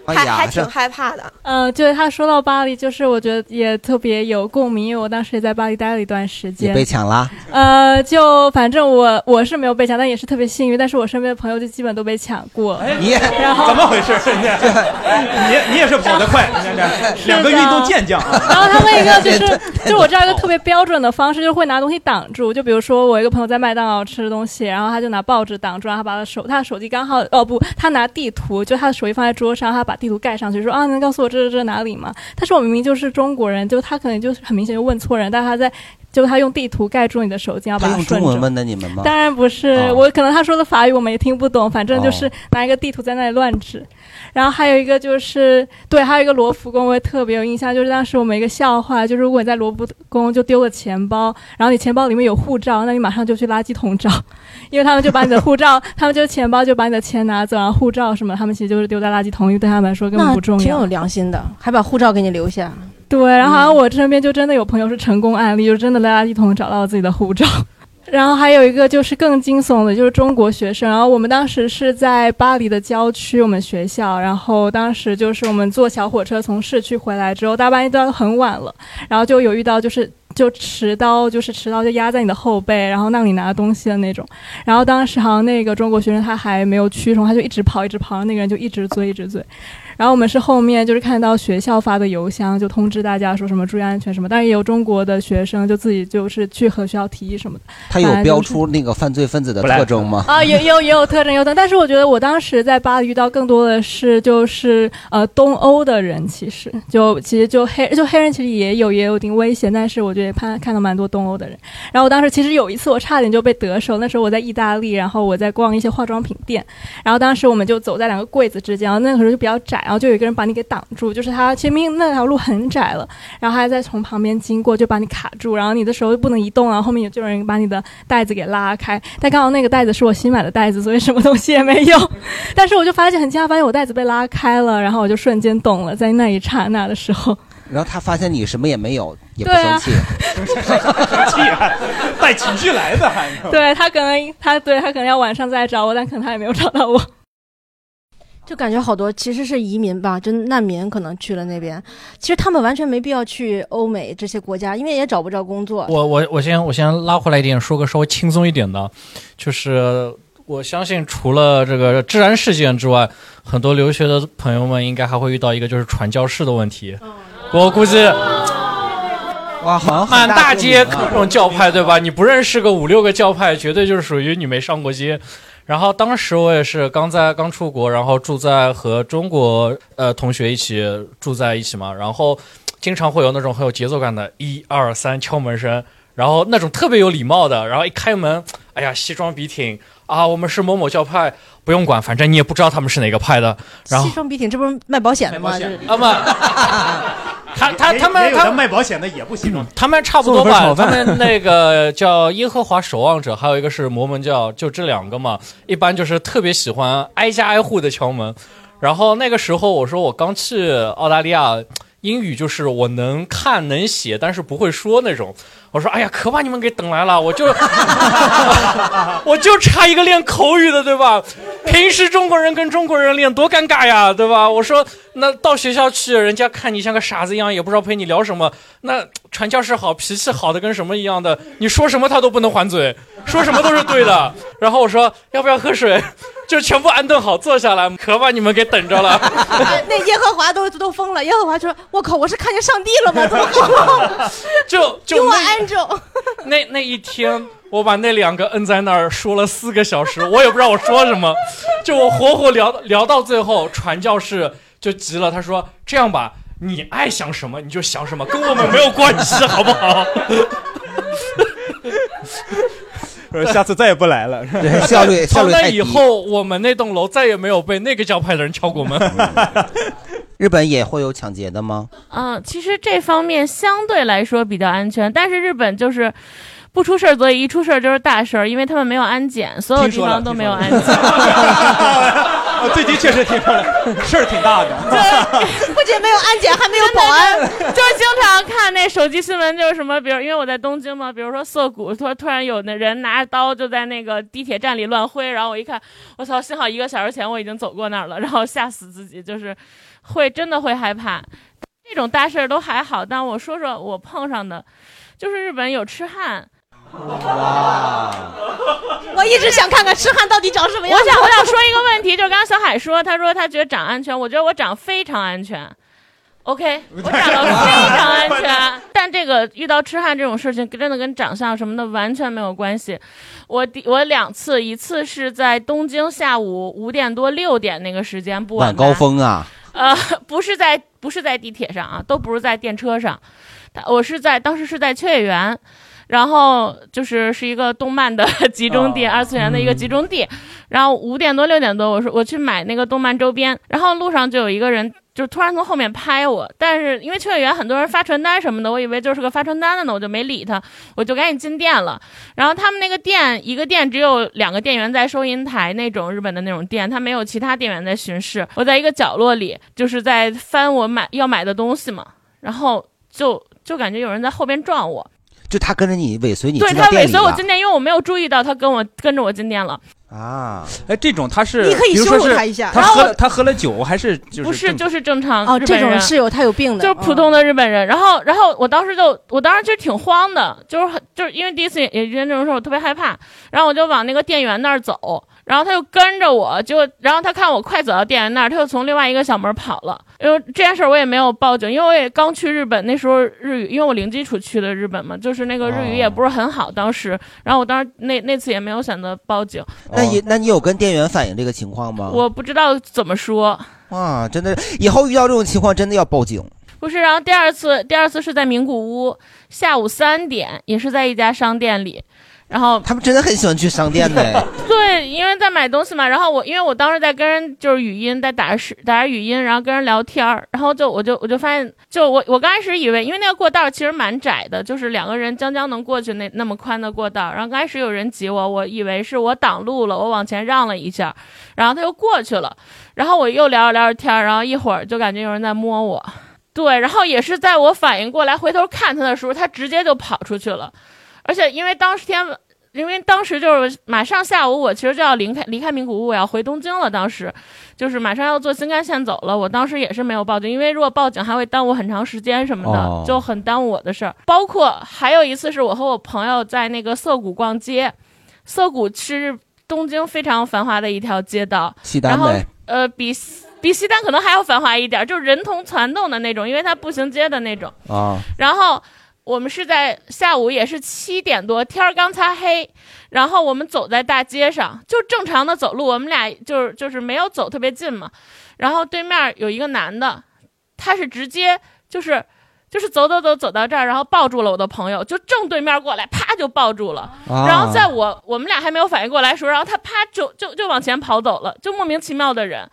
[SPEAKER 5] 还
[SPEAKER 1] 呀
[SPEAKER 5] 还挺
[SPEAKER 1] 这
[SPEAKER 5] 害怕的。
[SPEAKER 10] 呃，就是他说到巴黎，就是我觉得也特别有共鸣，因为我当时也在巴黎待了一段时
[SPEAKER 1] 也
[SPEAKER 10] 间。
[SPEAKER 1] 被抢了。
[SPEAKER 10] 呃，就反正我我是没有被抢，但也是特别幸运。但是我身边的朋友就基本都被抢过。
[SPEAKER 22] 你
[SPEAKER 10] 然后
[SPEAKER 14] 怎么回事？你你也是跑得快，你看这两个运动健将。啊
[SPEAKER 10] 然后他问 一个就是， 就是我知道一个特别标准的方式，就是会拿东西挡住。就比如说我一个朋友在麦当劳吃东西，然后他就拿报纸挡住，然后他把他手他的手机刚好哦不，他拿地图，就他的手机放在桌上，他把地图盖上去，说啊能告诉我这这这哪里吗？但是我明明就是中国人，就他可能就是很明显就问错人，但他在就他用地图盖住你的手机，然后
[SPEAKER 1] 他
[SPEAKER 10] 把它
[SPEAKER 1] 用
[SPEAKER 10] 顺
[SPEAKER 1] 中
[SPEAKER 10] 着
[SPEAKER 1] 文。问的你们吗？
[SPEAKER 10] 当然不是，
[SPEAKER 1] 哦
[SPEAKER 10] 我可能他说的法语我们也听不懂，反正就是
[SPEAKER 1] 哦
[SPEAKER 10] 拿一个地图在那里乱指。然后还有一个就是，对，还有一个罗浮宫，我也特别有印象，就是当时我们一个笑话，就是如果你在罗浮宫就丢个钱包，然后你钱包里面有护照，那你马上就去垃圾桶找， 因为他们就把你的护照， 他们就钱包就把你的钱拿走，然后护照什么，他们其实就是丢在垃圾桶里，对他们来说根本
[SPEAKER 3] 那
[SPEAKER 10] 不重要。
[SPEAKER 3] 挺有良心的，还把护照给你留下。
[SPEAKER 10] 对，然后好像我身边就真的有朋友是成功案例，就真的在垃圾桶找到了自己的护照。 然后还有一个就是更惊悚的，就是中国学生。然后我们当时是在巴黎的郊区，我们学校。然后当时就是我们坐小火车从市区回来之后，大半夜都很晚了，然后就有遇到就是就持刀，就是持刀就压在你的后背，然后让你拿东西的那种。然后当时好像那个中国学生他还没有驱虫，他就一直跑，一直跑，然后那个人就一直追，一直追。然后我们是后面就是看到学校发的邮箱，就通知大家说什么注意安全什么，但是也有中国的学生就自己就是去和学校提议什么的。
[SPEAKER 1] 他有
[SPEAKER 10] 反正
[SPEAKER 1] 标
[SPEAKER 10] 就是
[SPEAKER 1] 出那个犯罪分子的特征吗？
[SPEAKER 10] 啊，也有也有特征有的，但是我觉得我当时在巴黎遇到更多的是就是呃东欧的人，其实就其实就黑就黑人其实也有也有点危险，但是我觉得也看看到蛮多东欧的人。然后我当时其实有一次我差点就被得手，那时候我在意大利，然后我在逛一些化妆品店，然后当时我们就走在两个柜子之间，然后那个时候就比较窄，然后就有一个人把你给挡住，就是他前面那条路很窄了，然后他还在从旁边经过就把你卡住，然后你的手又不能移动，然后后面有就有人把你的袋子给拉开，但刚好那个袋子是我新买的袋子，所以什么东西也没
[SPEAKER 18] 嗯
[SPEAKER 10] 有，但是我就发现很惊讶，发现我袋子被拉开了，然后我就瞬间懂了，在那一刹那的时 候。
[SPEAKER 1] 然后他发现你什么也没有，也不
[SPEAKER 10] 对啊
[SPEAKER 1] 生气。
[SPEAKER 14] 带情绪来的，还
[SPEAKER 10] 对他可能他对他可能要晚上再来找我，但可能他也没有找到我。
[SPEAKER 3] 就感觉好多其实是移民吧，就难民可能去了那边，其实他们完全没必要去欧美这些国家，因为也找不着工作。
[SPEAKER 13] 我我我先我先拉回来一点，说个稍微轻松一点的，就是我相信除了这个治安事件之外，很多留学的朋友们应该还会遇到一个就是传教士的问题。我估计
[SPEAKER 1] 哇，好像
[SPEAKER 13] 满大街
[SPEAKER 1] 可
[SPEAKER 13] 各种教派，对吧？你不认识个五六个教派，绝对就是属于你没上过街。然后当时我也是刚在刚出国，然后住在和中国呃同学一起住在一起嘛，然后经常会有那种很有节奏感的一二三敲门声，然后那种特别有礼貌的，然后一开门，哎呀，西装笔挺啊，我们是某某教派，不用管，反正你也不知道他们是哪个派的，然后
[SPEAKER 3] 西。装笔挺，这不是卖保险的吗？
[SPEAKER 13] 啊 不，他他他们
[SPEAKER 14] 也有
[SPEAKER 13] 他
[SPEAKER 14] 的
[SPEAKER 13] 们
[SPEAKER 14] 卖保险的也不西装，
[SPEAKER 13] 他们差不多吧
[SPEAKER 14] 送，份
[SPEAKER 13] 他
[SPEAKER 14] 炒饭
[SPEAKER 13] 们 那个 叫耶和华守望者，还有一个是摩门教，就这两个嘛。一般就是特别喜欢挨家挨户的敲门。然后那个时候我说我刚去澳大利亚，英语就是我能看能写，但是不会说那种。我说哎呀，可把你们给等来了，我就 我就差一个练口语的，对吧？平时中国人跟中国人练多尴尬呀，对吧？我说那到学校去，人家看你像个傻子一样，也不知道陪你聊什么。那传教士好，脾气好的跟什么一样的，你说什么他都不能还嘴，说什么都是对的。 然后我说要不要喝水， 就全部安顿好，坐下来，可把你们给等着了。
[SPEAKER 3] 那耶和华都都疯了，耶和华就说：“我靠，我是看见上帝 了吗？怎么疯了？
[SPEAKER 13] 就就
[SPEAKER 3] 用我
[SPEAKER 13] 那
[SPEAKER 3] 安着。
[SPEAKER 13] 那那一天，我把那两个摁在那儿说了四个小时，我也不知道我说什么，就我活活聊聊到最后，传教士就急了，他说：“这样吧，你爱想什么你就想什么，跟我们没有关系，好不好？”
[SPEAKER 14] 说下次再也不来了。
[SPEAKER 13] 啊对从那以后，我们那栋楼再也没有被那个教派的人敲过门。
[SPEAKER 1] 日本也会有抢劫的吗？
[SPEAKER 6] 嗯、其实这方面相对来说比较安全，但是日本就是不出事儿则已，一出事儿就是大事儿，因为他们没有安检，所有地方都没有安检。
[SPEAKER 14] 啊，最近确实挺漂亮，事儿挺大的。
[SPEAKER 20] 不仅没有安检，还没有保 安。
[SPEAKER 6] 就是经常看那手机新闻，就是什么，比如因为我在东京嘛，比如说涩谷，突然突然有那人拿着刀就在那个地铁站里乱挥，然后我一看，我操，幸好一个小时前我已经走过那儿了，然后吓死自己，就是会真的会害怕。这种大事儿都还好，但我说说我碰上的，就是日本有痴汉。
[SPEAKER 20] 我一直想看看痴汉到底长什么样。
[SPEAKER 6] 我想，我想说一个问题，就是刚刚小海说，他说他觉得长安全，我觉得我长非常安全。OK，我长得非常安全，啊但这个遇到痴汉这种事情，真的跟长相什么的完全没有关系。我第我两次，一次是在东京下午五点多六点那个时间不
[SPEAKER 1] 晚
[SPEAKER 6] 晚
[SPEAKER 1] 高峰啊，
[SPEAKER 6] 呃，不是在不是在地铁上啊，都不是在电车上，他我是在当时是在雀园，然后就是是一个动漫的 集中地，二次元的一个集中地，然后五点多六点多，我说我去买那个动漫周边，然后路上就有一个人。就突然从后面拍我，但是因为雀园很多人发传单什么的，我以为就是个发传单的呢，我就没理他，我就赶紧进店了。然后他们那个店，一个店只有两个店员在收银台那种日本的那种店，他没有其他店员在巡视。我在一个角落里，就是在翻我买要买的东西嘛，然后就就感觉有人在后边撞我，
[SPEAKER 1] 就他跟着你尾随你
[SPEAKER 6] 对
[SPEAKER 1] 进
[SPEAKER 6] 他
[SPEAKER 1] 到
[SPEAKER 6] 尾
[SPEAKER 1] 店里
[SPEAKER 6] 随我
[SPEAKER 1] 了
[SPEAKER 6] 进店，因为我没有注意到他跟我跟着我进店了。
[SPEAKER 1] 啊！
[SPEAKER 2] 哎，这种他是
[SPEAKER 6] 你可以
[SPEAKER 2] 比如说
[SPEAKER 6] 羞辱
[SPEAKER 2] 是
[SPEAKER 6] 他一下
[SPEAKER 2] 他
[SPEAKER 6] 然后
[SPEAKER 2] 喝
[SPEAKER 6] 我
[SPEAKER 2] 了他喝了酒还是就是
[SPEAKER 6] 不是
[SPEAKER 2] 正
[SPEAKER 6] 就是正常
[SPEAKER 3] 哦
[SPEAKER 6] 日本
[SPEAKER 3] 这种
[SPEAKER 6] 人
[SPEAKER 3] 是有他有病的嗯
[SPEAKER 6] 就是普通的日本人。然后然后我当时就我当时其实挺慌的，就是很就是因为第一次也也遇见这种事，我特别害怕。然后我就往那个店员那儿走，然后他就跟着我，结果然后他看我快走到店员那儿，他就从另外一个小门跑了。因为这件事我也没有报警，因为我也刚去日本，那时候日语因为我零基础去的日本嘛，就是那个日语也不是很好，当时。然后我当时那那次也没有选择报警，
[SPEAKER 1] 那你那你有跟店员反映这个情况吗？
[SPEAKER 6] 我不知道怎么说。
[SPEAKER 1] 哇，真的，以后遇到这种情况真的要报警。
[SPEAKER 6] 不是，然后第二次，第二次是在名古屋，下午三点，也是在一家商店里，然后
[SPEAKER 1] 他们真的很喜欢去商店的，
[SPEAKER 6] 对，因为在买东西嘛，然后我因为我当时在跟人就是语音，在打着视打着语音，然后跟人聊天儿，然后就我就我就发现，就我我刚开始以为，因为那个过道其实蛮窄的，就是两个人将将能过去那那么宽的过道，然后刚开始有人挤我，我以为是我挡路了，我往前让了一下，然后他又过去了，然后我又聊着聊着天儿，然后一会儿就感觉有人在摸我，对，然后也是在我反应过来回头看他的时候，他直接就跑出去了。而且因为当时天，因为当时就是马上下午，我其实就要离开离开名古屋，我要回东京了。当时就是马上要坐新干线走了，我当时也是没有报警，因为如果报警还会耽误很长时间什么的，
[SPEAKER 26] 哦
[SPEAKER 6] 就很耽误我的事儿。包括还有一次是我和我朋友在那个涩谷逛街，涩谷是东京非常繁华的一条街道，
[SPEAKER 1] 契丹
[SPEAKER 6] 然后
[SPEAKER 1] 呗
[SPEAKER 6] 呃比西比西单可能还要繁华一点儿，就是人头攒动的那种，因为它步行街的那种。
[SPEAKER 1] 啊，
[SPEAKER 6] 然后我们是在下午也是七点多，天儿刚擦黑，然后我们走在大街上，就正常的走路，我们俩就是就是没有走特别近嘛。然后对面有一个男的，他是直接就是就是走走走走到这儿，然后抱住了我的朋友，就正对面过来，啪就抱住了。
[SPEAKER 26] 啊
[SPEAKER 6] 然后在我我们俩还没有反应过来的时候，然后他啪就就就往前跑走了，就莫名其妙的人。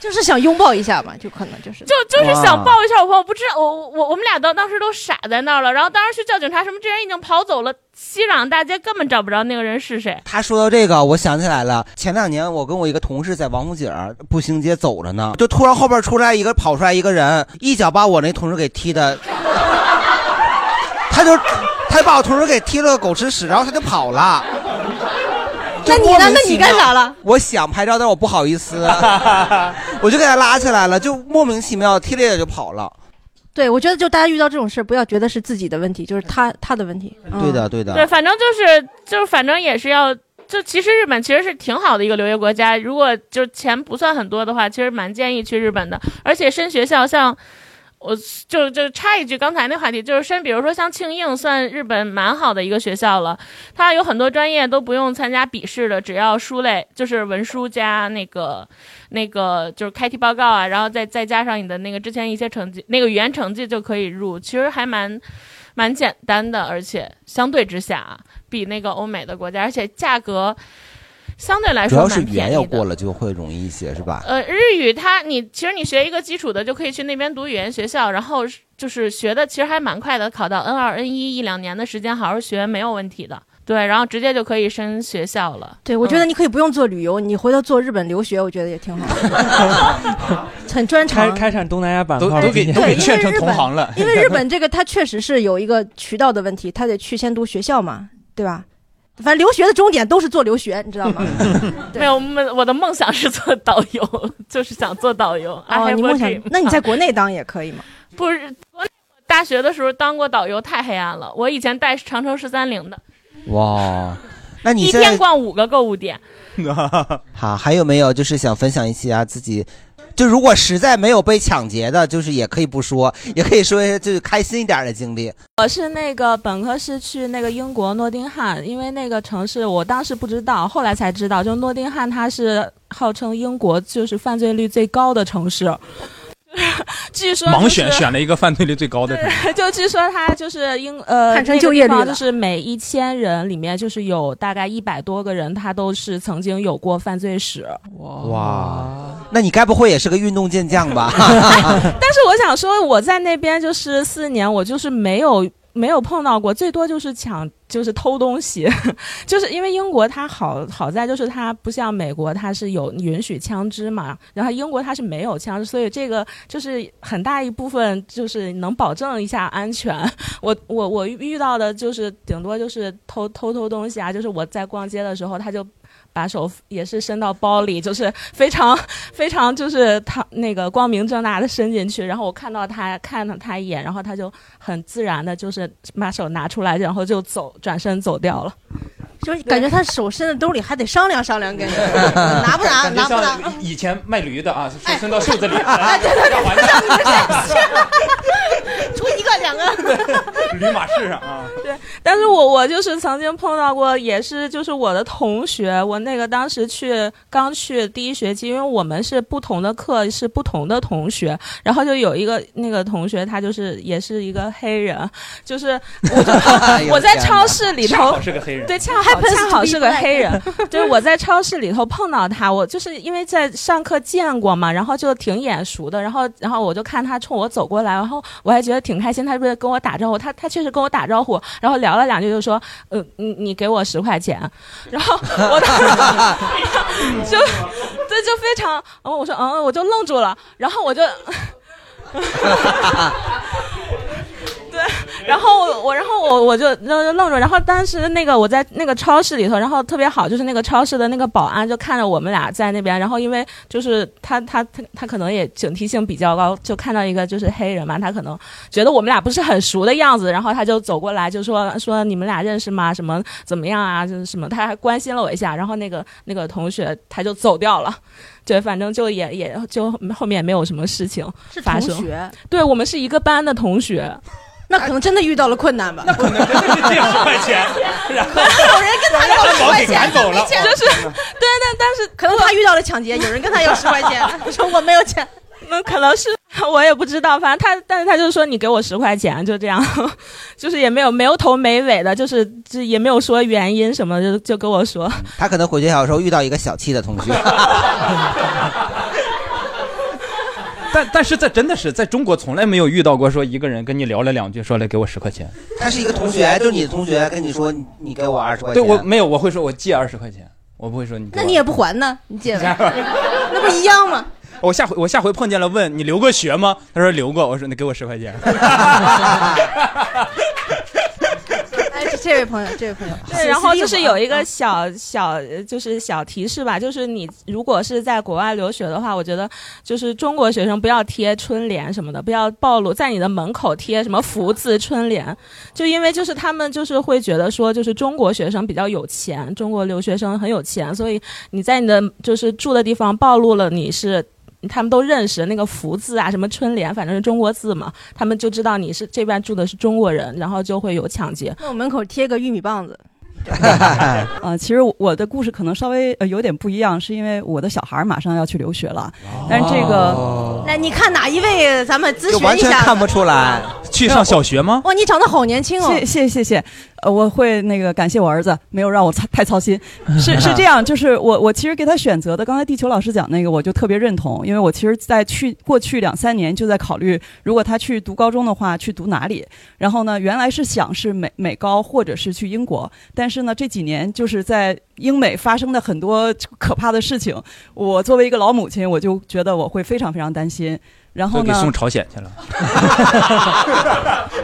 [SPEAKER 20] 就是想拥抱一下嘛，就可能就是
[SPEAKER 6] 就就是想
[SPEAKER 20] 哇
[SPEAKER 6] 抱一下我朋友，不知道我我我们俩当当时都傻在那儿了，然后当时去叫警察，什么这人已经跑走了，熙攘大街根本找不着那个人是谁。
[SPEAKER 1] 他说到这个，我想起来了，前两年我跟我一个同事在王府井步行街走着呢，就突然后边出来一个跑出来一个人，一脚把我那同事给踢的，他就他把我同事给踢了个狗吃屎，然后他就跑了。
[SPEAKER 20] 那你
[SPEAKER 1] 就莫
[SPEAKER 20] 呢
[SPEAKER 1] 名其妙
[SPEAKER 20] 那你干啥了？
[SPEAKER 1] 我想拍照，但是我不好意思，啊 我就给他拉起来了，就莫名其妙踢了一脚就跑了。
[SPEAKER 20] 对，我觉得就大家遇到这种事，不要觉得是自己的问题，就是他他的问题。嗯
[SPEAKER 1] 对的，对的。
[SPEAKER 6] 对，反正就是就是反正也是要，就其实日本其实是挺好的一个留学国家，如果就钱不算很多的话，其实蛮建议去日本的，而且申学校像。我就就插一句，刚才那话题就是申，比如说像庆应算日本蛮好的一个学校了，它有很多专业都不用参加笔试的，只要书类就是文书加那个 那个就是开题报告啊，然后再再加上你的那个之前一些成绩，那个语言成绩就可以入，其实还蛮蛮简单的，而且相对之下啊，比那个欧美的国家，而且价格相对来
[SPEAKER 1] 主
[SPEAKER 6] 说
[SPEAKER 1] 要是
[SPEAKER 6] 蛮
[SPEAKER 1] 语言
[SPEAKER 6] 便
[SPEAKER 1] 要
[SPEAKER 6] 宜的。
[SPEAKER 1] 过了就会容易一些，是吧？
[SPEAKER 6] 呃，日语它你其实你学一个基础的就可以去那边读语言学校，然后是就是学的其实还蛮快的，考到 N 二 N 一一两年的时间好好学没有问题的。对，然后直接就可以升学校了。
[SPEAKER 3] 对，我觉得你可以不用做旅游，你回头做日本留学，我觉得也挺好的，很专
[SPEAKER 4] 开
[SPEAKER 3] 长。
[SPEAKER 4] 开展东南亚板块
[SPEAKER 14] 都
[SPEAKER 4] 儿
[SPEAKER 14] 都
[SPEAKER 4] 今
[SPEAKER 14] 给
[SPEAKER 4] 年
[SPEAKER 14] 都给劝成同行了
[SPEAKER 3] 因为日本这个它确实是有一个渠道的问题，它得去先读学校嘛，对吧？反正留学的终点都是做留学，你知道 吗？
[SPEAKER 6] 没有，我们我的梦想是做导游， 就是想做导游。
[SPEAKER 3] 哦，
[SPEAKER 6] I have
[SPEAKER 3] 你
[SPEAKER 6] a
[SPEAKER 3] 梦想
[SPEAKER 6] dream，
[SPEAKER 3] 那你在国内当也可以 嘛？
[SPEAKER 6] 不是国内我大学的时候当过导游，太黑暗了。我以前带长城十三陵的，
[SPEAKER 1] 哇，那你
[SPEAKER 6] 一
[SPEAKER 1] 现在
[SPEAKER 6] 天逛五个购物点。
[SPEAKER 1] 好，还有没有就是想分享一些啊自己？就如果实在没有被抢劫的，就是也可以不说，也可以说一些就是开心一点的经历。
[SPEAKER 26] 我是那个本科是去那个英国诺丁汉，因为那个城市我当时不知道，后来才知道，就诺丁汉它是号称英国就是犯罪率最高的城市， 据说、就是、
[SPEAKER 7] 盲选选了一个犯罪率最高的城市。
[SPEAKER 26] 就据说它就是英 呃，
[SPEAKER 3] 坦诚就业率
[SPEAKER 26] 那个
[SPEAKER 3] 了
[SPEAKER 26] 地方就是每一千人里面就是有大概一百多个人，他都是曾经有过犯罪史。
[SPEAKER 1] 哇，那你该不会也是个运动健将 吧？
[SPEAKER 26] 但是我想说，我在那边就是四年，我就是没有没有碰到过，最多就是抢，就是偷东西， 就是因为英国它好好在就是它不像美国，它是有允许枪支嘛，然后英国它是没有枪支，所以这个就是很大一部分就是能保证一下安全。 我我我遇到的就是顶多就是偷偷偷东西啊，就是我在逛街的时候，他就把手也是伸到包里，就是非常非常就是他那个光明正大的伸进去，然后我看到他看了他一眼，然后他就很自然的就是把手拿出来，然后就走转身走掉了。
[SPEAKER 3] 就是感觉他手伸在兜里，还得商量商量，感觉 拿不拿，
[SPEAKER 26] 感觉
[SPEAKER 3] 拿不拿。
[SPEAKER 26] 像以
[SPEAKER 7] 前卖驴的啊，
[SPEAKER 26] 手伸到袖子 里，
[SPEAKER 3] 哎，对对对，不知道你是谁，出一个两个。
[SPEAKER 7] 驴马市上啊，
[SPEAKER 26] 对，但是我我就是曾经碰到过，也是就是我的同学，我那个当时去刚去第一学期，因为我们是不同的课，是不同的同学，然后就有一个那个同学，他就是也是一个黑人，就是我 就我在超市里
[SPEAKER 7] 恰
[SPEAKER 26] 头
[SPEAKER 7] 好是个黑人
[SPEAKER 26] 对，恰好
[SPEAKER 7] Happens to
[SPEAKER 26] 恰好是个
[SPEAKER 7] be black
[SPEAKER 26] 黑 人，就是我在超市里头碰到他，我就是因为在上课见过嘛，然后就挺眼熟的，然后然后我就看他冲我走过来，然后我还觉得挺开心，他是不是跟我打招呼？他他确实跟我打招呼，然后聊了两句就说，呃，你你给我十块钱，然后我当 时就 对就非常，然后我说嗯，我就愣住了，然后我就。然后我我然后我我就愣就愣住，然后当时那个我在那个超市里头，然后特别好，就是那个超市的那个保安就看着我们俩在那边，然后因为就是他他他他可能也警惕性比较高，就看到一个就是黑人嘛，他可能觉得我们俩不是很熟的样子，然后他就走过来就说说你们俩认识吗？什么怎么样啊？就是什么？他还关心了我一下，然后那个那个同学他就走掉了。对，反正就也也就后面也没有什么事情
[SPEAKER 3] 是
[SPEAKER 26] 发
[SPEAKER 3] 同
[SPEAKER 26] 生。
[SPEAKER 3] 学，
[SPEAKER 26] 对我们是一个班的 同学。
[SPEAKER 3] 那可能真的遇到了困难吧？那可能
[SPEAKER 7] 真的是借十块钱，然后
[SPEAKER 3] 有人跟他要十块钱，
[SPEAKER 26] 就是对，
[SPEAKER 2] 嗯
[SPEAKER 26] 但但是
[SPEAKER 3] 可能他遇到了抢劫，有人跟他要十块钱， 说我没有钱，
[SPEAKER 26] 那可能是我也不知道，反正他，但是他就说你给我十块钱，就这样，就是也没有没有头没尾的，就是这也没有说原因什么，就就跟我说，
[SPEAKER 3] 嗯
[SPEAKER 1] 他可能回学校的时候遇到一个小气的同学。
[SPEAKER 7] 但但是在真的是在中国从来没有遇到过说一个人跟你聊了两句，说来给我十块钱。
[SPEAKER 1] 他是一个同学，就是你的同学跟你说你你给我二十块
[SPEAKER 7] 对
[SPEAKER 1] 钱，
[SPEAKER 7] 我没有，我会说我借二十块钱，我不会说你给
[SPEAKER 3] 那
[SPEAKER 7] 我。
[SPEAKER 3] 你也不还呢？你借 呗，那不一样吗？
[SPEAKER 7] 我下回我下回碰见了问你留过学吗？他说留过，我说你给我十块钱。
[SPEAKER 3] 哎，这位朋友，这位朋友，
[SPEAKER 26] 对，然后就是有一个嗯小小呃就是小提示吧，就是你如果是在国外留学的话，我觉得就是中国学生不要贴春联什么的，不要暴露在你的门口贴什么福字春联，就因为就是他们就是会觉得说就是中国学生比较有钱，中国留学生很有钱，所以你在你的就是住的地方暴露了你是。他们都认识那个福字啊，什么春联，反正是中国字嘛，他们就知道你是这边住的是中国人，然后就会有抢劫。
[SPEAKER 3] 那我门口贴个玉米棒子，
[SPEAKER 18] 啊，其实我的故事可能稍微呃有点不一样，是因为我的小孩儿马上要去留学了，但是这个、
[SPEAKER 1] 哦
[SPEAKER 3] 那你看哪一位？咱们咨询一下。
[SPEAKER 1] 不出来。
[SPEAKER 7] 去上小学吗？
[SPEAKER 3] 哇，你长得好年轻哦！
[SPEAKER 18] 谢谢谢谢，呃，我会那个感谢我儿子没有让我操太操 心，是是这样，就是我我其实给他选择的，刚才地球老师讲那个，我就特别认同，因为我其实在去过去两三年就在考虑，如果他去读高中的话，去读哪里？然后呢，原来是想是美美高或者是去英国，但是呢这几年就是在英美发生的很多可怕的事情，我作为一个老母亲，我就觉得我会非常非常担心。然后
[SPEAKER 2] 都给
[SPEAKER 18] 呢，
[SPEAKER 2] 送朝鲜去 了。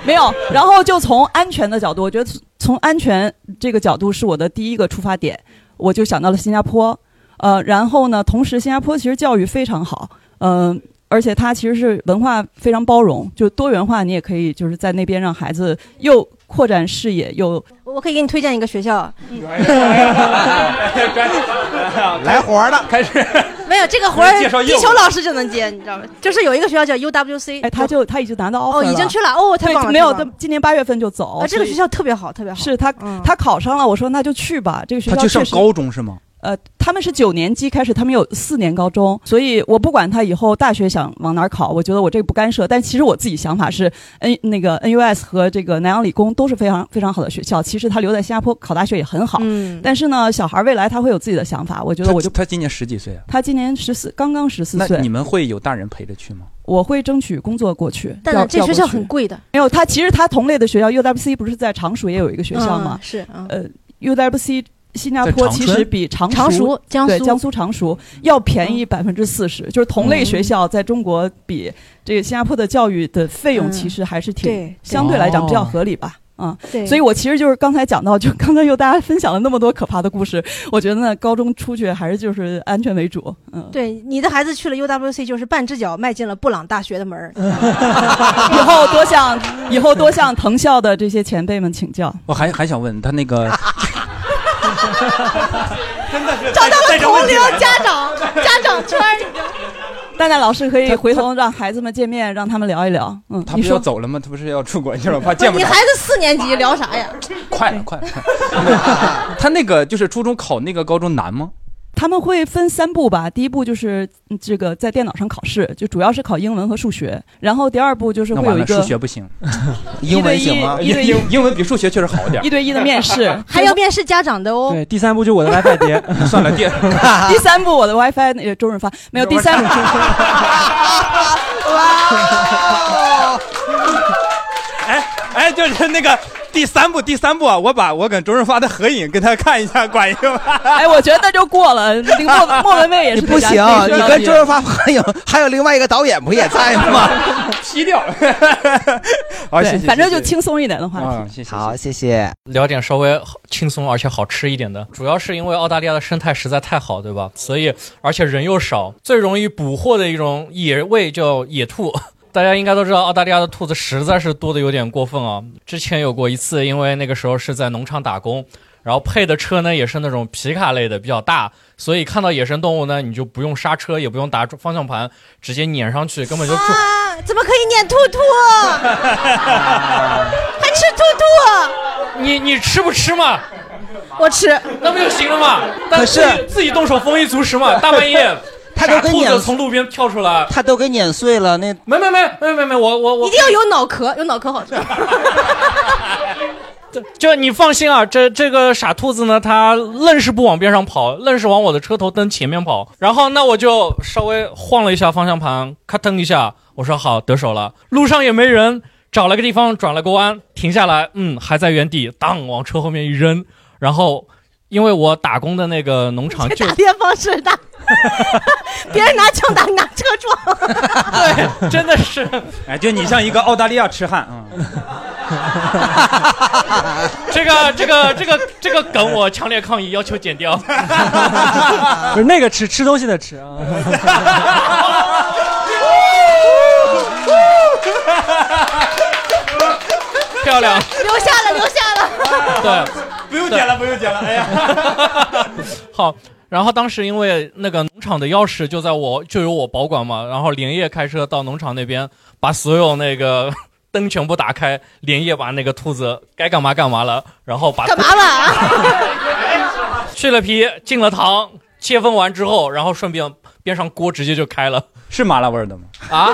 [SPEAKER 18] 没有，然后就从安全的角度，我觉得从从安全这个角度是我的第一个出发点，我就想到了新加坡。呃，然后呢，同时新加坡其实教育非常好，嗯、而且它其实是文化非常包容，就多元化，你也可以就是在那边让孩子又扩展视野又。
[SPEAKER 3] 我可以给你推荐一个学校，啊
[SPEAKER 1] 来活儿了，
[SPEAKER 2] 开始
[SPEAKER 3] 没有这个活儿
[SPEAKER 18] 介绍，业
[SPEAKER 3] 地
[SPEAKER 18] 务
[SPEAKER 3] 球老师就能接，你知道吗？就是有一个学校叫 UWC，
[SPEAKER 18] 哎，他就他已经拿到 offer
[SPEAKER 3] 哦，已经去了哦，太
[SPEAKER 18] 对
[SPEAKER 3] 棒了，
[SPEAKER 18] 没有，
[SPEAKER 3] 太
[SPEAKER 18] 他
[SPEAKER 3] 棒了
[SPEAKER 18] 今年八月份就走。
[SPEAKER 3] 啊，这个
[SPEAKER 18] 所
[SPEAKER 3] 学
[SPEAKER 18] 以
[SPEAKER 3] 校特别好，特别好，嗯
[SPEAKER 18] 是他他考上了，我说那就去吧，这个学
[SPEAKER 2] 他
[SPEAKER 18] 校
[SPEAKER 2] 就上
[SPEAKER 18] 确实
[SPEAKER 2] 高中是吗？
[SPEAKER 18] 呃，他们是九年级开始，他们有四年高中，所以我不管他以后大学想往哪儿考，我觉得我这个不干涉。但其实我自己想法是，N 那个 NUS 和这个南洋理工都是非常非常好的学校。其实他留在新加坡考大学也很好，
[SPEAKER 3] 嗯
[SPEAKER 18] 但是呢，小孩未来他会有自己的想法，我觉得我就
[SPEAKER 2] 他今年十几岁啊。
[SPEAKER 18] 他今年十四，刚刚十四
[SPEAKER 2] 那
[SPEAKER 18] 岁。
[SPEAKER 2] 你们会有大人陪着去吗？
[SPEAKER 18] 我会争取工作过去，
[SPEAKER 3] 但
[SPEAKER 18] 调
[SPEAKER 3] 这学校很。
[SPEAKER 18] 调过去
[SPEAKER 3] 贵的，
[SPEAKER 18] 没有，他其实他同类的学校 UWC 不是在常熟也有一个学校吗？
[SPEAKER 3] 嗯是，嗯
[SPEAKER 18] 呃，UWC 新加
[SPEAKER 3] 在
[SPEAKER 18] 坡
[SPEAKER 3] 长
[SPEAKER 18] 其
[SPEAKER 3] 春
[SPEAKER 18] 实比常
[SPEAKER 3] 常熟江
[SPEAKER 18] 对
[SPEAKER 3] 苏嗯
[SPEAKER 18] 江苏常熟要便宜百分之四十，就是同类学校在中国比这个新加坡的教育的费用其实还是
[SPEAKER 3] 嗯
[SPEAKER 18] 挺、
[SPEAKER 3] 对
[SPEAKER 18] 相对来讲比较
[SPEAKER 3] 哦
[SPEAKER 18] 合理吧。啊、
[SPEAKER 3] 对
[SPEAKER 18] 所以我其实就是刚才讲到，就 刚才又大家分享了那么多可怕的故事，我觉得呢，高中出去还是就是安全为主，嗯，
[SPEAKER 3] 对，你的孩子去了 UWC，就是半只脚迈进了布朗大学的门儿。
[SPEAKER 18] 嗯以后多向以后多向藤校的这些前辈们请教。
[SPEAKER 2] 我还还想问他那 个，
[SPEAKER 18] 找到了同龄家
[SPEAKER 3] 长家长圈。
[SPEAKER 18] 蛋蛋老师可以回头让孩子们见面，让他们聊一聊。嗯，
[SPEAKER 2] 他不
[SPEAKER 18] 你
[SPEAKER 2] 是要
[SPEAKER 18] 说
[SPEAKER 2] 走了吗？他不是要出国去了，我怕见不
[SPEAKER 3] 你
[SPEAKER 2] 着
[SPEAKER 3] 孩。子四年级聊啥呀？
[SPEAKER 2] 快了，快了，快了！他那个就是初中考那个高中难吗？
[SPEAKER 18] 他们会分三步吧，第一步就是嗯这个在电脑上考试，就主要是考英文和数学。然后第二步就是
[SPEAKER 2] 那
[SPEAKER 18] 会
[SPEAKER 2] 完
[SPEAKER 18] 有一
[SPEAKER 2] 了，
[SPEAKER 18] 个
[SPEAKER 2] 数学不行，
[SPEAKER 18] 英文行吗一
[SPEAKER 2] 英
[SPEAKER 18] 对一
[SPEAKER 2] 英英文比数学确实好点。
[SPEAKER 18] 一对一的 面试
[SPEAKER 3] 还要面试家长的哦。
[SPEAKER 4] 对，第三步就是我的 WiFi 碟。
[SPEAKER 2] 算了，第
[SPEAKER 18] 第三步我的 WiFi 那个周润发没有第三步。
[SPEAKER 1] 哦
[SPEAKER 14] 哎，就是那个第三部，第三部啊，我把我跟周润发的合影给他看一下，管用吗？
[SPEAKER 18] 哎，我觉得就过了。那个 莫莫文蔚也
[SPEAKER 1] 你
[SPEAKER 18] 是
[SPEAKER 1] 不行，你跟周润发合影，还有另外一个导演不也在吗？
[SPEAKER 2] 劈掉。
[SPEAKER 1] 好
[SPEAKER 18] 对
[SPEAKER 1] 谢，谢
[SPEAKER 18] 反正
[SPEAKER 1] 谢
[SPEAKER 18] 就
[SPEAKER 1] 谢
[SPEAKER 18] 轻松一点的话
[SPEAKER 1] 啊
[SPEAKER 18] 题。
[SPEAKER 2] 啊谢谢。
[SPEAKER 1] 好，谢谢。
[SPEAKER 13] 聊点稍微轻松而且好吃一点的，主要是因为澳大利亚的生态实在太好，对吧？所以而且人又少，最容易捕获的一种野味叫野兔。 大家应该都知道，澳大利亚的兔子实在是多的有点过分啊！之前有过一次，因为那个时候是在农场打工，然后配的车呢也是那种皮卡类的，比较大，所以看到野生动物呢，你就不用刹车，也不用打方向盘，直接撵上去，根本就住。
[SPEAKER 3] 啊，怎么可以撵兔 兔？还吃兔
[SPEAKER 13] 你你吃不吃嘛？
[SPEAKER 3] 兔？ 我吃，
[SPEAKER 13] 那不就行了嘛？但
[SPEAKER 1] 可
[SPEAKER 13] 自
[SPEAKER 1] 是
[SPEAKER 13] 己自己动手丰衣足食嘛，大半夜
[SPEAKER 1] 他都
[SPEAKER 13] 傻
[SPEAKER 1] 跟
[SPEAKER 13] 兔
[SPEAKER 1] 你
[SPEAKER 13] 子从路边跳出来，
[SPEAKER 1] 他都给碾碎了，那
[SPEAKER 13] 没没没没没没，我我啊我
[SPEAKER 3] 一定要有脑壳，有脑壳好吃。
[SPEAKER 13] 就你放心啊，这这个傻兔子呢，它愣是不往边上跑，愣是往我的车头灯前面跑。然后那我就稍微晃了一下方向盘，咔噔一下，我说好得手了。路上也没人，找了个地方转了个弯，停下来，嗯，还在原地，当往车后面一扔，然后。因为我打工的那个农场就
[SPEAKER 3] 打电方式打， 别人拿枪打，你拿车撞。
[SPEAKER 13] 真的是，
[SPEAKER 2] 哎，就你像一个澳大利亚痴汉
[SPEAKER 14] 嗯
[SPEAKER 2] 啊！
[SPEAKER 13] 这个这个这个这个梗，我强烈抗议，要求剪掉。
[SPEAKER 4] 不是那个吃吃东西的吃 啊。
[SPEAKER 13] 漂 亮，
[SPEAKER 3] 留下了，留下了。
[SPEAKER 13] 对，
[SPEAKER 14] 不用剪了，不用剪了。哎呀，
[SPEAKER 13] 好。然后当时因为那个农场的钥匙就在我就由我保管嘛，然后连夜开车到农场那边，把所有那个灯全部打开，连夜把那个兔子该干嘛干嘛了，然后把
[SPEAKER 3] 干嘛了？
[SPEAKER 13] 去了皮，进了糖，切分完之后，然后顺便边上锅直接就开了。
[SPEAKER 2] 是麻辣味儿的吗？
[SPEAKER 13] 啊，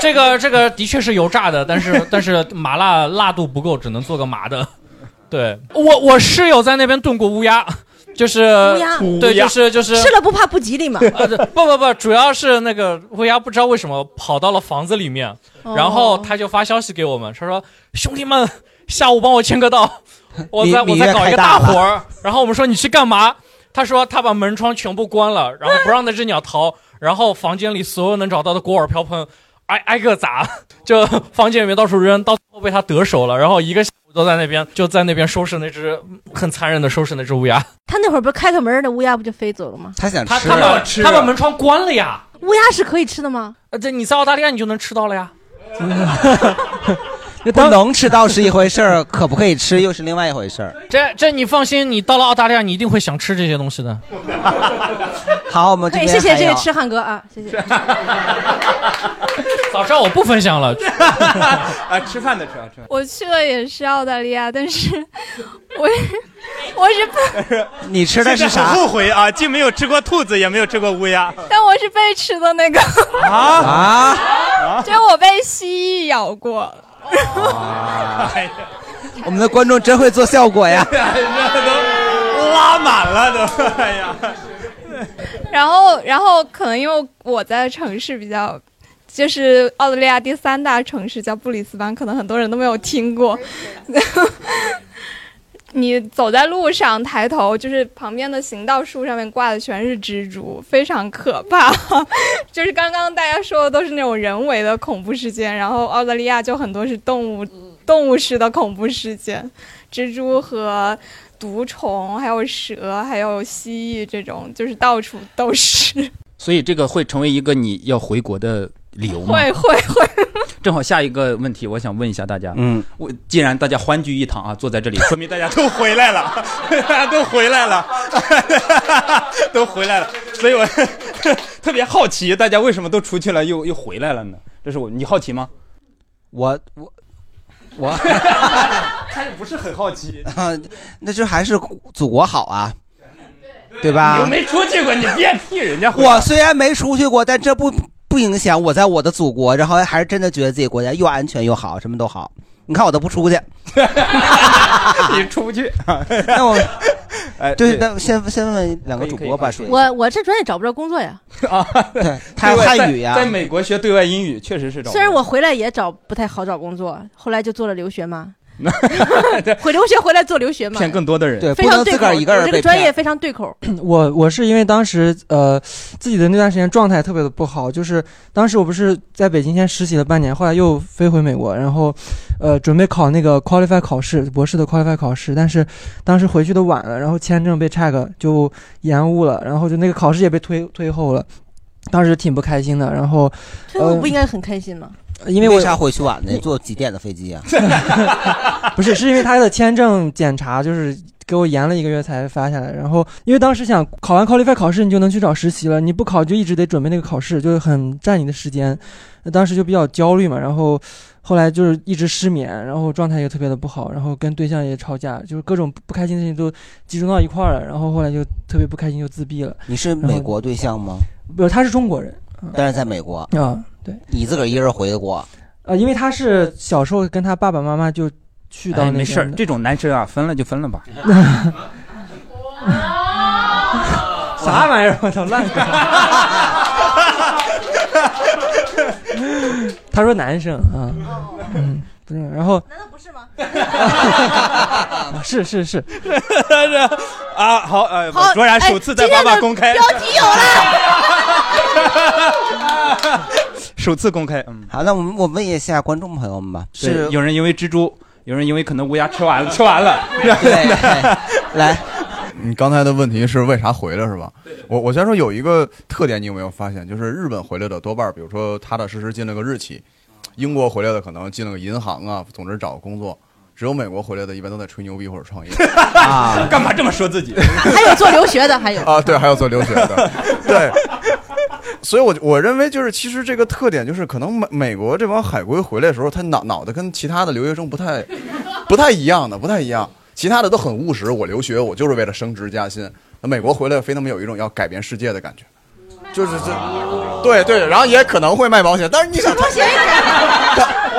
[SPEAKER 13] 这个这个的确是油炸的，但是但是麻辣辣度不够，只能做个麻的。对我我室友在那边炖过乌鸦，就是
[SPEAKER 3] 哦乌鸦
[SPEAKER 13] 对，就是就是
[SPEAKER 3] 吃了不怕不吉利嘛。
[SPEAKER 13] 呃，对不不不，主要是那个乌鸦不知道为什么跑到了房子里面，
[SPEAKER 3] 哦
[SPEAKER 13] 然后他就发消息给我们，他说：“兄弟们，下午帮我签个到，我再
[SPEAKER 14] 你
[SPEAKER 13] 我
[SPEAKER 14] 你
[SPEAKER 13] 再搞一
[SPEAKER 14] 越开
[SPEAKER 13] 个大
[SPEAKER 14] 大了
[SPEAKER 13] 活儿。”然后我们说：“你去干嘛？”他说：“他把门窗全部关了，然后不让那只鸟逃，然后房间里所有能找到的锅碗瓢盆挨挨个砸，就房间里面到处扔，到最后被他得手了。然后一个下午都在那边就在那边收拾那只很残忍的收拾那只乌鸦。”
[SPEAKER 3] 他那会儿不是开个门儿，那乌鸦不就飞走了吗？
[SPEAKER 1] 他想
[SPEAKER 13] 他他把
[SPEAKER 14] 啊
[SPEAKER 13] 他把门窗关了呀。
[SPEAKER 3] 乌鸦是可以吃的吗？
[SPEAKER 13] 呃， 对，你在澳大利亚你就能吃到了呀。
[SPEAKER 1] 不能吃到是一回事儿，可不可以吃又是另外一回事儿。
[SPEAKER 13] 这这你放心，你到了澳大利亚你一定会想吃这些东西的。
[SPEAKER 1] 好，我们这
[SPEAKER 3] 可以，
[SPEAKER 1] 边
[SPEAKER 3] 谢谢
[SPEAKER 1] 还
[SPEAKER 3] 谢谢
[SPEAKER 1] 有
[SPEAKER 3] 痴汉哥啊，谢谢。
[SPEAKER 13] 早知道我不分享了。
[SPEAKER 14] 啊，吃饭的吃啊吃饭。
[SPEAKER 20] 我去了也是澳大利亚，但是 我我是被
[SPEAKER 1] 你吃的是
[SPEAKER 14] 现在
[SPEAKER 1] 啥
[SPEAKER 14] 很后悔啊，既没有吃过兔子，也没有吃过乌鸦。
[SPEAKER 20] 但我是被吃的那个，
[SPEAKER 14] 啊
[SPEAKER 20] 就我被蜥蜴咬过。
[SPEAKER 14] 哎
[SPEAKER 1] 我们的观众真会做效果呀。
[SPEAKER 14] 拉满了都，哎呀，
[SPEAKER 20] 然后，然后可能因为我在城市比较，就是澳大利亚第三大城市叫布里斯班，可能很多人都没有听过。 你走在路上，抬头就是旁边的行道树上面挂的全是蜘蛛，非常可怕。 就是刚刚大家说的都是那种人为的恐怖事件，然后澳大利亚就很多是动物动物式的恐怖事件，蜘蛛和毒虫，还有蛇，还有蜥蜴这种，就是到处都是。
[SPEAKER 2] 所以这个会成为一个你要回国的理由吗？
[SPEAKER 20] 会会会，
[SPEAKER 2] 正好下一个问题，我想问一下大家，
[SPEAKER 1] 嗯，
[SPEAKER 2] 我既然大家欢聚一堂啊，坐在这 里，说明大家
[SPEAKER 14] 都回来了， 大家都回来了， 都回来了。所以我 特别好奇，大家为什么都出去了又又回来了呢？这是我，你好奇吗？
[SPEAKER 1] 我我我，
[SPEAKER 14] 他也不是很好奇。
[SPEAKER 1] 啊， 那就还是祖国好啊，对吧？
[SPEAKER 14] 你又没出去 过，你别替人家回答。
[SPEAKER 1] 我虽然没出去过，但这不不影响我在我的祖国，然后还是真的觉得自己国家又安全又好，什么都好。你看我都 不出去，
[SPEAKER 14] 你出不去。
[SPEAKER 1] 那我，
[SPEAKER 14] 哎，
[SPEAKER 1] 对，那先先问问两个主播吧，说一下
[SPEAKER 3] 我我这专业找不着工作呀，
[SPEAKER 1] 他要
[SPEAKER 14] 对外
[SPEAKER 1] 汉语呀
[SPEAKER 14] 在在美国学对外英语确实是找不
[SPEAKER 3] 虽
[SPEAKER 14] 到。
[SPEAKER 3] 然我回来也找不太好找工作，后来就做了留 学嘛。 回留学回来做留学嘛，
[SPEAKER 14] 骗更多的人
[SPEAKER 1] 对
[SPEAKER 3] 非常对口。我这个专业非常
[SPEAKER 22] 嗯
[SPEAKER 3] 对口。
[SPEAKER 4] 我我是因为当时呃自己的那段时间状态特别的不好，就是当时我不是在北京先实习了半年，后来又飞回美国，然后呃准备考那个 qualify 考试，博士的 qualify 考试，但是当时回去的晚了，然后签证被 check 就延误了，然后就那个考试也被推推后了，当时挺不开心的。然后呃
[SPEAKER 3] 这个我不应该很开心吗？
[SPEAKER 22] 呃
[SPEAKER 4] 因为我
[SPEAKER 1] 啥回去晚呢？坐几点的飞机啊？
[SPEAKER 4] 不是，是因为他的签证检查就是给我延了一个月才发下来。然后因为当时想考完 qualify 考试，你就能去找实习了，你不考就一直得准备那个考试，就是很占你的时间。那当时就比较焦虑嘛，然后后来就是一直失眠，然后状态也特别的不好，然后跟对象也吵架，就是各种不不开心的事情都集中到一块儿了。然后后来就特别不开心，就自闭了。
[SPEAKER 1] 你是美国对象吗？
[SPEAKER 4] 不是，他是中国人
[SPEAKER 1] 但是在美国
[SPEAKER 4] 啊，对，
[SPEAKER 1] 你自个儿一人回的国。
[SPEAKER 4] 呃，因为他是小时候跟他爸爸妈妈就去到
[SPEAKER 2] 哎
[SPEAKER 4] 那边的、
[SPEAKER 2] 没事儿， 这种男生啊，分了就分了吧。
[SPEAKER 4] 啥玩意儿？我操，烂死 了！ 他说男生啊，嗯，不是，然后难道不是吗？啊 是是是，
[SPEAKER 14] 啊，好，呃，
[SPEAKER 3] 好
[SPEAKER 14] 卓然首次在爸爸公开，
[SPEAKER 3] 标题有
[SPEAKER 14] 首次公开，嗯，
[SPEAKER 1] 好，那我们我问一下观众朋友们吧，
[SPEAKER 2] 对
[SPEAKER 1] 是
[SPEAKER 2] 有人因为蜘蛛，有人因为可能乌鸦吃完了，吃完了。
[SPEAKER 1] 来，
[SPEAKER 22] 你刚才的问题是为啥回来是吧？我我先说有一个特点，你有没有发现？就是日本回来的多半儿，比如说踏踏实实进了个日企，英国回来的可能进了个银行啊，总之找个工作。只有美国回来的，一般都在吹牛逼或者创业。
[SPEAKER 1] 啊，
[SPEAKER 14] 干嘛这么说自己？
[SPEAKER 3] 还有做留学的，还有
[SPEAKER 22] 啊，对，还有做留学的，对。所以我，我认为就是，其实这个特点就是，可能美美国这帮海归回来的时候，他脑脑袋跟其他的留学生不太不太一样的，不太一样。其他的都很务实，我留学我就是为了升职加薪。那美国回来非他妈有一种要改变世界的感觉。就是这，对对，然后也可能会卖保险，但是你想，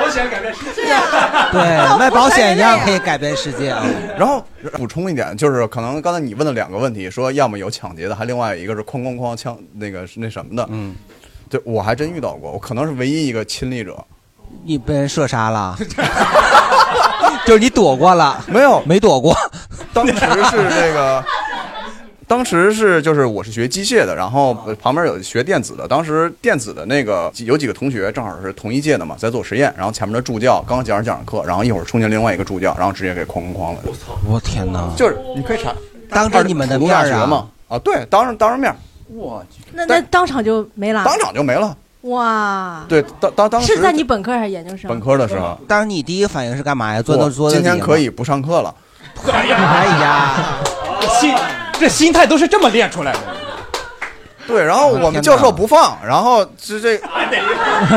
[SPEAKER 2] 保险改变世界。
[SPEAKER 1] 对，卖保险一样可以改变世界啊。
[SPEAKER 22] 然后补充一点，就是可能刚才你问的两个问题，说要么有抢劫的，还另外一个是哐哐哐枪那个是那什么的，嗯，对我还真遇到过，我可能是唯一一个亲历者。
[SPEAKER 1] 你被人射 杀了，就是你躲过了，
[SPEAKER 22] 没有
[SPEAKER 1] 没躲过，
[SPEAKER 22] 当时是这个。当时是就是我是学机械的，然后旁边有学电子的。当时电子的那个有几个同学正好是同一届的嘛，在做实验。然后前面的助教刚讲着讲着课，然后一会儿冲进另外一个助教，然后直接给哐哐哐了。我操！
[SPEAKER 1] 我天哪！
[SPEAKER 22] 就是你可以查，
[SPEAKER 1] 当着你们的面
[SPEAKER 22] 大
[SPEAKER 1] 儿
[SPEAKER 22] 学
[SPEAKER 1] 啊
[SPEAKER 22] 嘛，啊对，当着当着面儿，
[SPEAKER 3] 我去，那那当场就没了，
[SPEAKER 22] 当场就没了。
[SPEAKER 3] 哇，
[SPEAKER 22] 对，当当当时
[SPEAKER 3] 是在你本科还是研究生？
[SPEAKER 22] 本科的时候，
[SPEAKER 1] 当时你第一反应是干嘛呀？坐那
[SPEAKER 22] 我
[SPEAKER 1] 桌子
[SPEAKER 22] 今
[SPEAKER 1] 底
[SPEAKER 22] 天
[SPEAKER 1] 吗
[SPEAKER 22] 可以不上课了。
[SPEAKER 1] 哎呀，
[SPEAKER 2] 心这心态都是这么练出来的。
[SPEAKER 22] 对，然后我们教授不放，然后是这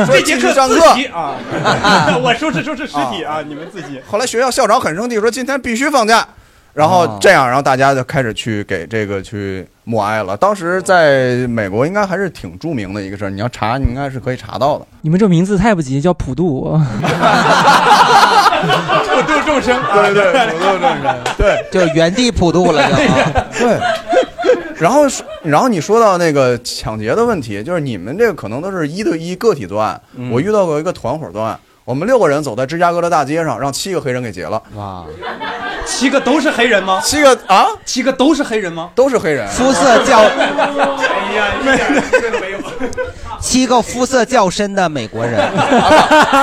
[SPEAKER 2] 这节课
[SPEAKER 22] 上课
[SPEAKER 2] 自己啊， 我收拾收拾尸体
[SPEAKER 22] 啊
[SPEAKER 2] 啊，你们自己。
[SPEAKER 22] 后来学校校长很生气，说今天必须放假。然
[SPEAKER 1] 哦
[SPEAKER 22] 后这样，然后大家就开始去给这个去默哀了。当时在美国应该还是挺著名的一个事儿，你要查，你应该是可以查到的。
[SPEAKER 4] 你们这名字太不吉，叫普渡。
[SPEAKER 2] 普度众生，
[SPEAKER 22] 对对，普度众生，对，
[SPEAKER 1] 就原地普渡了就。
[SPEAKER 22] 对。然后是，然后你说到那个抢劫的问题，就是你们这个可能都是一对一个体作案，
[SPEAKER 1] 嗯
[SPEAKER 22] 我遇到过一个团伙作案，我们六个人走在芝加哥的大街上，让七个黑人给劫了。
[SPEAKER 1] 哇，
[SPEAKER 2] 七个都是黑人吗？
[SPEAKER 22] 七个啊，
[SPEAKER 2] 七个都是黑人吗？
[SPEAKER 22] 都是黑人，
[SPEAKER 1] 肤色 较
[SPEAKER 2] 哎呀，一点一个都没有。
[SPEAKER 1] 七个肤色较深的美国 人，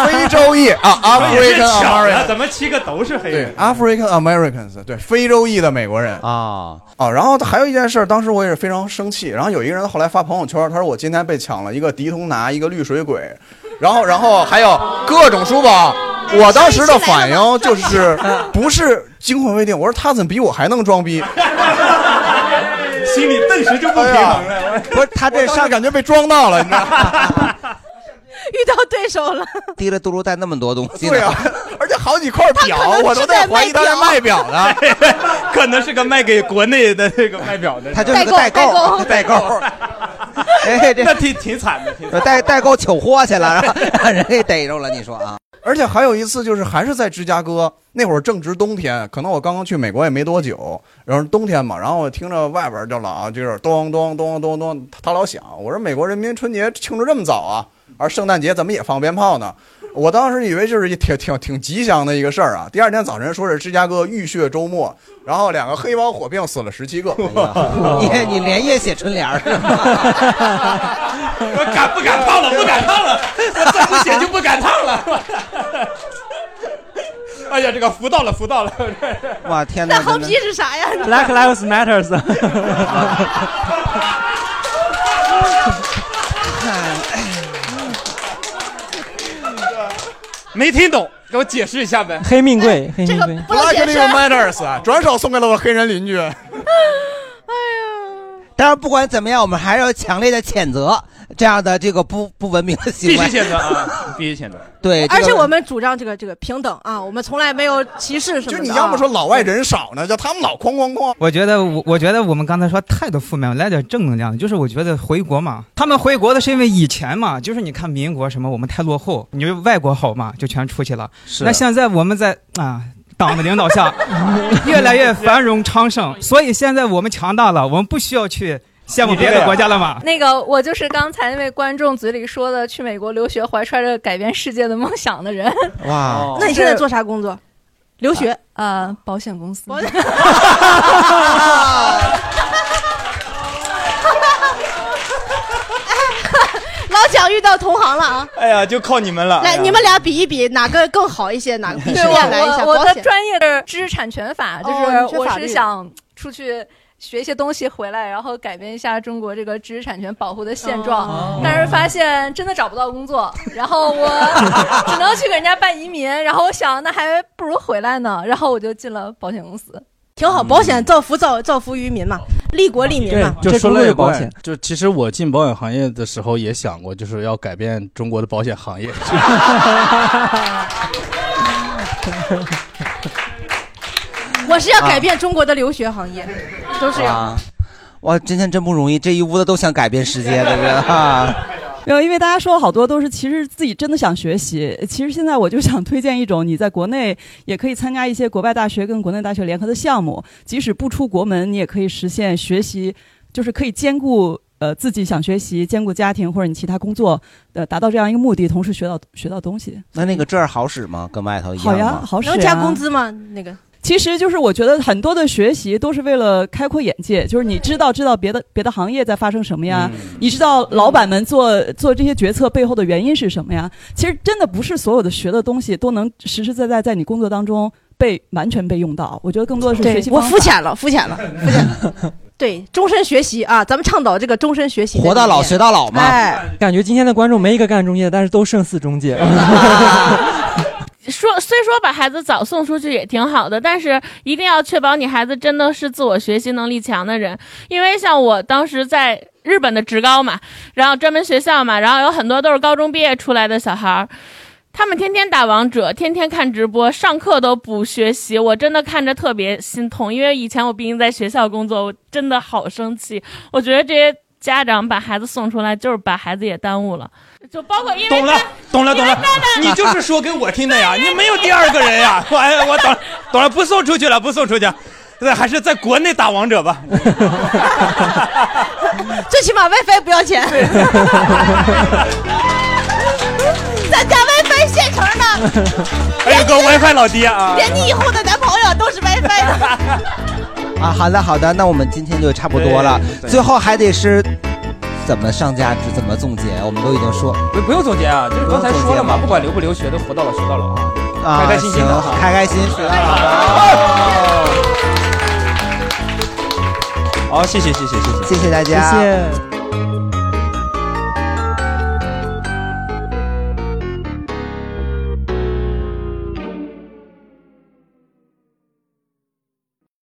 [SPEAKER 22] 非洲裔 啊，African
[SPEAKER 2] 巧了
[SPEAKER 22] American，
[SPEAKER 2] 怎么七个都是黑
[SPEAKER 22] 对
[SPEAKER 2] 人？
[SPEAKER 22] ，African Americans，对，非洲裔的美国人
[SPEAKER 1] 啊
[SPEAKER 22] 啊。然后还有一件事，当时我也是非常生气。然后有一个人后来发朋友圈，他说我今天被抢了一个迪通拿，一个绿水鬼， 然后然后还有各种书包。我当时的反应就是不是惊魂未定，我说他怎么比我还能装逼？
[SPEAKER 2] 心里顿时就不平衡
[SPEAKER 22] 哎
[SPEAKER 2] 了。
[SPEAKER 1] 不是他这上
[SPEAKER 22] 感觉被装到了，你知道吗？
[SPEAKER 3] 遇到对手了，
[SPEAKER 1] 提了嘟噜带那么多东西呢，
[SPEAKER 22] 对啊 而且好几块表，我都在怀疑他在卖表呢。
[SPEAKER 2] 可能是个卖给国内的那个卖表的，
[SPEAKER 1] 他就是个代购代购代购。 哎，这
[SPEAKER 2] 那挺挺惨的，挺惨的。
[SPEAKER 1] 代代购取货去了，然后 让人给逮着了，你说啊？
[SPEAKER 22] 而且还有一次，就是还是在芝加哥，那会儿正值冬天，可能我刚刚去美国也没多久，然后冬天嘛，然后我听着外边就老就是咚咚咚咚咚，它老响。我说美国人民春节庆祝这么早啊，而圣诞节怎么也放鞭炮呢？我当时以为就是一挺挺挺吉祥的一个事儿啊。第二天早晨说是芝加哥浴血周末，然后两个黑猫火并死了十七个。
[SPEAKER 1] 你哎你连夜写春联儿是吗？
[SPEAKER 2] 我敢不敢烫了？不敢烫了，我再不写就不敢烫了。 哎呀，这个服到了，服到了。
[SPEAKER 1] 哇 天
[SPEAKER 3] 那
[SPEAKER 1] 哪！
[SPEAKER 3] 横
[SPEAKER 1] 真的
[SPEAKER 3] 批是啥呀
[SPEAKER 4] Black Lives Matters，
[SPEAKER 2] 没听懂，给我解释一下呗。
[SPEAKER 4] 黑命贵，黑命贵。
[SPEAKER 22] Black Lives
[SPEAKER 2] 啊
[SPEAKER 22] Matters，转啊手送给了我黑人 邻居。
[SPEAKER 3] 哎
[SPEAKER 1] 但是不管怎么样，我们还是要强烈的谴责 这样的这个不不文明的行
[SPEAKER 2] 必须
[SPEAKER 1] 为。
[SPEAKER 2] 谴责啊！必须谴责。
[SPEAKER 1] 对，
[SPEAKER 3] 而
[SPEAKER 1] 这
[SPEAKER 3] 且
[SPEAKER 1] 个
[SPEAKER 3] 我们主张这个这个平等啊，我们从来没有歧视什么的啊。
[SPEAKER 22] 就 你要么 说老外人少呢，就他们老哐哐哐。
[SPEAKER 14] 我觉得我我觉得我们刚才说太多负面，我来点正能量的。就是我觉得回国嘛，他们回国的是因为以前嘛，就是你看民国什么，我们太落后，你就外国好嘛，就全出去了。
[SPEAKER 1] 是
[SPEAKER 14] 那现在我们在啊。党的领导下，越来越繁荣昌盛，所以现在我们强大了，我们不需要去羡慕别的国家了嘛。
[SPEAKER 8] 啊那个，我就是刚才那位观众嘴里说的去美国留学，怀揣着改变世界的梦想的人。哦
[SPEAKER 14] 哦
[SPEAKER 1] 哇
[SPEAKER 3] 那你现在做啥工作？留学？
[SPEAKER 8] 呃，保险公司。
[SPEAKER 3] 老蒋遇到同行了啊！
[SPEAKER 2] 哎呀，就靠你们了。哎
[SPEAKER 3] 来，
[SPEAKER 2] 呀
[SPEAKER 3] 你们俩比一比，哪个更好一些？哪个比试
[SPEAKER 8] 对
[SPEAKER 3] 验来一下？
[SPEAKER 8] 我我我
[SPEAKER 3] 保
[SPEAKER 8] 的
[SPEAKER 3] 险
[SPEAKER 8] 专业是知识产权法，就
[SPEAKER 3] 哦你
[SPEAKER 8] 是
[SPEAKER 3] 学
[SPEAKER 8] 我
[SPEAKER 3] 法律
[SPEAKER 8] 是想出去。学一些东西回来，然后改变一下中国这个知识产权保护的现状，
[SPEAKER 3] 哦
[SPEAKER 8] 但是发现真的找不到工作，然后我只能去给人家办移民，然后我想那还不如回来呢，然后我就进了保险公司。
[SPEAKER 3] 挺好，保险造福造造福于民嘛，利国利民嘛。
[SPEAKER 7] 就
[SPEAKER 3] 这
[SPEAKER 7] 说
[SPEAKER 3] 工
[SPEAKER 7] 了
[SPEAKER 3] 作
[SPEAKER 7] 也
[SPEAKER 3] 有保
[SPEAKER 7] 怪
[SPEAKER 3] 险，
[SPEAKER 7] 就其实我进保险行业的时候也想过，就是要改变中国的保险行业。
[SPEAKER 3] 啊我是要改变中国的留学行业，都是要。
[SPEAKER 1] 啊哇，今天真不容易，这一屋子都想改变世界 的人啊。
[SPEAKER 18] 没有，因为大家说好多都是其实自己真的想学习。其实现在我就想推荐一种，你在国内也可以参加一些国外大学跟国内大学联合的项目，即使不出国门，你也可以实现学习，就是可以兼顾呃自己想学习，兼顾家庭或者你其他工作，呃达到这样一个目的，同时学到学到东西。
[SPEAKER 1] 那那个证儿好使吗？跟外头一样
[SPEAKER 18] 好呀
[SPEAKER 1] 吗，
[SPEAKER 18] 好使、
[SPEAKER 3] 能加工资吗？那个
[SPEAKER 18] 其实就是我觉得很多的学习都是为了开阔眼界，就是你知道知道别的别的行业在发生什么呀，你知道老板们做做这些决策背后的原因是什么呀。其实真的不是所有的学的东西都能实实在在在你工作当中被完全被用到，我觉得更多的是学习
[SPEAKER 3] 我
[SPEAKER 18] 方
[SPEAKER 3] 肤
[SPEAKER 18] 法
[SPEAKER 3] 浅了，肤浅 了，肤浅了。对，终身学习啊，咱们倡导这个终身学习，
[SPEAKER 4] 活到老学到
[SPEAKER 1] 老嘛
[SPEAKER 3] 哎，
[SPEAKER 4] 感觉今天的观众没一个干中介，但是都胜似中介。
[SPEAKER 6] 说虽说把孩子早送出去也挺好的，但是一定要确保你孩子真的是自我学习能力强的人，因为像我当时在日本的职高嘛，然后专门学校嘛，然后有很多都是高中毕业出来的小孩儿。他们天天打王者，天天看直播，上课都不学习，我真的看着特别心痛。因为以前我毕竟在学校工作，我真的好生气。我觉得这些家长把孩子送出来，就是把孩子也耽误了。就包括因为
[SPEAKER 14] 懂了，懂了，懂了，你就是说给我听的呀， 你没有第二个人呀， 我哎我懂懂了，不送出去了，不送出去，那还是在国内打王 者吧。
[SPEAKER 3] 最起码 WiFi 不要 钱。咱家 WiFi 现成的，
[SPEAKER 14] 哎呦哥，WiFi 老爹啊，
[SPEAKER 3] 连你以后的男朋友都是 WiFi 的。
[SPEAKER 1] 啊，好的好的，那我们今天就差不多了
[SPEAKER 14] 对，对
[SPEAKER 1] 最后还得是怎么上价值，怎么总结，我们都已经说。
[SPEAKER 14] 不不用总结啊，就是刚才说了嘛，不管留不留学，都活到老学到老啊，开开心心的啊
[SPEAKER 1] 行，开开心心
[SPEAKER 3] 哎
[SPEAKER 1] 的。
[SPEAKER 14] 好，谢谢谢谢谢
[SPEAKER 1] 谢
[SPEAKER 14] 谢
[SPEAKER 1] 谢大家，
[SPEAKER 14] 谢谢。